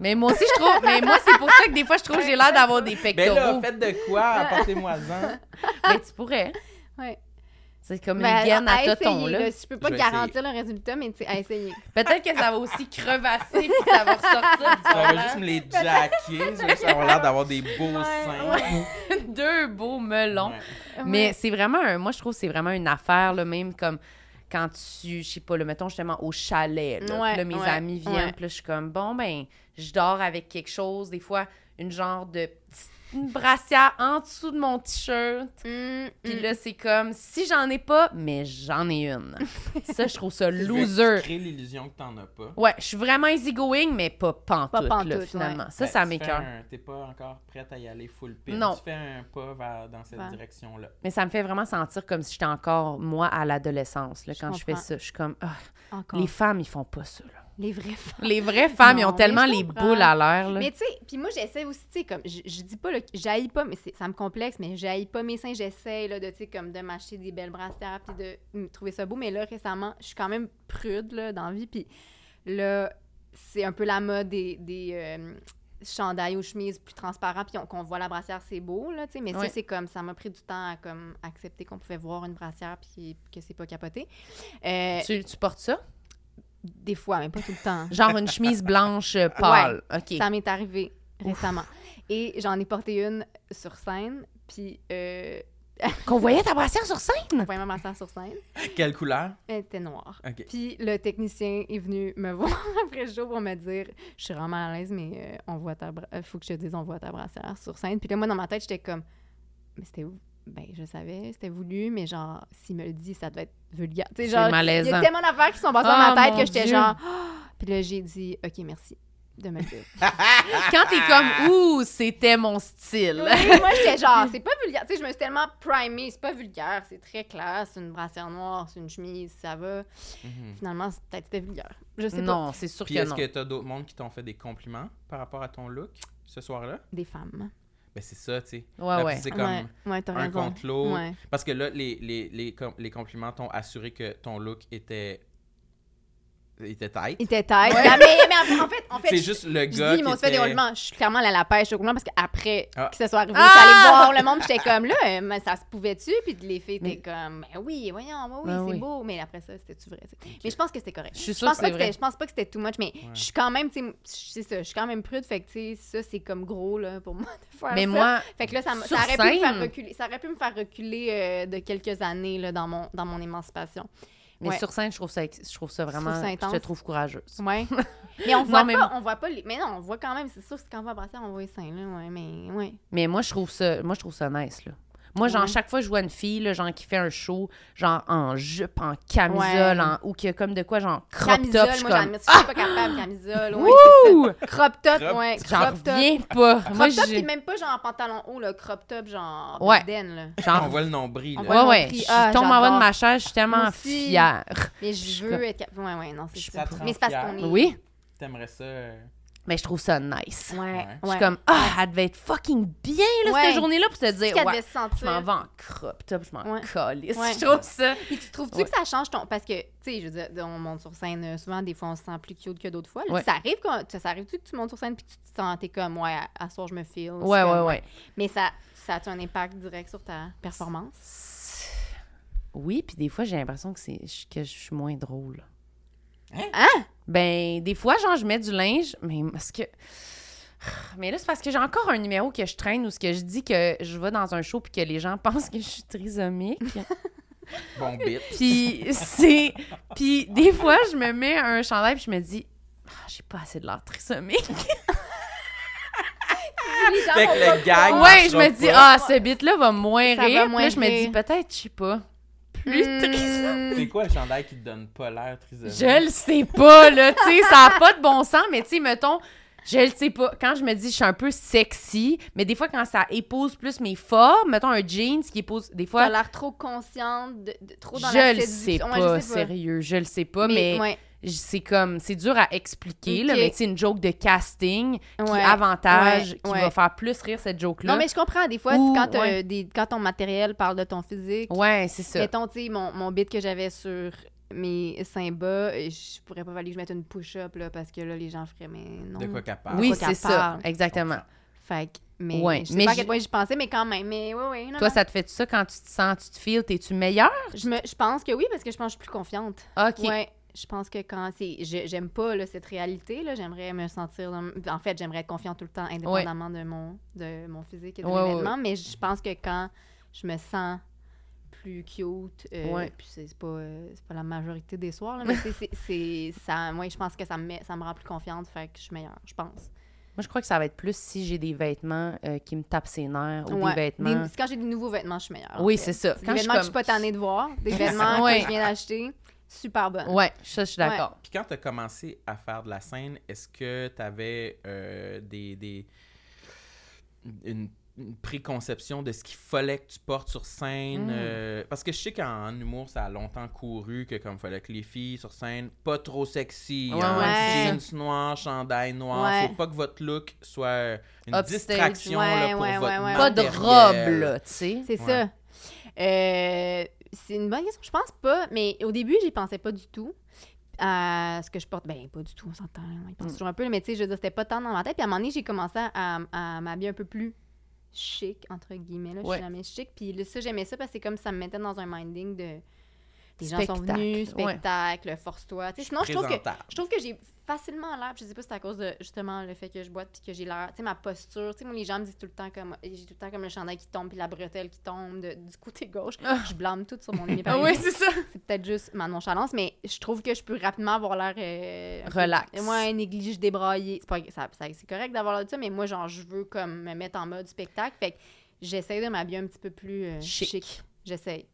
Speaker 2: Mais moi aussi, je trouve. Mais moi, c'est pour ça que des fois, je trouve que j'ai l'air d'avoir des
Speaker 1: Ben là,
Speaker 2: pectoraux.
Speaker 1: faites de quoi?
Speaker 4: Ah.
Speaker 1: Apportez-moi-en.
Speaker 2: Mais tu pourrais. hein.
Speaker 4: Ouais.
Speaker 2: C'est comme
Speaker 4: Ben,
Speaker 2: une gaine à
Speaker 4: essayer,
Speaker 2: totons, là.
Speaker 4: là. Je peux pas
Speaker 1: Je
Speaker 4: te
Speaker 1: vais
Speaker 4: garantir le résultat, mais tu sais, à essayer.
Speaker 2: Peut-être que ça va aussi crevasser puis ça va ressortir. du
Speaker 1: Ça va
Speaker 2: bord.
Speaker 1: juste me les jacker. Ça va avoir l'air d'avoir des beaux seins.
Speaker 2: Deux beaux melons.
Speaker 1: Ouais.
Speaker 2: Mais c'est vraiment, un- moi, je trouve que c'est vraiment une affaire, là, même comme quand tu, je sais pas, le mettons justement au chalet, là,
Speaker 4: Ouais,
Speaker 2: puis là, mes
Speaker 4: ouais,
Speaker 2: amis viennent,
Speaker 4: ouais.
Speaker 2: puis là, je suis comme, bon, ben, je dors avec quelque chose, des fois, une genre de petite- une brassière en dessous de mon T-shirt,
Speaker 4: Mm,
Speaker 2: puis
Speaker 4: mm.
Speaker 2: là, c'est comme, si j'en ai pas, mais j'en ai une. ça, je trouve ça
Speaker 1: Tu veux
Speaker 2: loser.
Speaker 1: créer l'illusion que t'en as pas.
Speaker 2: Ouais, je suis vraiment easygoing, mais pas pantoute,
Speaker 4: Pas
Speaker 2: là,
Speaker 4: pantoute,
Speaker 2: finalement.
Speaker 1: Ben,
Speaker 2: Ça, ça
Speaker 1: tu fais
Speaker 2: m'écoeure.
Speaker 1: un- T'es pas encore prête à y aller full pin.
Speaker 2: Non.
Speaker 1: Tu fais un pas vers, dans cette
Speaker 4: Ouais.
Speaker 1: direction-là.
Speaker 2: Mais ça me fait vraiment sentir comme si j'étais encore, moi, à l'adolescence, là,
Speaker 4: Je
Speaker 2: quand je fais
Speaker 4: comprends.
Speaker 2: ça. Je suis comme, ah,
Speaker 4: Encore.
Speaker 2: les femmes, ils font pas ça, là.
Speaker 4: les vrais femmes.
Speaker 2: Les vraies femmes,
Speaker 4: Non,
Speaker 2: ils ont
Speaker 4: mais
Speaker 2: tellement
Speaker 4: je
Speaker 2: les
Speaker 4: comprends.
Speaker 2: boules à l'air. là.
Speaker 4: Mais tu sais, puis moi j'essaie aussi, tu sais, comme je, je dis pas, là, que j'haïs pas, mais c'est- ça me complexe, mais j'haïs pas mes seins, j'essaie là, de, tu sais, comme de m'acheter des belles brassières puis de mm, trouver ça beau. Mais là, récemment, je suis quand même prude, là, dans la vie, puis là, c'est un peu la mode des, des euh, chandails ou chemises plus transparents, puis on- qu'on voit la brassière, c'est beau, là, tu sais, mais
Speaker 2: Ouais.
Speaker 4: ça, c'est comme, ça m'a pris du temps à comme accepter qu'on pouvait voir une brassière puis que c'est pas capoté. Euh,
Speaker 2: Tu, tu portes ça?
Speaker 4: Des fois, mais pas tout le temps.
Speaker 2: Genre une chemise blanche euh, pâle. OK.
Speaker 4: Ça m'est arrivé récemment. Et j'en ai porté une sur scène, puis euh,
Speaker 2: Qu'on voyait ta brassière sur
Speaker 4: on
Speaker 2: scène?
Speaker 4: voyait ma brassière sur scène.
Speaker 1: Quelle couleur?
Speaker 4: Elle était noire.
Speaker 1: OK.
Speaker 4: Puis le technicien est venu me voir après le show pour me dire Je suis vraiment à l'aise, mais euh, on voit ta bra- euh, faut que je te dise, on voit ta brassière sur scène. Puis là, moi, dans ma tête, j'étais comme Mais c'était où? Ben, je savais, c'était voulu, mais genre, s'il me le dit, ça devait être vulgaire. Tu sais,
Speaker 2: C'est
Speaker 4: genre, il y
Speaker 2: malaisant.
Speaker 4: a tellement d'affaires qui sont passées
Speaker 2: Ah,
Speaker 4: dans ma tête
Speaker 2: mon
Speaker 4: que j'étais
Speaker 2: Dieu.
Speaker 4: genre Ah! Puis là, j'ai dit Ok, merci de me le dire.
Speaker 2: Quand t'es comme, ouh, c'était mon style.
Speaker 4: Oui, moi, j'étais genre, c'est pas vulgaire. Tu sais, je me suis tellement primée, c'est pas vulgaire, c'est très clair, c'est une brassière noire, c'est une chemise, ça va.
Speaker 1: Mhm.
Speaker 4: Finalement, c'est- peut-être c'était vulgaire. Je sais pas.
Speaker 2: Non, c'est sûr
Speaker 1: Puis
Speaker 2: que
Speaker 1: est-ce
Speaker 2: non.
Speaker 1: que t'as d'autres mondes qui t'ont fait des compliments par rapport à ton look ce soir-là?
Speaker 4: Des femmes.
Speaker 1: Ben c'est ça, tu sais.
Speaker 2: Ouais,
Speaker 1: Là,
Speaker 2: ouais.
Speaker 1: C'est comme
Speaker 4: Ah Ouais, ouais, t'as
Speaker 1: un
Speaker 4: raison.
Speaker 1: contre l'autre.
Speaker 4: Ouais.
Speaker 1: Parce que là, les, les, les, com- les compliments t'ont assuré que ton look était. était tight.
Speaker 4: Il était tête. Mais, mais en fait, en fait,
Speaker 1: c'est
Speaker 4: je-
Speaker 1: juste le
Speaker 4: je
Speaker 1: gars.
Speaker 4: dis, mais on
Speaker 1: qui
Speaker 4: se fait des
Speaker 1: était-
Speaker 4: roulements. Je suis clairement allée à la pêche au roulement parce qu'après
Speaker 1: Ah.
Speaker 4: que ce soit arrivé,
Speaker 2: Ah!
Speaker 4: j'allais voir le monde, puis j'étais comme là, euh, mais ça se pouvait-tu? Puis les filles
Speaker 2: Mais-
Speaker 4: étaient comme, ben oui, voyons, ben oui,
Speaker 2: Ben
Speaker 4: c'est
Speaker 2: oui.
Speaker 4: beau. Mais après ça, c'était-tu vrai? tu sais? Mais je pense que c'était correct.
Speaker 2: Je suis
Speaker 4: Je
Speaker 2: sûre que
Speaker 4: pense, pas
Speaker 2: c'est
Speaker 4: que c'était-
Speaker 2: vrai.
Speaker 4: je pense pas que c'était too much, mais je suis quand même, tu sais, c'est ça, je suis quand même prude, fait que, tu sais, ça, c'est comme gros, là, pour moi, de faire
Speaker 2: Mais
Speaker 4: ça.
Speaker 2: moi,
Speaker 4: Fait que là, ça, m-
Speaker 2: sur
Speaker 4: ça aurait pu me
Speaker 2: scène-
Speaker 4: faire reculer, ça aurait pu me faire reculer euh, de quelques années, là, dans mon, dans mon émancipation.
Speaker 2: mais
Speaker 4: Ouais.
Speaker 2: sur scène, je trouve ça, ex- je trouve ça vraiment,
Speaker 4: ça
Speaker 2: je, te
Speaker 4: intense.
Speaker 2: trouve courageuse.
Speaker 4: Ouais. mais on voit
Speaker 2: Non, mais-
Speaker 4: pas, on voit pas les... Mais non, on voit quand même, c'est sûr, c'est quand on voit Brassière, on voit les seins, là, ouais, mais, ouais.
Speaker 2: Mais moi, je trouve ça, moi, je trouve ça nice, là. Moi, genre,
Speaker 4: Ouais.
Speaker 2: chaque fois que je vois une fille, là, genre, qui fait un show, genre, en jupe, en camisole,
Speaker 4: Ouais.
Speaker 2: en- ou que comme de quoi, genre, crop
Speaker 4: Camisole,
Speaker 2: top, je suis
Speaker 4: moi,
Speaker 2: comme, Ah!
Speaker 4: j'admire, je suis pas capable, camisole, ouais, c'est
Speaker 2: ouh,
Speaker 4: ça. Crop top,
Speaker 1: Crop-
Speaker 4: ouais,
Speaker 2: j'en
Speaker 4: crop top.
Speaker 2: reviens pas. Moi,
Speaker 4: Crop top,
Speaker 2: j'ai-
Speaker 4: puis même pas genre en pantalon haut, le crop top, genre,
Speaker 2: Ouais.
Speaker 4: bedaine, là.
Speaker 2: j'en
Speaker 1: Ah, On voit le nombril.
Speaker 4: On
Speaker 1: là.
Speaker 2: Ouais,
Speaker 4: voit- Ouais,
Speaker 2: ouais.
Speaker 4: mon prix.
Speaker 2: Je
Speaker 4: Ah,
Speaker 2: tombe en bas de
Speaker 4: j'adore.
Speaker 2: ma chaise, je suis tellement
Speaker 4: Moi aussi.
Speaker 2: fière.
Speaker 4: Mais
Speaker 2: Je
Speaker 4: je
Speaker 2: suis
Speaker 4: veux
Speaker 2: comme-
Speaker 4: être capable. Ouais, ouais, non, c'est
Speaker 1: Je suis
Speaker 4: ça.
Speaker 1: pas
Speaker 4: Mais c'est parce qu'on est.
Speaker 2: Oui,
Speaker 1: T'aimerais ça. euh,
Speaker 2: mais je trouve ça nice.
Speaker 4: Ouais, ouais.
Speaker 2: Je suis comme, ah, elle devait être fucking bien, là,
Speaker 4: Ouais.
Speaker 2: cette journée-là, pour te
Speaker 4: C'est ce
Speaker 2: dire,
Speaker 4: qu'elle
Speaker 2: ouais,
Speaker 4: devait se sentir.
Speaker 2: je m'en vais en crop top, je m'en
Speaker 4: Ouais.
Speaker 2: calisse.
Speaker 4: Ouais.
Speaker 2: Je trouve ça.
Speaker 4: Puis tu trouves-tu
Speaker 2: Ouais.
Speaker 4: que ça change ton. Parce que, tu sais, je veux dire, on monte sur scène euh, souvent, des fois on se sent plus cute que d'autres fois. là.
Speaker 2: Ouais.
Speaker 4: Ça arrive quand... ça, ça arrive-tu que tu montes sur scène puis tu te sens, t'es comme, ouais, à, à soir je me feel. Je suis
Speaker 2: Ouais,
Speaker 4: comme,
Speaker 2: ouais, ouais.
Speaker 4: Mais ça, ça a un impact direct sur ta performance?
Speaker 2: Oui, puis des fois, j'ai l'impression que, c'est, que je suis moins drôle.
Speaker 1: Hein?
Speaker 2: Ben, des fois, genre, je mets du linge, mais parce que. Mais là, c'est parce que j'ai encore un numéro que je traîne ou ce que je dis que je vais dans un show puis que les gens pensent que je suis trisomique.
Speaker 1: Bon bit.
Speaker 2: puis c'est. Puis des fois, je me mets un chandail puis je me dis, Ah, j'ai pas assez de l'air trisomique. Ah,
Speaker 1: Fait que le gag.
Speaker 2: ouais, je
Speaker 1: marchera
Speaker 2: me dis,
Speaker 1: pas.
Speaker 2: ah, ce bit-là va moins
Speaker 4: Ça
Speaker 2: rire.
Speaker 4: va
Speaker 2: Puis
Speaker 4: moins
Speaker 2: là, je me
Speaker 4: rire.
Speaker 2: dis, peut-être, je sais pas, plus trisomique.
Speaker 4: Mmh.
Speaker 1: C'est quoi le chandail qui te donne pas l'air trisomique?
Speaker 2: Je le sais pas, là, tu sais, ça n'a pas de bon sens, mais tu sais, mettons, je le sais pas. Quand je me dis, je suis un peu sexy, mais des fois, quand ça épouse plus mes formes, mettons un jeans qui épouse, des
Speaker 4: T'as
Speaker 2: fois,
Speaker 4: l'air trop consciente, de- de- trop dans la
Speaker 2: je le sais
Speaker 4: séduction.
Speaker 2: pas,
Speaker 4: Ouais, je sais
Speaker 2: sérieux, je le sais pas, mais,
Speaker 4: Mais, ouais,
Speaker 2: j- c'est comme, c'est dur à expliquer, là,
Speaker 4: Ok.
Speaker 2: mais tu sais, une joke de casting qui
Speaker 4: ouais.
Speaker 2: avantage,
Speaker 4: ouais,
Speaker 2: qui
Speaker 4: ouais.
Speaker 2: va faire plus rire cette joke-là.
Speaker 4: Non, mais je comprends. Des fois,
Speaker 2: Ou-
Speaker 4: quand, t'as
Speaker 2: ouais.
Speaker 4: des, quand ton matériel parle de ton physique,
Speaker 2: Ouais, c'est ça.
Speaker 4: mettons, tu sais, mon, mon bit que j'avais sur mes seins bas, et je pourrais pas falloir que je mette une push-up, là, parce que là, les gens feraient, mais non.
Speaker 1: De quoi qu'elle parle?
Speaker 2: Oui,
Speaker 4: quoi
Speaker 2: c'est
Speaker 4: qu'elle
Speaker 2: ça,
Speaker 4: parle.
Speaker 2: exactement.
Speaker 4: Fait que, mais
Speaker 2: Ouais,
Speaker 4: je sais
Speaker 2: mais
Speaker 4: pas à
Speaker 2: j-
Speaker 4: quel point j'y pensais, mais quand même, mais oui, oui, non,
Speaker 2: Toi,
Speaker 4: non.
Speaker 2: ça te fait ça quand tu te sens, tu te files, t'es-tu meilleur?
Speaker 4: Je, me- je pense que oui, parce que je pense que je suis plus confiante.
Speaker 2: OK.
Speaker 4: Ouais, je pense que quand c'est. je- J'aime pas là, cette réalité, là. J'aimerais me sentir. dans- En fait, j'aimerais être confiante tout le temps, indépendamment de, mon, de mon physique et de
Speaker 2: Ouais,
Speaker 4: mes
Speaker 2: ouais,
Speaker 4: vêtements. Mais je pense que quand je me sens plus cute, euh,
Speaker 2: Ouais.
Speaker 4: puis c'est c'est pas, euh, c'est pas la majorité des soirs, là, mais c'est- c'est- c'est. ça- Ouais, je pense que ça me, met- ça me rend plus confiante, fait que je suis meilleure, je pense.
Speaker 2: Moi, je crois que ça va être plus si j'ai des vêtements euh, qui me tapent ses nerfs ou
Speaker 4: Ouais.
Speaker 2: des vêtements. Ah,
Speaker 4: Des- c'est quand j'ai des nouveaux vêtements, je suis meilleure. en
Speaker 2: Oui,
Speaker 4: fait.
Speaker 2: c'est ça.
Speaker 4: C'est
Speaker 2: Quand
Speaker 4: Des
Speaker 2: je suis
Speaker 4: vêtements que je suis
Speaker 2: comme...
Speaker 4: pas tannée de voir, des vêtements
Speaker 2: Ouais.
Speaker 4: que je viens d'acheter, super bonne.
Speaker 2: Ouais, ça, je suis
Speaker 4: Ouais.
Speaker 2: d'accord.
Speaker 1: Puis quand tu as commencé à faire de la scène, est-ce que tu avais des, des- une, une préconception de ce qu'il fallait que tu portes sur scène?
Speaker 4: Hmm.
Speaker 2: Mm.
Speaker 1: euh, parce que je sais qu'en humour, ça a longtemps couru que comme fallait que les filles sur scène, pas trop sexy,
Speaker 2: Ouais,
Speaker 1: hein,
Speaker 4: ouais.
Speaker 1: jeans noirs, chandail noir,
Speaker 4: Ouais.
Speaker 1: faut pas que votre look soit une
Speaker 2: Upstage,
Speaker 1: distraction là,
Speaker 4: ouais,
Speaker 1: pour
Speaker 4: ouais,
Speaker 1: votre
Speaker 4: ouais, ouais.
Speaker 2: Pas de robe,
Speaker 1: matériel.
Speaker 2: là, tu sais.
Speaker 4: C'est
Speaker 1: Ouais.
Speaker 4: ça. Euh, c'est une bonne question. Je pense pas, mais au début, j'y pensais pas du tout à ce que je porte. Ben, pas du tout, on s'entend. On y pense
Speaker 2: Mm.
Speaker 4: toujours un peu, mais tu sais, je veux dire, c'était pas tant dans ma tête. Puis à un moment donné, j'ai commencé à, à m'habiller un peu plus chic, entre guillemets. Là. Je
Speaker 2: Ouais.
Speaker 4: suis jamais chic. Puis là, ça, j'aimais ça parce que c'est comme ça me mettait dans un minding de. Les gens sont
Speaker 2: Spectacle,
Speaker 4: venus,
Speaker 2: ouais.
Speaker 4: spectacle, force-toi. Tu sais, Sinon, je trouve que
Speaker 1: Présentable.
Speaker 4: je trouve que j'ai facilement l'air, puis je sais pas si c'est à cause de justement le fait que je boite puis que j'ai l'air, tu sais ma posture, tu sais moi les gens me disent tout le temps comme j'ai tout le temps comme le chandail qui tombe puis la bretelle qui tombe de- du côté gauche. je blâme tout sur mon
Speaker 2: Ah
Speaker 4: épargne.
Speaker 2: oui, c'est ça.
Speaker 4: c'est peut-être juste ma nonchalance mais je trouve que je peux rapidement avoir l'air euh, un peu-
Speaker 2: Relax.
Speaker 4: Ouais, néglige, débraillé. C'est pas ça, ça- c'est correct d'avoir l'air de ça mais moi genre je veux comme me mettre en mode spectacle fait que j'essaie de m'habiller un petit peu plus euh,
Speaker 2: Chic.
Speaker 4: chic. J'essaie.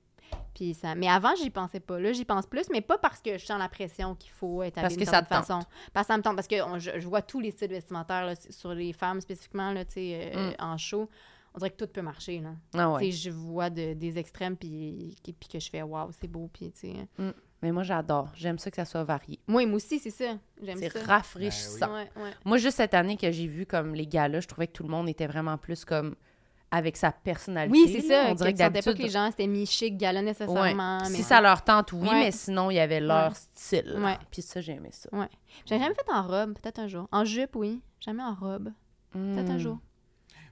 Speaker 4: Puis ça... Mais avant, j'y pensais pas. Là, j'y pense plus, mais pas parce que je sens la pression qu'il faut être
Speaker 2: Parce
Speaker 4: habillée d'une
Speaker 2: que ça te
Speaker 4: certaine façon. Parce que ça me tente. Parce que on- je, je vois tous les styles vestimentaires là, sur les femmes spécifiquement, là, tu sais, euh,
Speaker 2: Mm.
Speaker 4: en show. On dirait que tout peut marcher. Là.
Speaker 2: Ah ouais.
Speaker 4: Tu sais, Je vois de- des extrêmes, puis, qui- puis que je fais « wow, c'est beau ». Puis, tu sais. hein.
Speaker 2: Mais moi, j'adore. J'aime ça que ça soit varié.
Speaker 4: Moi, moi aussi, c'est ça. J'aime
Speaker 2: C'est
Speaker 4: ça. Ben
Speaker 2: rafraîchissant.
Speaker 4: Ouais, ouais.
Speaker 2: Moi, juste cette année que j'ai vu comme les gars-là, je trouvais que tout le monde était vraiment plus comme avec sa personnalité.
Speaker 4: Oui, c'est
Speaker 2: là.
Speaker 4: ça.
Speaker 2: On dirait que
Speaker 4: tu sentais pas que
Speaker 2: d'habitude...
Speaker 4: les gens étaient mi-chic, gala
Speaker 2: Ouais.
Speaker 4: nécessairement. mais-
Speaker 2: Si ça leur tente, oui,
Speaker 4: Ouais.
Speaker 2: mais sinon, il y avait leur
Speaker 4: Ouais.
Speaker 2: style.
Speaker 4: Ouais.
Speaker 2: Puis ça, j'aimais ça.
Speaker 4: J'ai jamais fait en robe, peut-être un jour. En jupe, oui. Jamais en robe. Peut-être un
Speaker 2: Hmm.
Speaker 4: jour.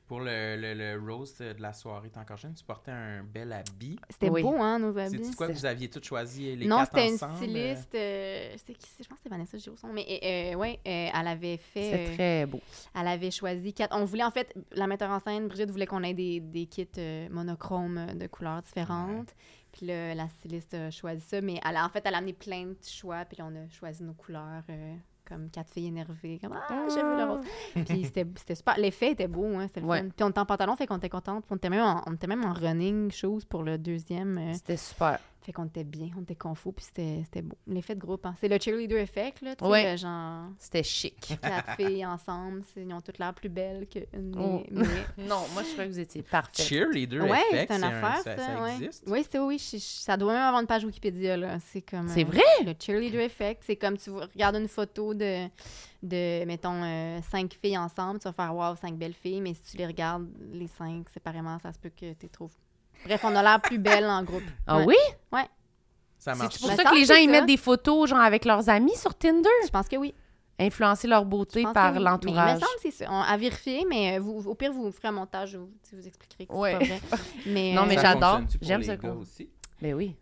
Speaker 1: Pour le, le, le roast de la soirée, t'es encore jeune, tu portais un bel habit.
Speaker 4: C'était
Speaker 2: Oui.
Speaker 4: beau, hein, nos habits.
Speaker 1: C'est quoi que vous aviez toutes choisi les
Speaker 4: non,
Speaker 1: quatre
Speaker 4: c'était une
Speaker 1: ensemble?
Speaker 4: styliste. euh, c'est qui c'est? Je pense que c'était Vanessa Girson. Mais euh, euh, ouais, euh, elle avait fait.
Speaker 2: C'est
Speaker 4: euh,
Speaker 2: très beau.
Speaker 4: Elle avait choisi quatre. On voulait, en fait, la metteur en scène, Brigitte voulait qu'on ait des, des kits euh, monochromes euh, de couleurs différentes. Puis là, la styliste a choisi ça. Mais elle, a- en fait, elle a amené plein de petits choix. Puis là, on a choisi nos couleurs. euh, comme quatre filles énervées, comme Ah, je veux le rose. Puis c'était c'était super. L'effet était beau, hein, c'était le
Speaker 2: Ouais.
Speaker 4: fun. Puis on était en pantalon, fait qu'on était contente. Puis On était même en, on était même en running, chose pour le deuxième. euh,
Speaker 2: C'était super.
Speaker 4: Fait qu'on était bien, on était confus, puis c'était c'était beau. L'effet de groupe, hein. c'est le cheerleader effect, là, tu sais,
Speaker 2: Ouais.
Speaker 4: le genre
Speaker 2: C'était chic.
Speaker 4: quatre filles ensemble, c'est- ils ont toutes l'air plus belles qu'une
Speaker 2: Oh.
Speaker 4: mais- mais-
Speaker 2: Non, moi, je crois que vous étiez parfait.
Speaker 1: Cheerleader
Speaker 4: Ouais,
Speaker 1: effect,
Speaker 4: c'est une affaire,
Speaker 1: ça,
Speaker 4: ça,
Speaker 1: ça
Speaker 4: ouais.
Speaker 1: existe?
Speaker 4: Oui, c'est oui, je- je- ça doit même avoir une page Wikipédia là. C'est comme.
Speaker 2: C'est
Speaker 4: euh,
Speaker 2: vrai?
Speaker 4: Le cheerleader effect, c'est comme tu vois- regardes une photo de, de mettons euh, cinq filles ensemble, tu vas faire waouh cinq belles filles, mais si tu les regardes les cinq séparément, ça se peut que tu les trouves. Bref, on a l'air plus belles en groupe.
Speaker 2: Ah
Speaker 4: Ouais.
Speaker 2: oui?
Speaker 1: Ça marche.
Speaker 2: C'est pour
Speaker 4: Mais
Speaker 2: ça
Speaker 4: ça,
Speaker 2: que les gens
Speaker 4: c'est
Speaker 2: ils
Speaker 4: ça.
Speaker 2: mettent des photos genre avec leurs amis sur Tinder,
Speaker 4: Je pense que oui.
Speaker 2: influencer leur
Speaker 4: Je
Speaker 2: beauté
Speaker 4: pense
Speaker 2: par
Speaker 4: que oui. Mais Il
Speaker 2: l'entourage.
Speaker 4: me semble que c'est ça. On- à vérifier, mais euh, vous, au pire, vous ferez un montage, vous, tu sais, vous expliquerez que
Speaker 2: Ouais.
Speaker 4: c'est pas vrai. Mais,
Speaker 2: Non,
Speaker 4: euh,
Speaker 2: mais
Speaker 1: Ça
Speaker 2: j'adore.
Speaker 1: fonctionne-tu pour
Speaker 2: J'aime
Speaker 1: les
Speaker 2: ce
Speaker 1: gars
Speaker 2: cours.
Speaker 1: aussi?
Speaker 2: Ben oui.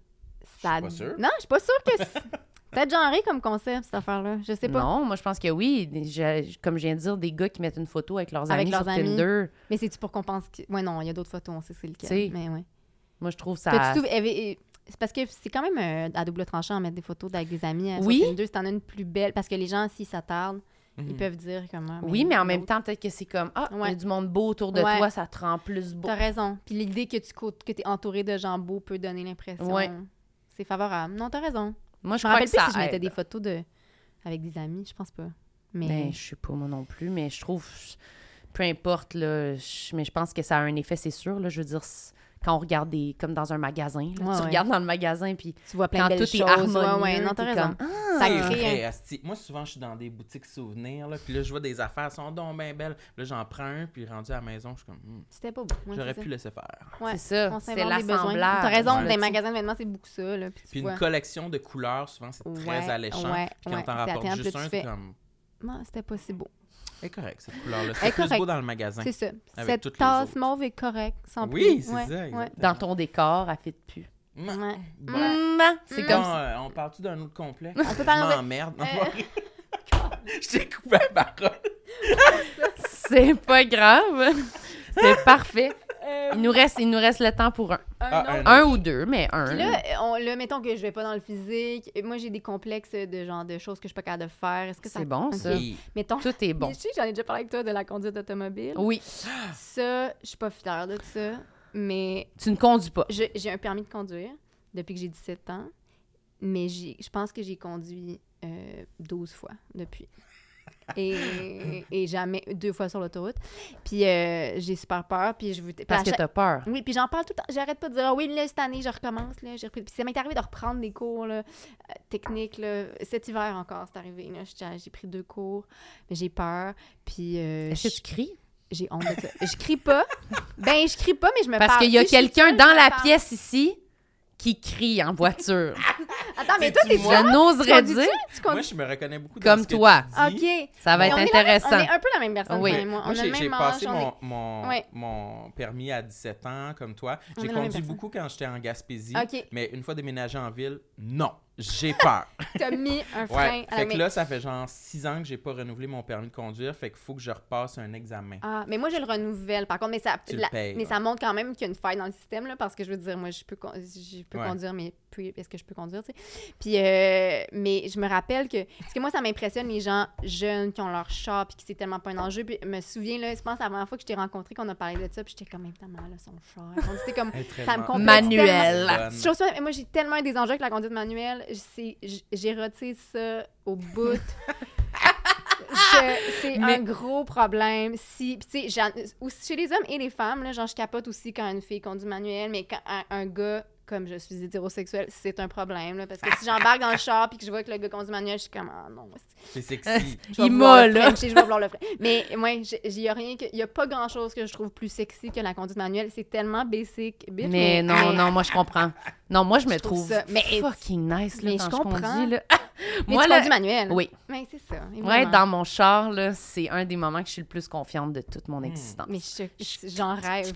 Speaker 4: ça...
Speaker 1: Je suis pas sûre.
Speaker 4: Non, je suis pas sûre que c'est peut-être genré comme concept, cette affaire-là. Je sais pas.
Speaker 2: Non, moi je pense que oui. Je- comme je viens de dire, des gars qui mettent une photo avec leurs
Speaker 4: Avec
Speaker 2: amis
Speaker 4: leurs
Speaker 2: sur
Speaker 4: amis.
Speaker 2: Tinder,
Speaker 4: Mais c'est-tu pour qu'on pense que... Ouais, non, il y a d'autres photos, on sait c'est lequel.
Speaker 2: Tu sais,
Speaker 4: mais ouais.
Speaker 2: moi je trouve ça.
Speaker 4: T'as-tu trouvé- eh, eh, C'est parce que c'est quand même euh, à double tranchant à mettre des photos avec des amis. hein,
Speaker 2: Oui. Hmm.
Speaker 4: Sur Tinder, si t'en as une plus belle, parce que les gens, s'ils s'attardent,
Speaker 1: Mhm.
Speaker 4: ils peuvent dire comment.
Speaker 2: Ah Oui, mais en même temps, peut-être que c'est comme Ah, il y a
Speaker 4: Ouais.
Speaker 2: du monde beau autour de
Speaker 4: Ouais.
Speaker 2: toi, ça te rend plus beau.
Speaker 4: T'as raison. Puis l'idée que tu co- que es entouré de gens beaux peut donner l'impression.
Speaker 2: Ouais.
Speaker 4: C'est favorable. Non, t'as raison.
Speaker 2: Moi je
Speaker 4: Je
Speaker 2: crois
Speaker 4: me
Speaker 2: que
Speaker 4: rappelle plus
Speaker 2: ça.
Speaker 4: si je mettais
Speaker 2: aide.
Speaker 4: des photos de... avec des amis, je pense pas. Mais
Speaker 2: Ben, je sais pas moi non plus, mais je trouve, peu importe, là, je- mais je pense que ça a un effet, c'est sûr. Là, je veux dire, c'est- quand on regarde des, comme dans un magasin, là,
Speaker 4: Ouais,
Speaker 2: tu
Speaker 4: ouais.
Speaker 2: regardes dans le magasin, puis
Speaker 4: tu vois
Speaker 2: quand
Speaker 4: plein de
Speaker 2: tout
Speaker 4: belles
Speaker 2: est
Speaker 4: choses.
Speaker 2: harmonieux,
Speaker 4: ouais, ouais, non, t'as
Speaker 2: t'es
Speaker 4: raison.
Speaker 2: comme, Ah,
Speaker 4: Ça
Speaker 1: C'est
Speaker 4: crée
Speaker 1: vrai, asti. Moi, souvent, je suis dans des boutiques souvenirs, là, puis là, je vois des affaires, sont donc bien belles. Là, j'en prends un, puis rendu à la maison, je suis comme, Hmm,
Speaker 4: C'était pas beau. Ouais,
Speaker 1: j'aurais
Speaker 4: c'est
Speaker 1: pu laisser faire.
Speaker 4: ça. Ouais.
Speaker 2: c'est ça,
Speaker 4: On
Speaker 2: c'est
Speaker 4: s'invente des besoins.
Speaker 2: l'assemblage.
Speaker 4: T'as raison,
Speaker 1: Ouais.
Speaker 4: les magasins de vêtements, c'est beaucoup ça. Là, puis tu
Speaker 1: Puis une
Speaker 4: vois.
Speaker 1: collection de couleurs, souvent, c'est très
Speaker 4: Ouais,
Speaker 1: alléchant.
Speaker 4: ouais,
Speaker 1: puis quand
Speaker 4: ouais.
Speaker 1: t'en
Speaker 4: C'est
Speaker 1: rapportes
Speaker 4: attrayant, puis
Speaker 1: juste
Speaker 4: là,
Speaker 1: un,
Speaker 4: tu
Speaker 1: c'est
Speaker 4: fais-
Speaker 1: comme,
Speaker 4: Non, c'était pas si beau.
Speaker 1: est correct, cette couleur-là.
Speaker 4: Elle est
Speaker 1: C'est plus beau
Speaker 4: correcte.
Speaker 1: dans le magasin.
Speaker 4: C'est ça.
Speaker 1: Avec toutes
Speaker 4: Cette
Speaker 1: les
Speaker 4: tasse
Speaker 1: autres.
Speaker 4: mauve est correcte, sans plus.
Speaker 1: Oui, c'est ça, exactement.
Speaker 2: Dans ton décor, à fait de pu.
Speaker 1: Mm.
Speaker 4: Ouais.
Speaker 1: Bon.
Speaker 2: Mm, C'est
Speaker 1: Bon,
Speaker 2: comme
Speaker 1: euh, on parle-tu d'un autre complet?
Speaker 4: Hein? On peut parler
Speaker 1: Je
Speaker 4: d'un-
Speaker 1: m'emmerde. Non,
Speaker 4: Euh.
Speaker 1: pas vrai. Je t'ai coupé la parole.
Speaker 2: C'est pas grave. C'est parfait.
Speaker 4: Euh,
Speaker 2: Il nous, reste, il nous reste le temps pour un.
Speaker 1: Ah, un
Speaker 2: Un ou deux, mais un.
Speaker 4: Puis là, on, là, mettons que je vais pas dans le physique. Moi, j'ai des complexes de genre de choses que je suis pas capable de faire. Est-ce que ça.
Speaker 2: C'est bon, ça.
Speaker 1: Oui.
Speaker 4: Mettons.
Speaker 2: Tout est bon.
Speaker 4: Je sais, j'en ai déjà parlé avec toi de la conduite automobile.
Speaker 2: Oui,
Speaker 4: Ça, je suis pas fière de ça. Mais
Speaker 2: tu ne conduis pas.
Speaker 4: je- j'ai un permis de conduire depuis que j'ai 17 ans. Mais j'ai- je pense que j'ai conduit euh, 12 fois depuis. Et, et jamais deux fois sur l'autoroute. Puis euh, j'ai super peur. Puis je vous. puis à
Speaker 2: Parce que
Speaker 4: chaque-
Speaker 2: t'as peur.
Speaker 4: Oui, puis j'en parle tout le temps. J'arrête pas de dire, ah oui, là, cette année, je recommence. Là, j'ai repris. Puis ça m'est arrivé de reprendre des cours là, euh, techniques. Là. Cet hiver encore, c'est arrivé. Là, j'ai, j'ai pris deux cours, mais j'ai peur. Puis euh,
Speaker 2: Est-ce que
Speaker 4: je-
Speaker 2: tu cries?
Speaker 4: j'ai honte de ça. Je crie pas. Ben, je crie pas, mais je me
Speaker 2: Parce
Speaker 4: parle.
Speaker 2: qu'il y a
Speaker 4: Si je suis
Speaker 2: quelqu'un
Speaker 4: seule,
Speaker 2: dans
Speaker 4: je me
Speaker 2: la
Speaker 4: parle.
Speaker 2: pièce ici qui crie en voiture.
Speaker 4: Ah, Attends, mais toi,
Speaker 1: C'est-tu
Speaker 4: t'es
Speaker 1: moi?
Speaker 4: déjà.
Speaker 2: Je n'oserais dire.
Speaker 4: Tu
Speaker 1: Moi,
Speaker 4: conduis.
Speaker 1: je me reconnais beaucoup dans
Speaker 2: Comme
Speaker 1: ce que
Speaker 2: toi.
Speaker 1: tu dis.
Speaker 4: Ok.
Speaker 2: Ça va
Speaker 4: Mais
Speaker 2: être
Speaker 4: on est la même-
Speaker 2: intéressant.
Speaker 4: on est un peu la même personne,
Speaker 2: Oui.
Speaker 4: toi et moi.
Speaker 1: Moi,
Speaker 4: on a
Speaker 1: j'ai
Speaker 4: le
Speaker 1: j'ai
Speaker 4: même
Speaker 1: passé
Speaker 4: âge. on est-
Speaker 1: mon, mon,
Speaker 4: Ouais.
Speaker 1: mon permis à 17 ans, comme toi.
Speaker 4: On
Speaker 1: J'ai
Speaker 4: est la même
Speaker 1: conduit
Speaker 4: personne.
Speaker 1: beaucoup quand j'étais en Gaspésie.
Speaker 4: Ok.
Speaker 1: Mais une fois déménagé en ville, non, j'ai peur.
Speaker 4: T'as mis un frein
Speaker 1: ouais.
Speaker 4: à la
Speaker 1: Fait que
Speaker 4: main.
Speaker 1: là, ça fait genre 6 ans que j'ai pas renouvelé mon permis de conduire. Fait qu'il faut que je repasse un examen.
Speaker 4: Ah, mais moi, je le renouvelle. Par contre, mais ça,
Speaker 1: Tu le
Speaker 4: la-
Speaker 1: payes,
Speaker 4: mais
Speaker 1: ouais.
Speaker 4: ça montre quand même qu'il y a une faille dans le système, là, parce que je veux dire, moi, je peux, con- je peux
Speaker 1: Ouais.
Speaker 4: conduire, mais puis, est-ce que je peux conduire, tu sais? Puis, euh, mais je me rappelle que, parce que moi, ça m'impressionne les gens jeunes qui ont leur char, puis qui c'est tellement pas un enjeu. Puis, je me souviens, là, je pense, la première fois que je t'ai rencontré, qu'on a parlé de ça, puis j'étais comme, évidemment, là, son char. elle conduit, c'est comme,
Speaker 1: Elle est très
Speaker 4: ça me
Speaker 1: bonne.
Speaker 4: complexe
Speaker 2: Manuel.
Speaker 4: tellement.
Speaker 1: Bonne.
Speaker 4: Ah, Je trouve ça- moi, j'ai tellement eu des enjeux avec la conduite manuelle. C'est- j- J'ai roté ça au bout. Je- c'est
Speaker 2: Mais-
Speaker 4: un gros problème. Si, pis tu sais, j'en- aussi chez les hommes et les femmes, là, genre, je capote aussi quand une fille conduit manuel, mais quand un, un gars, comme je suis hétérosexuelle, c'est un problème. là, parce que si j'embarque dans le char puis que je vois que le gars conduit manuel, je suis comme, ah non,
Speaker 1: C'est sexy.
Speaker 4: je vais
Speaker 2: Il
Speaker 4: vouloir le
Speaker 2: m'a,
Speaker 4: frencher, je vais vouloir le frencher. Mais moi, il n'y a rien que, y a pas grand chose que je trouve plus sexy que la conduite manuelle. C'est tellement basic, bitch.
Speaker 2: Mais non, non, moi je comprends. Non, moi je me
Speaker 4: Je trouve
Speaker 2: trouve
Speaker 4: ça- mais-
Speaker 2: fucking nice là,
Speaker 4: mais
Speaker 2: quand
Speaker 4: je
Speaker 2: je
Speaker 4: comprends.
Speaker 2: conduis. Là.
Speaker 4: Mais
Speaker 2: Moi,
Speaker 4: tu
Speaker 2: là-
Speaker 4: conduis manuel.
Speaker 2: Oui.
Speaker 4: Mais Ben, c'est ça.
Speaker 2: Ouais,
Speaker 4: évidemment.
Speaker 2: dans mon char, là, c'est un des moments que je suis le plus confiante de toute mon existence.
Speaker 4: Hmm. Mais je- je- j'en rêve.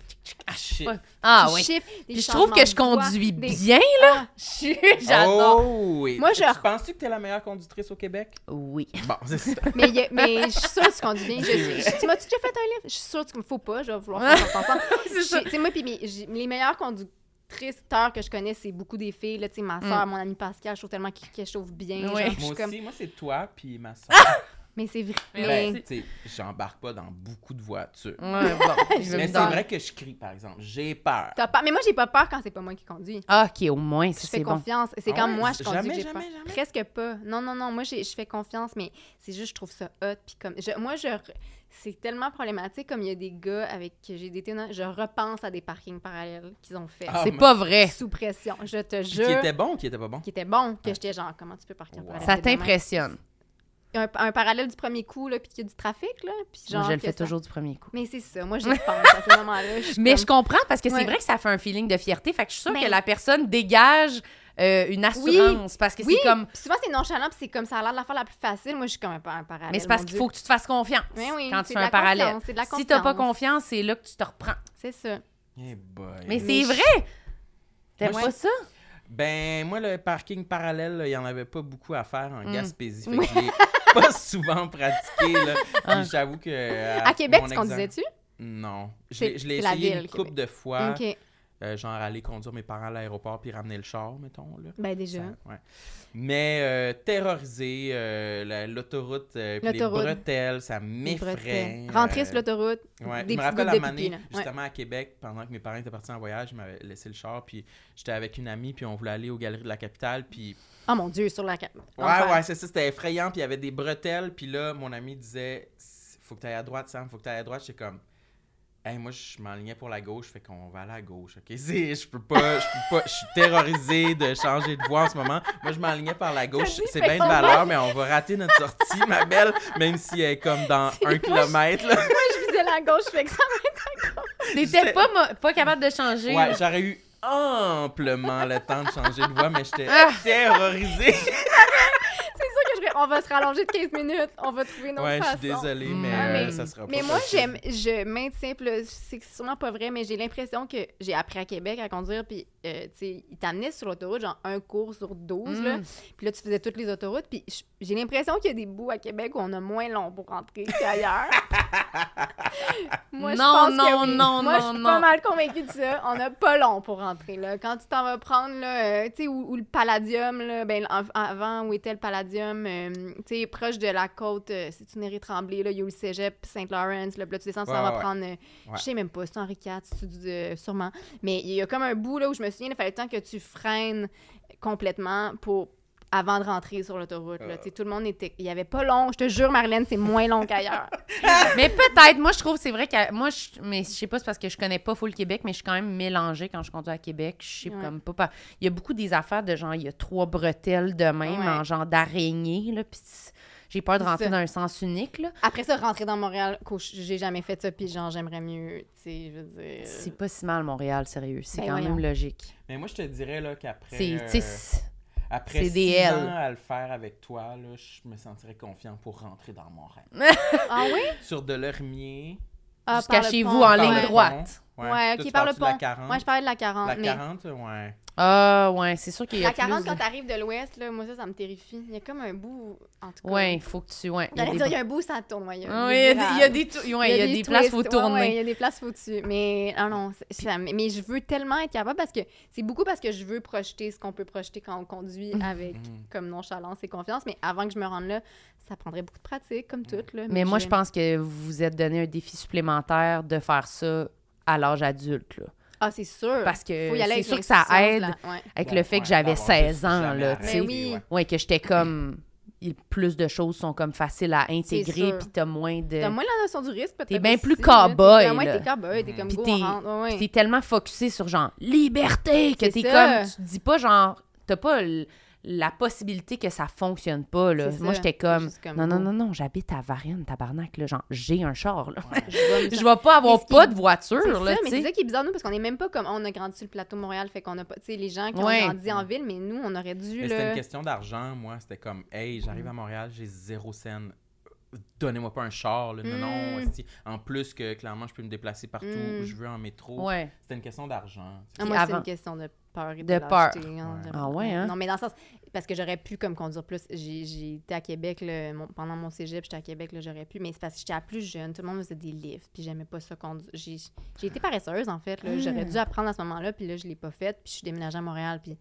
Speaker 1: Ah, shit.
Speaker 2: Ah
Speaker 4: Je
Speaker 2: oui.
Speaker 4: chiffre, des
Speaker 2: Puis je trouve que je
Speaker 4: changements de voix,
Speaker 2: conduis
Speaker 4: des-
Speaker 2: bien, là. Je suis- J'adore.
Speaker 1: Oh, oui.
Speaker 4: Moi, je-
Speaker 1: Tu penses-tu que t'es la meilleure conductrice au Québec?
Speaker 2: Oui.
Speaker 1: Bon, c'est ça.
Speaker 4: Mais, y a- mais je suis sûre que tu conduis bien. Je suis- tu m'as-tu déjà fait un livre? Je suis sûre que tu me faut pas. Je vais vouloir faire ça ensemble.
Speaker 2: Ah. C'est ça.
Speaker 4: Tu sais, moi, puis mes- j'ai- les meilleures conductrices teurs que je connais, c'est beaucoup des filles. Là, tu sais, ma soeur, mon amie Pascal, je trouve tellement qu'elle qu'elle chauffe bien.
Speaker 2: Mm. Ouais.
Speaker 4: Genre, je
Speaker 1: Moi
Speaker 4: suis
Speaker 1: aussi,
Speaker 4: comme...
Speaker 1: moi, c'est toi puis ma soeur.
Speaker 4: Mais c'est vrai.
Speaker 2: Mais
Speaker 4: Mais-
Speaker 1: Ben, tu sais, j'embarque pas dans beaucoup de voitures.
Speaker 2: Ouais, bon, je vais
Speaker 1: Mais
Speaker 2: me
Speaker 1: c'est
Speaker 2: donner-
Speaker 1: vrai que je crie, par exemple. J'ai peur.
Speaker 4: T'as peur- Mais moi, j'ai pas peur quand c'est pas moi qui conduis.
Speaker 2: Ah, ok, au moins, ça,
Speaker 4: Je fais
Speaker 2: c'est bon.
Speaker 4: confiance. C'est
Speaker 1: Ah
Speaker 4: quand
Speaker 1: ouais?
Speaker 4: moi, je conduis
Speaker 1: Jamais,
Speaker 4: que j'ai
Speaker 1: jamais,
Speaker 4: peur.
Speaker 1: jamais?
Speaker 4: Presque pas. Non, non, non. Moi, j'ai- je fais confiance, mais c'est juste, je trouve ça hot. Puis comme, je- moi, je, re- c'est tellement problématique. Comme il y a des gars avec qui j'ai des ténants, je repense à des parkings parallèles qu'ils ont fait.
Speaker 1: Ah,
Speaker 2: C'est
Speaker 1: mais-
Speaker 2: pas vrai.
Speaker 4: Sous pression, je te
Speaker 1: Puis
Speaker 4: jure.
Speaker 1: qui était bon ou qui était pas bon?
Speaker 4: qui était bon, que j'étais genre, comment tu peux partir en
Speaker 1: Wow.
Speaker 4: parallèle?
Speaker 2: Ça
Speaker 4: de demain?
Speaker 2: t'impressionne.
Speaker 4: Un, un parallèle du premier coup, là, puis qu'il y a du trafic, là. Puis genre,
Speaker 2: Moi, je le
Speaker 4: que
Speaker 2: fais
Speaker 4: ça-
Speaker 2: toujours du premier coup.
Speaker 4: Mais c'est ça, moi, je pense à ce moment-là. Je suis
Speaker 2: Mais
Speaker 4: comme-
Speaker 2: je comprends parce que c'est
Speaker 4: Ouais.
Speaker 2: vrai que ça fait un feeling de fierté. Fait que je suis sûre
Speaker 4: Ben-
Speaker 2: que la personne dégage euh, une assurance parce que
Speaker 4: Oui, Ah,
Speaker 2: c'est comme.
Speaker 4: puis souvent, c'est nonchalant, puis c'est comme ça a l'air de la faire la plus facile. Moi, je suis comme un, pa- un parallèle.
Speaker 2: Mais c'est parce
Speaker 4: mon
Speaker 2: qu'il
Speaker 4: Dieu.
Speaker 2: faut que tu te fasses confiance
Speaker 4: Mais oui,
Speaker 2: quand tu
Speaker 4: c'est de
Speaker 2: fais un
Speaker 4: la
Speaker 2: parallèle.
Speaker 4: confiance, C'est de la
Speaker 2: Si t'as pas
Speaker 4: confiance.
Speaker 2: confiance, c'est là que tu te reprends.
Speaker 4: C'est ça.
Speaker 1: Eh boy.
Speaker 2: Mais
Speaker 4: Mais
Speaker 2: c'est
Speaker 4: je-
Speaker 2: vrai! T'aimes
Speaker 1: Moi,
Speaker 2: pas
Speaker 1: je-
Speaker 2: ça?
Speaker 1: Ben, moi, le parking parallèle, là, il n'y en avait pas beaucoup à faire en
Speaker 2: Mm.
Speaker 1: Gaspésie. Fait que je l'ai pas souvent pratiqué. Là.
Speaker 2: Ah.
Speaker 1: Puis j'avoue que. euh,
Speaker 4: À Québec,
Speaker 1: mon
Speaker 4: tu
Speaker 1: exemple-
Speaker 4: conduisais-tu?
Speaker 1: Non. Je
Speaker 4: C'est-
Speaker 1: l'ai- je l'ai
Speaker 4: c'est la
Speaker 1: essayé
Speaker 4: ville,
Speaker 1: une
Speaker 4: Québec.
Speaker 1: couple de fois.
Speaker 4: OK.
Speaker 1: euh, genre aller conduire mes parents à l'aéroport puis ramener le char, mettons. Là.
Speaker 4: Ben, déjà.
Speaker 1: Ça- ouais. Mais euh, terroriser euh, la- l'autoroute, euh, puis les
Speaker 4: L'autoroute.
Speaker 1: bretelles, ça
Speaker 4: Les bretelles.
Speaker 1: m'effraie.
Speaker 4: Rentrer
Speaker 1: euh,
Speaker 4: sur l'autoroute.
Speaker 1: Ouais,
Speaker 4: des
Speaker 1: je me
Speaker 4: petits
Speaker 1: rappelle
Speaker 4: gouttes
Speaker 1: à
Speaker 4: de
Speaker 1: Mané,
Speaker 4: pipi, là. Ouais.
Speaker 1: justement à Québec, pendant que mes parents étaient partis en voyage, ils m'avaient laissé le char, puis j'étais avec une amie, puis on voulait aller aux galeries de la capitale, puis...
Speaker 4: Oh mon Dieu, sur la carte.
Speaker 1: Ouais, ouais, c'est ça, c'était effrayant, puis il y avait des bretelles, puis là, mon ami disait « Faut que t'ailles à droite, Sam, faut que t'ailles à droite. » J'étais comme « Hey, moi, je m'enlignais pour la gauche, fait qu'on va aller à gauche, OK? » C'est- Je peux pas, je peux pas, je suis terrorisé de changer de voie en ce moment. Moi, je m'enlignais par la gauche,
Speaker 4: Ça dit,
Speaker 1: c'est
Speaker 4: fait
Speaker 1: bien de
Speaker 4: qu'on va-
Speaker 1: valeur, mais on va rater notre sortie, ma belle, même si elle est comme dans
Speaker 4: C'est
Speaker 1: un
Speaker 4: moche.
Speaker 1: kilomètre, là.
Speaker 4: Moi, je visais la gauche, fait que ça
Speaker 2: T'étais
Speaker 1: J'étais-
Speaker 2: pas, mo- pas capable de changer.
Speaker 1: Ouais,
Speaker 2: là.
Speaker 1: j'aurais eu amplement le temps de changer de voix, mais j'étais
Speaker 2: Ah!
Speaker 1: terrorisée.
Speaker 4: C'est sûr que je vais- on va se rallonger de 15 minutes. On va trouver notre
Speaker 1: ouais, je
Speaker 4: façon. Mm.
Speaker 1: suis désolée, mais,
Speaker 2: Ah,
Speaker 1: euh,
Speaker 4: mais-
Speaker 1: ça sera pas
Speaker 4: Mais moi,
Speaker 1: possible.
Speaker 4: j'aime, je maintiens, puis là, c'est sûrement pas vrai, mais j'ai l'impression que j'ai appris à Québec à conduire, puis euh, tu sais, ils t'amenaient sur l'autoroute, genre un cours sur 12, là,
Speaker 2: Mm.
Speaker 4: puis là, tu faisais toutes les autoroutes, puis je- j'ai l'impression qu'il y a des bouts à Québec où on a moins long pour rentrer qu'ailleurs. je
Speaker 2: Non,
Speaker 4: pense que
Speaker 2: non,
Speaker 4: oui.
Speaker 2: non,
Speaker 4: Moi,
Speaker 2: non,
Speaker 4: je suis
Speaker 2: non.
Speaker 4: pas mal convaincue de ça. On n'a pas long pour rentrer, là. Quand tu t'en vas prendre, là, euh, tu sais, où, où le Palladium, là, ben, av- avant, où était le Palladium, euh, tu sais, proche de la côte, euh, c'est une Néré Tremblay, là, il y a eu le cégep, Saint-Lawrence, là, puis là, tu descends, tu
Speaker 1: Ouais,
Speaker 4: t'en vas
Speaker 1: ouais,
Speaker 4: prendre, euh,
Speaker 1: Ouais.
Speaker 4: je sais même pas, c'est Henri IV, c'est du- euh, sûrement. Mais il y a comme un bout, là, où je me souviens, il fallait le temps que tu freines complètement pour avant de rentrer sur l'autoroute, là.
Speaker 1: Ah.
Speaker 4: Tu sais, tout le monde était... Il y avait pas long, je te jure, Marlène, c'est moins long qu'ailleurs.
Speaker 2: Mais peut-être, moi je trouve, c'est vrai que moi, je, mais je sais pas, c'est parce que je connais pas full Québec, mais je suis quand même mélangée quand je conduis à Québec. Je sais
Speaker 4: Ouais.
Speaker 2: comme pas, pas- Il y a beaucoup des affaires de genre, il y a trois bretelles de même
Speaker 4: Ouais.
Speaker 2: en genre d'araignée, là, puis c'est- j'ai peur de
Speaker 4: C'est
Speaker 2: rentrer
Speaker 4: ça.
Speaker 2: dans un sens unique, là.
Speaker 4: Après ça, rentrer dans Montréal, qu'au- j'ai jamais fait ça, puis genre, j'aimerais mieux, tu sais, je veux dire...
Speaker 2: C'est pas si mal, Montréal, sérieux. C'est
Speaker 4: Euh. Ben
Speaker 2: quand
Speaker 4: voyons.
Speaker 2: même logique.
Speaker 1: Mais moi, je te dirais là, qu'après
Speaker 2: C'est,
Speaker 1: euh,
Speaker 2: tu sais, c'est-
Speaker 1: après
Speaker 2: c'est
Speaker 1: six
Speaker 2: des L.
Speaker 1: ans à le faire avec toi, là, je me sentirais confiant pour rentrer dans mon rêve.
Speaker 4: Ah oui?
Speaker 1: Sur de l'Ormier...
Speaker 4: Ah,
Speaker 2: jusqu'à
Speaker 4: par le
Speaker 2: chez
Speaker 4: pont.
Speaker 2: vous en
Speaker 1: par
Speaker 2: ligne
Speaker 1: le
Speaker 2: droite.
Speaker 1: pont.
Speaker 4: Ouais,
Speaker 1: Toi,
Speaker 4: ok,
Speaker 1: tu
Speaker 4: par le
Speaker 1: parles-tu de La
Speaker 4: pont.
Speaker 1: 40?
Speaker 4: Moi, je parlais de la 40,
Speaker 1: la
Speaker 4: mais...
Speaker 1: 40, ouais.
Speaker 2: Ah, ouais, c'est sûr qu'il y a
Speaker 4: La 40,
Speaker 2: plus
Speaker 4: quand
Speaker 2: de-
Speaker 4: t'arrives de l'ouest, là, moi, ça, ça me terrifie. Il y a comme un bout, en tout cas...
Speaker 2: Ouais, il faut que tu. Ouais, il y a
Speaker 4: J'allais
Speaker 2: des-
Speaker 4: dire, il y a un bout, ça tourne, ouais, il y a,
Speaker 2: Ah ouais, il y a des- il y a
Speaker 4: virages.
Speaker 2: des tou- ouais, il y a des places, faut
Speaker 4: twists, ouais, ouais, Il
Speaker 2: tourner.
Speaker 4: y a des places, faut tu. Mais ah non, c'est- ça- mais, mais je veux tellement être capable parce que c'est beaucoup parce que je veux projeter ce qu'on peut projeter quand on conduit avec
Speaker 1: Mhm.
Speaker 4: comme nonchalance et confiance. Mais avant que je me rende là, ça prendrait beaucoup de pratique, comme tout. Là,
Speaker 2: Mais moi, je
Speaker 4: j'aime-
Speaker 2: pense que vous vous êtes donné un défi supplémentaire de faire ça à l'âge adulte. Là.
Speaker 4: Ah, c'est sûr.
Speaker 2: Parce que
Speaker 4: Faut y aller
Speaker 2: c'est
Speaker 4: avec
Speaker 2: sûr que ça aide
Speaker 4: l'insouciance, là, ouais.
Speaker 2: avec
Speaker 1: Bon,
Speaker 2: le fait
Speaker 1: ouais,
Speaker 2: que j'avais
Speaker 1: d'avoir juste
Speaker 2: 16 ans.
Speaker 1: jamais
Speaker 2: Là, tu
Speaker 1: arrêté,
Speaker 2: sais.
Speaker 4: Mais Ben oui.
Speaker 1: ouais.
Speaker 2: Ouais, que j'étais comme. il- Plus de choses sont comme faciles à intégrer,
Speaker 4: sûr.
Speaker 2: puis t'as moins de.
Speaker 4: T'as moins la notion du risque, peut-être.
Speaker 2: Euh, T'es bien
Speaker 4: aussi,
Speaker 2: plus
Speaker 4: là, t'es-
Speaker 2: cow-boy,
Speaker 4: Ouais,
Speaker 2: là.
Speaker 4: t'es cow-boy, t'es comme
Speaker 2: Puis
Speaker 4: go,
Speaker 2: t'es-
Speaker 4: on rentre. ouais, ouais.
Speaker 2: Puis t'es tellement focusé sur genre liberté que
Speaker 4: C'est
Speaker 2: t'es
Speaker 4: ça.
Speaker 2: comme. Tu te dis pas genre. T'as pas l- la possibilité que ça fonctionne pas. Là.
Speaker 4: C'est
Speaker 2: Moi,
Speaker 4: ça.
Speaker 2: j'étais comme,
Speaker 4: Juste comme,
Speaker 2: Non, non,
Speaker 4: oh.
Speaker 2: non, non, j'habite à Varennes, tabarnak. Là, genre, j'ai un char. Là.
Speaker 4: Je vais me
Speaker 2: Je vais pas avoir
Speaker 4: ce qui-
Speaker 2: pas de
Speaker 4: C'est
Speaker 2: voiture.
Speaker 4: ça,
Speaker 2: là,
Speaker 4: mais
Speaker 2: tu sais.
Speaker 4: c'est ça qui est bizarre, nous, parce qu'on est même pas comme on a grandi sur le plateau de Montréal, fait qu'on a pas, tu sais, les gens qui
Speaker 2: Ouais.
Speaker 4: ont grandi en ville, mais nous, on aurait dû.
Speaker 1: Mais
Speaker 4: là...
Speaker 1: c'était une question d'argent, moi. C'était comme, hey, j'arrive à Montréal, j'ai zéro scène. Donnez-moi pas un char, là. non, non.
Speaker 2: Hmm.
Speaker 4: Mm.
Speaker 1: esti. En plus que, clairement, je peux me déplacer partout
Speaker 4: Mm.
Speaker 1: où je veux en métro.
Speaker 2: Ouais.
Speaker 1: C'était une question d'argent.
Speaker 4: Ah,
Speaker 2: Puis
Speaker 4: moi, c'est
Speaker 2: avant-
Speaker 4: une question de peur et de,
Speaker 2: De peur.
Speaker 4: lâcheté, hein,
Speaker 1: Ouais.
Speaker 4: de-
Speaker 2: Ah ouais, hein?
Speaker 4: Non, mais dans le sens, parce que j'aurais pu comme conduire plus. J'ai j'ai été à Québec là, mon- pendant mon cégep, j'étais à Québec, là, j'aurais pu, mais c'est parce que j'étais à plus jeune, tout le monde faisait des livres, puis j'aimais pas ça conduire. J'ai
Speaker 2: Hmm.
Speaker 4: j'ai été paresseuse, en fait, là, j'aurais dû apprendre à ce moment-là, puis là, je l'ai pas fait, puis je suis déménagée à Montréal, puis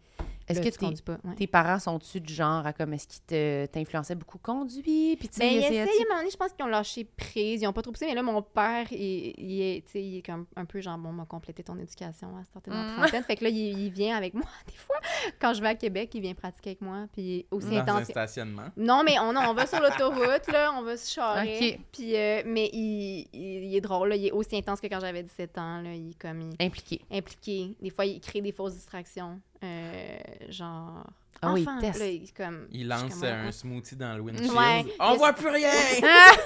Speaker 2: Est-ce
Speaker 4: Là,
Speaker 2: que
Speaker 4: tu
Speaker 2: t'es-
Speaker 4: conduis pas? ouais.
Speaker 2: Tes parents sont-tu du genre à comme est-ce qu'ils te- t'influençaient beaucoup conduit puis tu
Speaker 4: Ben,
Speaker 2: sais,
Speaker 4: ils
Speaker 2: essayaient-tu-
Speaker 4: essayaient, mais à un moment donné, je pense qu'ils ont lâché prise, ils ont pas trop poussé. Mais là, mon père, il, il est, tu sais, il est comme un peu genre, bon, m'a complété ton éducation à sortir de la
Speaker 2: Mm.
Speaker 4: trentaine. Fait que là, il, il vient avec moi, des fois. Quand je vais à Québec, il vient pratiquer avec moi. Puis
Speaker 2: Ah,
Speaker 4: aussi
Speaker 1: Dans un
Speaker 4: intense.
Speaker 1: stationnement.
Speaker 4: Non, mais on, on va sur l'autoroute, là, on va se charrer.
Speaker 2: Ok.
Speaker 4: Puis, euh, mais il, il- il est drôle, là, il est aussi intense que quand j'avais 17 ans, là, il est comme il-
Speaker 2: impliqués?
Speaker 4: impliqué. Des fois, il crée des fausses distractions, euh, genre...
Speaker 2: Ah oui, il
Speaker 4: enfant,
Speaker 2: teste.
Speaker 4: là, il, est comme,
Speaker 1: Il
Speaker 4: je suis
Speaker 1: lance
Speaker 4: comme,
Speaker 1: euh,
Speaker 4: ouais.
Speaker 1: un smoothie dans le windshield.
Speaker 4: Ouais.
Speaker 1: On
Speaker 4: Yes.
Speaker 1: voit plus rien!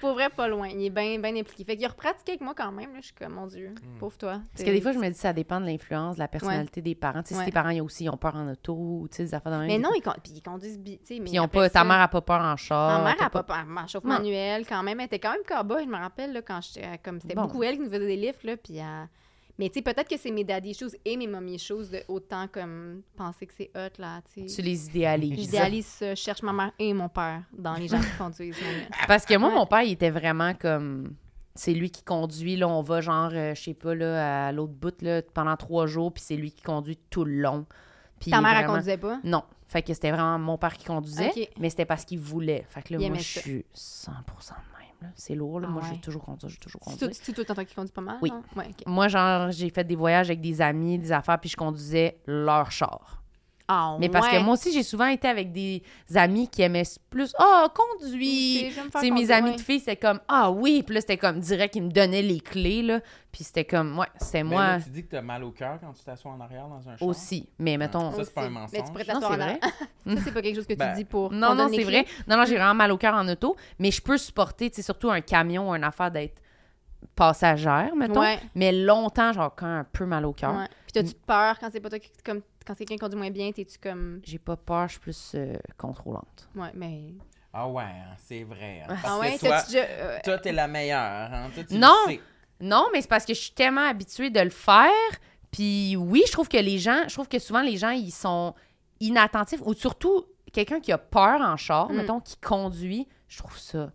Speaker 4: Pour vrai, pas loin. Il est bien bien impliqué. Fait qu'il a repratiqué avec moi quand même. Là. Je suis comme, mon Dieu, pauvre toi.
Speaker 2: Parce que des fois, je me dis, ça dépend de l'influence, de la personnalité des parents. Tu sais, si
Speaker 4: Ouais.
Speaker 2: tes parents, ils aussi, ils ont peur en auto, ou, tu sais, des affaires dans
Speaker 4: Mais non, ils, con- puis ils conduisent. bi- tu sais, mais
Speaker 2: Puis ils ont
Speaker 4: après
Speaker 2: pas, ta
Speaker 4: ça,
Speaker 2: mère a pas peur en char.
Speaker 4: Ma mère,
Speaker 2: t'as
Speaker 4: elle pas peur. Ma chauffe
Speaker 2: Non.
Speaker 4: manuelle, quand même. Elle était quand même cowboy, je me rappelle, là, quand j'étais euh, comme c'était
Speaker 2: Bon.
Speaker 4: beaucoup elle qui nous faisait des livres, là, puis elle- Mais tu sais, peut-être que c'est mes daddy choses et mes mommy choses de autant comme penser que c'est hot, là, tu
Speaker 2: Tu
Speaker 4: sais.
Speaker 2: les idéalises.
Speaker 4: J'idéalise ça, je cherche ma mère et mon père dans les gens qui conduisent. manuel.
Speaker 2: Parce que moi,
Speaker 4: Ouais.
Speaker 2: mon père, il était vraiment comme. C'est lui qui conduit, là, on va genre, euh, je sais pas, là, à l'autre bout, là, pendant trois jours, puis c'est lui qui conduit tout le long. Puis
Speaker 4: Ta mère, elle
Speaker 2: vraiment-
Speaker 4: conduisait pas?
Speaker 2: Non. Fait que c'était vraiment mon père qui conduisait,
Speaker 4: Ok.
Speaker 2: mais c'était parce qu'il voulait. Fait que là,
Speaker 4: Il
Speaker 2: moi,
Speaker 4: aimait
Speaker 2: je
Speaker 4: ça.
Speaker 2: suis 100% de même, là. C'est lourd, là.
Speaker 4: Ah
Speaker 2: moi, j'ai
Speaker 4: ouais.
Speaker 2: toujours conduit, j'ai toujours
Speaker 4: C'est
Speaker 2: conduit.
Speaker 4: tout- C'est tout le temps toi qui conduis pas mal?
Speaker 2: Oui.
Speaker 4: hein? Ouais, ok.
Speaker 2: Moi, genre, j'ai fait des voyages avec des amis, des affaires, puis je conduisais leur char.
Speaker 4: Ah,
Speaker 2: Mais parce que
Speaker 4: ouais.
Speaker 2: moi aussi, j'ai souvent été avec des amis qui aimaient plus. Ah, conduis!
Speaker 4: j'aime
Speaker 2: Tu
Speaker 4: faire
Speaker 2: sais, mes
Speaker 4: conduire,
Speaker 2: amis
Speaker 4: ouais.
Speaker 2: de filles, c'était comme Ah oui! Puis là, c'était comme direct, ils me donnaient les clés, là. Puis c'était comme, ouais, c'était
Speaker 1: Mais
Speaker 2: moi
Speaker 1: Ben là, tu dis que t'as mal au cœur quand tu t'assois en arrière dans un char.
Speaker 2: aussi. Mais mettons.
Speaker 1: Ça, c'est pas un
Speaker 4: Aussi.
Speaker 1: mensonge.
Speaker 4: Mais tu pourrais
Speaker 2: Non,
Speaker 4: t'asseoir
Speaker 2: c'est
Speaker 4: en
Speaker 2: vrai.
Speaker 4: arrière. Ça, c'est pas quelque chose que tu
Speaker 1: Ben,
Speaker 4: dis pour. qu'on
Speaker 2: Non, non,
Speaker 4: donne les
Speaker 2: c'est
Speaker 4: clés.
Speaker 2: vrai. Non, non, j'ai vraiment mal au cœur en auto, mais je peux supporter, tu sais, surtout un camion ou une affaire d'être passagère, mettons.
Speaker 4: Ouais.
Speaker 2: Mais longtemps, genre, quand un peu mal au cœur. Mm.
Speaker 4: Ouais. Puis t'as-tu peur quand c'est pas toi qui. Comme, quand c'est quelqu'un qui conduit moins bien, t'es-tu comme.
Speaker 2: J'ai pas peur, je suis plus euh, contrôlante.
Speaker 4: Ouais, mais.
Speaker 1: Ah ouais, hein, c'est vrai. hein. Parce
Speaker 4: Ah ouais,
Speaker 1: que toi,
Speaker 4: t'as-tu déjà. euh,
Speaker 1: toi, t'es la meilleure. Hein. Toi, tu le
Speaker 2: Non!
Speaker 1: sais.
Speaker 2: Non, mais c'est parce que je suis tellement habituée de le faire. Puis oui, je trouve que les gens, je trouve que souvent les gens, ils sont inattentifs ou surtout quelqu'un qui a peur en char,
Speaker 4: Mm.
Speaker 2: mettons, qui conduit, je trouve ça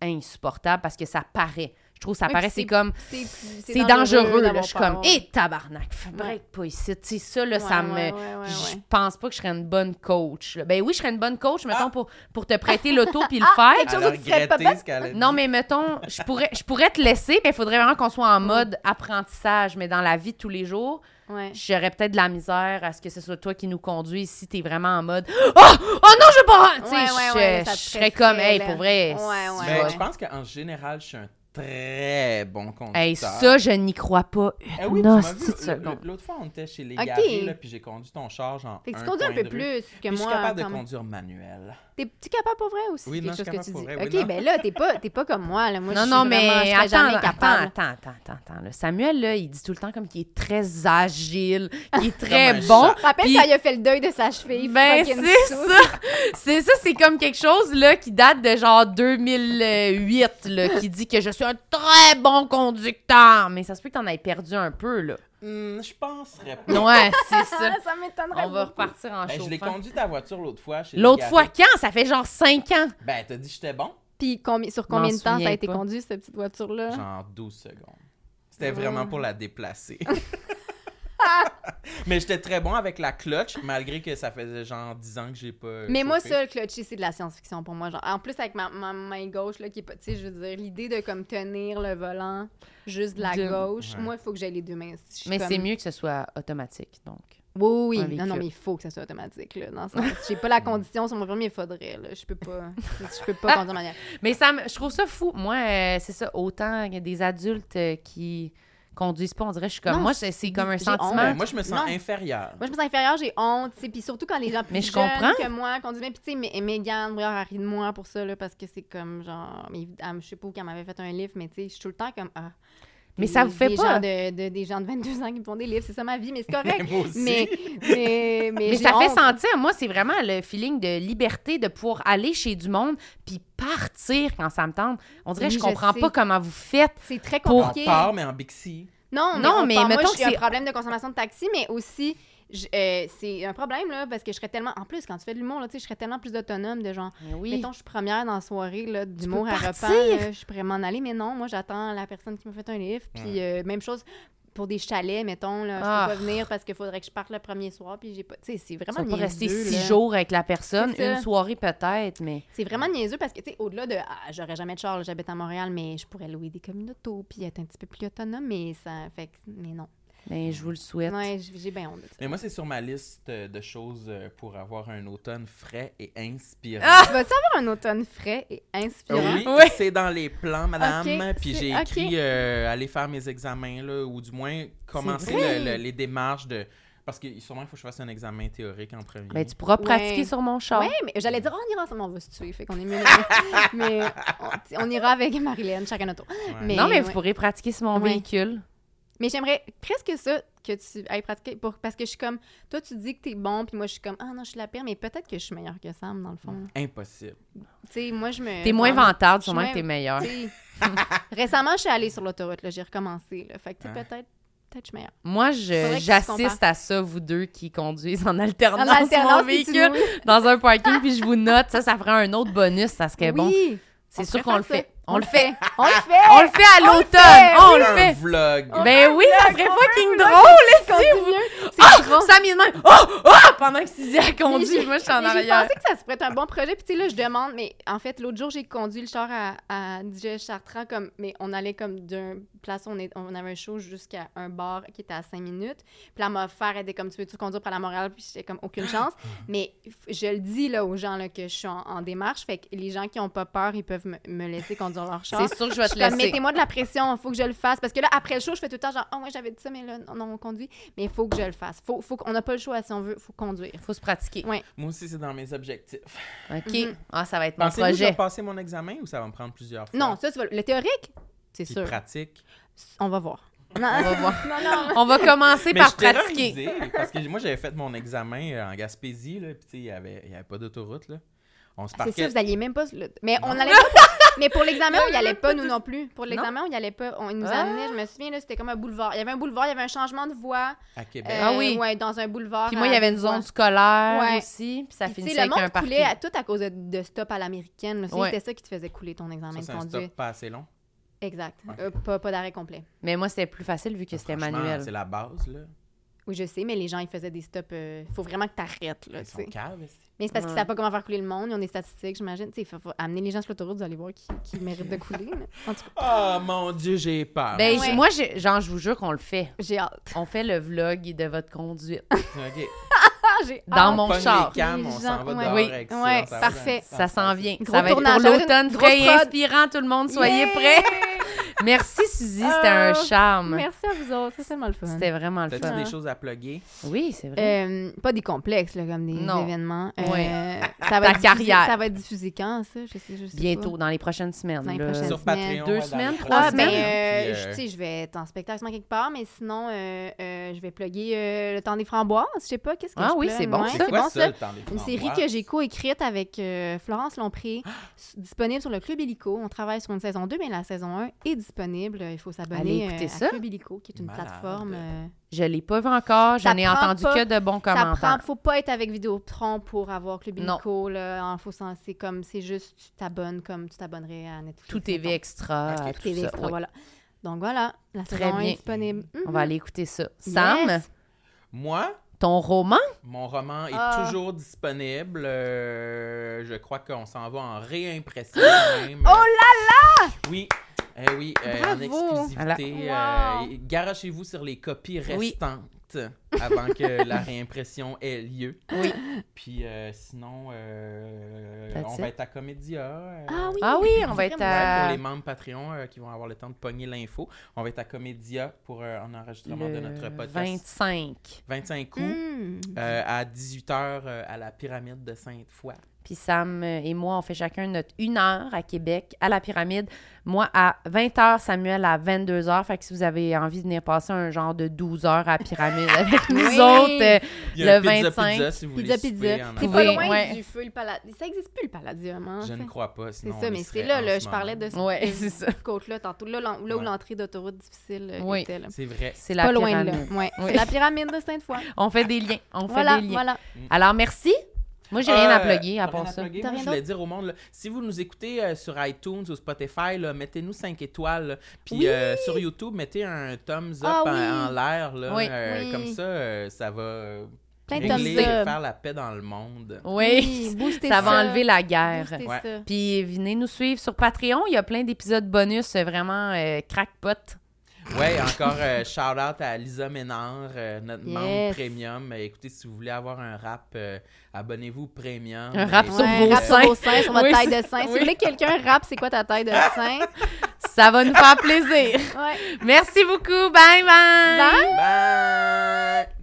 Speaker 2: insupportable parce que ça paraît. Je trouve que ça
Speaker 4: Oui,
Speaker 2: paraît,
Speaker 4: puis
Speaker 2: c'est comme,
Speaker 4: c'est plus-
Speaker 2: c'est dangereux, là.
Speaker 4: d'avoir
Speaker 2: Je suis
Speaker 4: peur,
Speaker 2: comme,
Speaker 4: ouais.
Speaker 2: hé, tabarnak, fais break pas ici. Tu sais, ça, là,
Speaker 4: Ouais,
Speaker 2: ça
Speaker 4: ouais,
Speaker 2: me.
Speaker 4: ouais, ouais, ouais.
Speaker 2: Je pense pas que je serais une bonne coach. là. Ben oui, je serais une bonne coach,
Speaker 1: Ah!
Speaker 2: mettons, pour, pour te prêter l'auto puis le faire.
Speaker 1: Elle
Speaker 4: chose
Speaker 1: a
Speaker 4: où tu serais
Speaker 1: regretté
Speaker 4: pas
Speaker 1: ce qu'elle a dit.
Speaker 2: Non, mais mettons, je pourrais, je pourrais te laisser, mais il faudrait vraiment qu'on soit en
Speaker 4: Mm.
Speaker 2: mode apprentissage. Mais dans la vie de tous les jours,
Speaker 4: Ouais.
Speaker 2: j'aurais peut-être de la misère à ce que ce soit toi qui nous conduis si t'es vraiment en mode « Oh! Oh non, je vais pas! » Tu sais,
Speaker 4: Ouais, ouais, ouais,
Speaker 2: je,
Speaker 4: ça te
Speaker 2: je serais
Speaker 4: stresserait,
Speaker 2: comme « Hey,
Speaker 4: là.
Speaker 2: pour vrai,
Speaker 4: Ouais,
Speaker 2: si-
Speaker 4: ouais,
Speaker 1: Mais
Speaker 4: ouais.
Speaker 1: Ben, je pense qu'en général, je suis un très bon conducteur.
Speaker 2: Hey, ça, je n'y crois pas
Speaker 1: Eh
Speaker 2: une
Speaker 1: oui, tu m'as vu,
Speaker 2: hostie de
Speaker 1: l-
Speaker 2: seconde.
Speaker 1: l- L'autre fois, on était chez les
Speaker 4: Ok.
Speaker 1: garés, là, puis j'ai conduit ton char, genre.
Speaker 4: Fait que tu
Speaker 1: un
Speaker 4: conduis un
Speaker 1: coin
Speaker 4: peu
Speaker 1: de rue.
Speaker 4: plus que
Speaker 1: Puis je suis
Speaker 4: moi.
Speaker 1: capable de
Speaker 4: quand même.
Speaker 1: conduire manuel.
Speaker 4: T'es-tu capable pour vrai aussi?
Speaker 1: Oui,
Speaker 4: c'est
Speaker 1: non, je
Speaker 4: quelque
Speaker 1: suis
Speaker 4: chose que
Speaker 1: capable
Speaker 4: tu
Speaker 1: pour
Speaker 4: dis.
Speaker 1: vrai, oui,
Speaker 4: ok,
Speaker 1: non.
Speaker 4: ben là, t'es pas, t'es pas comme moi. Là. Moi, je
Speaker 2: Non,
Speaker 4: suis
Speaker 2: non,
Speaker 4: vraiment-
Speaker 2: mais
Speaker 4: j'étais
Speaker 2: attends,
Speaker 4: jamais
Speaker 2: attends,
Speaker 4: capable.
Speaker 2: attends, attends, attends, là. Samuel, là, il dit tout le temps comme qu'il est très agile, qu'il est
Speaker 1: Comme
Speaker 2: très
Speaker 1: un
Speaker 2: bon.
Speaker 1: chat.
Speaker 4: Rappelle
Speaker 2: Puis-
Speaker 4: quand il a fait le deuil de sa cheville.
Speaker 2: Ben,
Speaker 4: fucking
Speaker 2: c'est
Speaker 4: sous.
Speaker 2: ça. C'est ça, c'est comme quelque chose là, qui date de genre 2008, là, qui dit que je suis un très bon conducteur. Mais ça se peut que t'en aies perdu un peu, là.
Speaker 1: Hmm, je penserais pas.
Speaker 2: Ouais, c'est ça.
Speaker 4: Ah, ça m'étonnerait.
Speaker 2: On va
Speaker 4: beaucoup.
Speaker 2: repartir en
Speaker 1: Ben, je l'ai
Speaker 2: chauffant.
Speaker 1: conduit ta voiture l'autre fois. chez les
Speaker 2: L'autre
Speaker 1: garés.
Speaker 2: fois, quand? Ça fait genre 5 ans.
Speaker 1: Ben, t'as dit que j'étais bon?
Speaker 4: Puis combi- sur
Speaker 2: M'en
Speaker 4: combien de temps ça
Speaker 2: souviens
Speaker 4: a été
Speaker 2: pas.
Speaker 4: conduit, cette petite voiture-là?
Speaker 1: Genre 12 secondes.
Speaker 4: Ah.
Speaker 1: C'était vraiment pour la déplacer. Mais j'étais très bon avec la clutch, malgré que ça faisait genre 10 ans que j'ai pas.
Speaker 4: Mais moi,
Speaker 1: chauffé.
Speaker 4: ça, le clutcher, c'est de la science-fiction pour moi. Genre, en plus, avec ma, ma main gauche, là, qui est pas. Tu sais, je veux dire, l'idée de comme tenir le volant juste de la
Speaker 2: De-
Speaker 4: gauche,
Speaker 1: Ouais.
Speaker 4: moi, il faut que j'aie les deux mains. Je suis
Speaker 2: Mais
Speaker 4: comme-
Speaker 2: c'est mieux que ce soit automatique, donc.
Speaker 4: Oui,
Speaker 2: un
Speaker 4: oui. Non, non,
Speaker 2: véhicule.
Speaker 4: mais il faut que ça soit automatique, là. Dans le sens, j'ai
Speaker 2: Mm.
Speaker 4: pas la condition sur mon permis, il faudrait, là. Je peux pas. Je peux pas conduire manière.
Speaker 2: Mais ça, me- je trouve ça fou. Moi, euh, c'est ça, autant que des adultes euh, qui conduisent pas, on dirait, je suis comme,
Speaker 4: Non,
Speaker 2: moi, c'est c'est comme un
Speaker 4: j'ai
Speaker 2: sentiment.
Speaker 1: Ben, moi, je me sens
Speaker 4: Non.
Speaker 1: inférieur.
Speaker 4: Moi, je me sens inférieure, j'ai honte, tu sais. Puis surtout quand les gens plus
Speaker 2: Mais je
Speaker 4: jeunes
Speaker 2: comprends.
Speaker 4: que moi conduisent bien. Puis, tu sais, mais Megan, d'ailleurs, elle rit de moi pour ça, là, parce que c'est comme, genre, mais, elle- je sais pas où qu'elle m'avait fait un livre, mais tu sais, je suis tout le temps comme, ah.
Speaker 2: Mais
Speaker 4: Des-
Speaker 2: ça vous fait
Speaker 4: des
Speaker 2: pas-
Speaker 4: Gens de, de- des gens de 22 ans qui me font des livres, c'est ça ma vie, mais c'est
Speaker 1: Mais
Speaker 4: correct.
Speaker 1: moi aussi.
Speaker 4: mais, mais, mais,
Speaker 2: Mais
Speaker 4: j'ai
Speaker 2: ça fait
Speaker 4: honte.
Speaker 2: sentir, moi, c'est vraiment le feeling de liberté de pouvoir aller chez du monde puis partir quand ça me tente. On dirait que je
Speaker 4: Oui, je
Speaker 2: comprends
Speaker 4: sais.
Speaker 2: pas comment vous faites.
Speaker 4: C'est très
Speaker 1: On
Speaker 4: compliqué.
Speaker 1: part, mais en Bixi.
Speaker 4: Non,
Speaker 2: Non, mais
Speaker 4: mais, on parle-
Speaker 2: mettons
Speaker 4: moi, j'ai
Speaker 2: que
Speaker 4: un
Speaker 2: c'est-
Speaker 4: problème de consommation de taxi, mais aussi, je- euh, c'est un problème, là, parce que je serais tellement... En plus, quand tu fais de l'humour, là, tu sais, je serais tellement plus autonome de genre...
Speaker 2: Oui.
Speaker 4: Mettons, je suis première dans la soirée, là, d'humour à
Speaker 2: partir.
Speaker 4: repas, là, je pourrais m'en aller, mais non, moi, j'attends la personne qui m'a fait un livre, puis euh, même chose... pour des chalets, mettons, là,
Speaker 2: Ah.
Speaker 4: je peux pas venir parce qu'il faudrait que je parte le premier soir, puis j'ai pas. Tu sais, c'est
Speaker 2: Tu vas
Speaker 4: vraiment
Speaker 2: pas rester
Speaker 4: niaiseux,
Speaker 2: six
Speaker 4: là.
Speaker 2: jours avec la personne,
Speaker 4: C'est ça.
Speaker 2: une soirée peut-être, mais.
Speaker 4: C'est vraiment niaiseux parce que, tu sais, au-delà de. Ah, j'aurais jamais de char, là, j'habite à Montréal, mais je pourrais louer des communautés, puis être un petit peu plus autonome, mais ça. Fait que- Mais non.
Speaker 2: Mais ben, je vous le souhaite.
Speaker 4: Ouais, j- j'ai bien honte de ça.
Speaker 1: Mais moi, c'est sur ma liste euh, de choses euh, pour avoir un automne frais et inspirant.
Speaker 2: Ah!
Speaker 4: Vas-tu avoir un automne frais et inspirant?
Speaker 1: Ah Oui,
Speaker 2: Oui.
Speaker 1: c'est dans les plans, madame.
Speaker 4: Ah! Ok,
Speaker 1: Puis
Speaker 4: c'est-
Speaker 1: j'ai
Speaker 4: ok.
Speaker 1: écrit euh, aller faire mes examens, là, ou du moins commencer
Speaker 4: vrai.
Speaker 1: le- le- les démarches de. Parce que sûrement, il faut que je fasse un examen théorique en premier.
Speaker 2: Ben, tu pourras pratiquer
Speaker 4: Ouais.
Speaker 2: sur mon char.
Speaker 4: Oui, mais j'allais dire, Oh, on ira ensemble, on va se tuer, fait qu'on est mieux. de- mais on, on ira avec Marilyn, chacun notre tour.
Speaker 1: Ouais.
Speaker 4: Mais,
Speaker 2: non, mais vous
Speaker 4: ouais.
Speaker 2: pourrez pratiquer sur mon
Speaker 4: Ouais.
Speaker 2: véhicule.
Speaker 4: Mais j'aimerais presque ça que tu ailles pratiquer pour, parce que je suis comme, toi, tu dis que t'es bon, puis moi, je suis comme, ah non, je suis la pire, mais peut-être que je suis meilleure que Sam, dans le fond. là.
Speaker 1: Impossible.
Speaker 4: Tu sais, moi, je me.
Speaker 2: T'es moins
Speaker 4: vraiment,
Speaker 2: vantarde,
Speaker 4: je
Speaker 2: sûrement
Speaker 4: suis
Speaker 2: que t'es meilleure.
Speaker 4: tu sais. Récemment, je suis allée sur l'autoroute, là, j'ai recommencé, là. Fait que, tu sais,
Speaker 1: Ouais.
Speaker 4: peut-être, peut-être que je suis meilleure.
Speaker 2: Moi,
Speaker 4: Faudrait
Speaker 2: je-
Speaker 4: que tu
Speaker 2: j'assiste
Speaker 4: compares.
Speaker 2: à ça, vous deux qui conduisez en
Speaker 4: En
Speaker 2: alternance, mon
Speaker 4: alternance, puis tu
Speaker 2: véhicule
Speaker 4: nous-
Speaker 2: dans un parking, puis je vous note. Ça, ça ferait un autre bonus. Ça serait bon.
Speaker 4: Oui,
Speaker 2: C'est
Speaker 4: on
Speaker 2: sûr
Speaker 4: pourrait
Speaker 2: qu'on le
Speaker 4: faire ça.
Speaker 2: fait. On le fait.
Speaker 4: on le fait!
Speaker 2: On le fait à l'automne. On
Speaker 1: un
Speaker 2: le fait.
Speaker 1: vlog.
Speaker 2: Ben oui, ça serait fucking drôle.
Speaker 4: Continue. C'est
Speaker 2: Oh,
Speaker 4: drôle.
Speaker 2: Sam, il est de même. Oh, oh, pendant que Suzy a
Speaker 4: Mais
Speaker 2: conduit,
Speaker 4: j'ai-
Speaker 2: moi, je suis en
Speaker 4: mais j'ai
Speaker 2: arrière.
Speaker 4: pensé que ça se pourrait être un bon projet. Puis, tu sais, là, je demande, mais en fait, l'autre jour, j'ai conduit le char à, à DJ Chartrand, comme, mais on allait comme d'un place, où on, est, on avait un show jusqu'à un bar qui était à 5 minutes. Puis, là, m'a offert, elle était comme, tu veux-tu conduire pour la Montréal? Puis, j'étais comme, aucune chance. mais f- je le dis, là, aux gens, là, que je suis en, en démarche. Fait que les gens qui n'ont pas peur, ils peuvent me, me laisser conduire leur char.
Speaker 2: C'est sûr que je vais
Speaker 4: Je
Speaker 2: te
Speaker 4: suis comme,
Speaker 2: laisser.
Speaker 4: mettez-moi de la pression, il faut que je le fasse. Parce que là, après le show, je fais tout le temps genre, oh, ouais, j'avais dit ça, mais là, non, non, on conduit. Mais il faut que je le fasse. Faut, faut, qu'on- on n'a pas le choix si on veut, faut conduire.
Speaker 2: Faut se pratiquer.
Speaker 4: Ouais.
Speaker 1: Moi aussi, c'est dans mes objectifs.
Speaker 2: OK.
Speaker 4: Mhm.
Speaker 2: Ah, ça va être mon
Speaker 1: Pensez-vous que je vais
Speaker 2: projet.
Speaker 1: passer mon examen ou ça va me prendre plusieurs fois?
Speaker 4: Non,
Speaker 2: Hein?
Speaker 4: ça, tu vas- le théorique, c'est
Speaker 1: Puis
Speaker 4: sûr.
Speaker 1: pratique.
Speaker 4: On va voir.
Speaker 2: On va voir.
Speaker 4: Non, non.
Speaker 2: On va commencer
Speaker 1: Mais je
Speaker 2: par
Speaker 1: suis
Speaker 2: pratiquer.
Speaker 1: terrorisée, parce que moi, j'avais fait mon examen euh, en Gaspésie, là, puis tu sais, il n'y avait, il y avait pas d'autoroute, là. On se
Speaker 2: Ah,
Speaker 4: C'est sûr,
Speaker 1: parquait.
Speaker 4: vous alliez même pas. le- Mais on
Speaker 1: Non.
Speaker 4: allait pas. pour- Mais pour l'examen, on y allait
Speaker 2: même
Speaker 4: pas,
Speaker 2: pas
Speaker 4: nous non plus. Pour l'examen, on y allait pas. On ils nous
Speaker 2: Ah.
Speaker 4: amenait, je me souviens, là, c'était comme un boulevard. Il y avait un boulevard, il y avait un changement de voie. Euh,
Speaker 1: à Québec.
Speaker 2: Ah oui.
Speaker 4: Ouais, dans un boulevard.
Speaker 2: Puis moi,
Speaker 4: à
Speaker 2: il y avait une
Speaker 4: dix mois.
Speaker 2: zone scolaire
Speaker 4: Ouais.
Speaker 2: aussi, puis ça
Speaker 4: Puis, tu sais,
Speaker 2: finissait avec
Speaker 4: le monde
Speaker 2: un parking.
Speaker 4: coulait à- tout à cause de, de stop à l'américaine. là. C'est-
Speaker 2: Ouais.
Speaker 4: C'était ça qui te faisait couler ton
Speaker 1: ça,
Speaker 4: examen
Speaker 1: c'est
Speaker 4: de
Speaker 1: un
Speaker 4: conduite.
Speaker 1: stop pas assez long.
Speaker 4: Exact.
Speaker 1: Ouais.
Speaker 4: Euh, pas pas d'arrêt complet.
Speaker 2: Mais moi, c'était plus facile vu que c'était
Speaker 1: Ah, Franchement,
Speaker 2: manuel.
Speaker 1: C'est la base, là.
Speaker 4: Oui, je sais, mais les gens, ils faisaient des stops. euh, faut vraiment que t'arrêtes, là,
Speaker 1: Ils
Speaker 4: tu
Speaker 1: sont
Speaker 4: sais.
Speaker 1: caves, est-ce que-
Speaker 4: Mais c'est parce qu'ils
Speaker 2: Ouais.
Speaker 4: savent pas comment faire couler le monde. Ils ont des statistiques, j'imagine. Tu sais, faut, faut amener les gens sur l'autoroute, vous allez voir qui, qui mérite de couler. là. En tout cas,
Speaker 1: Oh mon Dieu, j'ai peur.
Speaker 2: Ben,
Speaker 4: Ouais.
Speaker 2: j- moi, j'ai- genre, je vous jure qu'on le fait.
Speaker 4: j'ai hâte.
Speaker 2: On fait le vlog de votre conduite
Speaker 1: Ok.
Speaker 4: Ah, j'ai hâte.
Speaker 2: dans mon
Speaker 1: Pogne
Speaker 2: char.
Speaker 1: les cams, on
Speaker 4: Les
Speaker 1: s'en
Speaker 4: gens-
Speaker 1: va
Speaker 4: ouais.
Speaker 1: dehors
Speaker 2: Oui.
Speaker 1: avec
Speaker 4: Ouais,
Speaker 1: ça. ça va
Speaker 4: parfait.
Speaker 1: bien.
Speaker 2: Ça s'en vient.
Speaker 4: Gros
Speaker 2: ça va
Speaker 4: tournage,
Speaker 2: être
Speaker 4: ça
Speaker 2: pour
Speaker 4: va être
Speaker 2: l'automne
Speaker 4: une
Speaker 2: frais et
Speaker 4: grosse prod.
Speaker 2: inspirant. Tout le monde, soyez
Speaker 4: Yeah!
Speaker 2: prêts. Merci, Suzy. C'était un
Speaker 4: Euh,
Speaker 2: charme.
Speaker 4: Merci à vous autres. C'est tellement le fun.
Speaker 2: C'était vraiment le
Speaker 1: T'as-tu
Speaker 2: fun.
Speaker 1: des choses à plugger?
Speaker 2: Oui, c'est vrai.
Speaker 4: Ah. Euh, pas des complexes, là, comme des
Speaker 2: Non.
Speaker 4: événements. Euh,
Speaker 2: Ouais.
Speaker 4: ça
Speaker 2: Ta
Speaker 4: va être diffusé-
Speaker 2: carrière.
Speaker 4: Ça va être diffusé quand, ça? Je sais, je sais pas.
Speaker 2: Bientôt, dans les prochaines semaines.
Speaker 4: Dans les
Speaker 2: là.
Speaker 4: prochaines-
Speaker 1: Sur Patreon.
Speaker 2: Deux
Speaker 1: ouais, dans
Speaker 2: semaines, ben,
Speaker 1: les
Speaker 2: trois
Speaker 4: Ah,
Speaker 1: prochaines
Speaker 4: mais
Speaker 2: semaines.
Speaker 1: semaines,
Speaker 4: euh,
Speaker 1: puis,
Speaker 4: je-
Speaker 1: euh,
Speaker 4: tu sais, je vais être en spectacle sûrement quelque part, mais sinon, euh, euh, je vais plugger euh, Le temps des framboises. Je sais pas, qu'est-ce que
Speaker 2: Ah
Speaker 4: je
Speaker 2: oui,
Speaker 4: plug?
Speaker 2: c'est bon,
Speaker 4: Ouais,
Speaker 2: ça.
Speaker 1: c'est
Speaker 4: c'est
Speaker 1: quoi
Speaker 4: bon
Speaker 1: ça,
Speaker 4: ça.
Speaker 1: le temps des
Speaker 4: Une série
Speaker 1: framboises?
Speaker 4: que j'ai coécrite avec euh, Florence Lompré, s- disponible sur le Club Illico. On travaille sur une saison 2, mais la saison 1 est disponible. Il faut
Speaker 2: Allez
Speaker 4: s'abonner
Speaker 2: écouter
Speaker 4: euh,
Speaker 2: ça.
Speaker 4: à Club Illico, qui est une
Speaker 1: Malade.
Speaker 4: plateforme. euh,
Speaker 2: Je l'ai pas vu encore. Je
Speaker 4: Ça
Speaker 2: n'ai
Speaker 4: prend
Speaker 2: entendu
Speaker 4: pas-
Speaker 2: que de bons
Speaker 4: ça
Speaker 2: commentaires.
Speaker 4: prend, faut pas être avec Vidéotron pour avoir Club
Speaker 2: Non.
Speaker 4: Illico. Là, en faut s'en- c'est comme, c'est juste, tu t'abonnes comme tu t'abonnerais à Netflix.
Speaker 2: Tout TV
Speaker 4: mettons.
Speaker 2: Extra.
Speaker 1: Ok,
Speaker 2: tout
Speaker 4: TV
Speaker 2: ça,
Speaker 4: Extra,
Speaker 2: oui.
Speaker 4: voilà. Donc voilà, la
Speaker 2: Très
Speaker 4: saison 1
Speaker 2: bien.
Speaker 4: est disponible.
Speaker 2: On
Speaker 4: Mhm.
Speaker 2: va aller écouter ça. Sam,
Speaker 4: Yes.
Speaker 1: Moi,
Speaker 2: ton roman?
Speaker 1: Mon roman est
Speaker 4: Ah.
Speaker 1: toujours disponible. euh, je crois qu'on s'en va en réimpression même.
Speaker 4: Oh
Speaker 1: là là! Oui. Eh oui, euh, en
Speaker 4: Bravo!
Speaker 1: exclusivité.
Speaker 4: Voilà.
Speaker 1: euh, Garochez-vous sur les copies
Speaker 2: Oui.
Speaker 1: restantes avant que la réimpression ait lieu.
Speaker 2: Oui.
Speaker 1: Puis euh, sinon, euh,
Speaker 2: That's
Speaker 1: on
Speaker 2: it.
Speaker 1: va être à Comédia. euh,
Speaker 4: Ah oui,
Speaker 2: Ah oui, on va être
Speaker 4: Vraiment.
Speaker 1: ouais,
Speaker 2: à...
Speaker 1: pour les membres Patreon euh, qui vont avoir le temps de pogner l'info, on va être à Comédia pour euh, un enregistrement de
Speaker 2: le
Speaker 1: notre podcast.
Speaker 2: 25.
Speaker 1: 25 coups.
Speaker 4: Mhm.
Speaker 1: Euh, à 18h à la pyramide de Sainte-Foy.
Speaker 2: Puis Sam et moi, on fait chacun notre une heure à Québec, à la pyramide. Moi, à 20h, Samuel à 22h. Fait que si vous avez envie de venir passer un genre de 12h à la pyramide avec nous
Speaker 4: Oui.
Speaker 2: autres, euh,
Speaker 1: Il y a
Speaker 2: le
Speaker 1: un pizza
Speaker 2: 25.
Speaker 1: pizza si vous voulez
Speaker 4: Pizza
Speaker 1: souper
Speaker 4: Pizza.
Speaker 1: en
Speaker 4: C'est
Speaker 1: avant.
Speaker 4: pas
Speaker 2: Oui,
Speaker 4: loin
Speaker 2: ouais.
Speaker 4: du feu, le palladium. Ça existe plus, le palladium. hein,
Speaker 1: Je
Speaker 4: en
Speaker 1: ne
Speaker 4: fait.
Speaker 1: crois pas, sinon
Speaker 4: C'est ça,
Speaker 1: on y
Speaker 4: mais
Speaker 1: serait
Speaker 4: c'est là,
Speaker 1: en
Speaker 4: là,
Speaker 1: ce
Speaker 4: je parlais
Speaker 1: moment.
Speaker 4: de ce
Speaker 2: Ouais, c'est ça.
Speaker 4: côte-là tantôt, là, l'en- là où
Speaker 1: Ouais.
Speaker 4: l'entrée d'autoroute difficile euh,
Speaker 2: Oui.
Speaker 4: était. Là.
Speaker 1: C'est vrai.
Speaker 2: c'est
Speaker 4: Pas
Speaker 2: la
Speaker 4: loin de
Speaker 2: pyramide.
Speaker 4: là. Ouais.
Speaker 2: Oui.
Speaker 4: C'est la pyramide de Sainte-Foy.
Speaker 2: On fait des liens. On fait
Speaker 4: Voilà,
Speaker 2: des liens.
Speaker 4: voilà.
Speaker 2: Alors, merci. Moi, j'ai rien
Speaker 1: Euh,
Speaker 2: à plugger à
Speaker 1: t'as rien
Speaker 2: part ça.
Speaker 1: plugger?
Speaker 4: T'as
Speaker 1: Moi,
Speaker 4: rien
Speaker 1: je voulais dire au monde, là, si vous nous écoutez euh, sur iTunes ou Spotify, là, mettez-nous 5 étoiles. là. Puis
Speaker 4: Oui!
Speaker 1: euh, sur YouTube, mettez un thumbs up
Speaker 4: Ah
Speaker 1: en,
Speaker 4: oui!
Speaker 1: en l'air. là,
Speaker 2: Oui.
Speaker 1: euh,
Speaker 4: Oui.
Speaker 1: Comme ça, euh, ça va euh,
Speaker 4: Plein de
Speaker 1: régler
Speaker 4: thumbs
Speaker 1: et
Speaker 4: up.
Speaker 1: faire la paix dans le monde.
Speaker 2: Oui,
Speaker 4: boostez
Speaker 2: ça va enlever la guerre.
Speaker 4: Boostez
Speaker 1: Ouais.
Speaker 4: ça.
Speaker 2: Puis venez nous suivre sur Patreon. Il y a plein d'épisodes bonus euh, vraiment euh, crackpot.
Speaker 1: Ouais, encore shout-out à Lisa Ménard, euh, notre
Speaker 4: Yes.
Speaker 1: membre premium. Euh, écoutez, si vous voulez avoir un rap, euh, abonnez-vous premium.
Speaker 2: Un rap
Speaker 1: Et-
Speaker 2: Sur
Speaker 4: Ouais,
Speaker 2: vos
Speaker 4: rap
Speaker 2: seins.
Speaker 4: sur vos seins, sur votre
Speaker 2: Oui,
Speaker 4: taille
Speaker 2: c'est-
Speaker 4: de sein. Si vous
Speaker 2: oui.
Speaker 4: voulez que quelqu'un rappe, c'est quoi ta taille de sein?
Speaker 2: Ça va nous faire plaisir.
Speaker 4: Ouais.
Speaker 2: Merci beaucoup. Bye bye.
Speaker 4: Bye!
Speaker 1: Bye!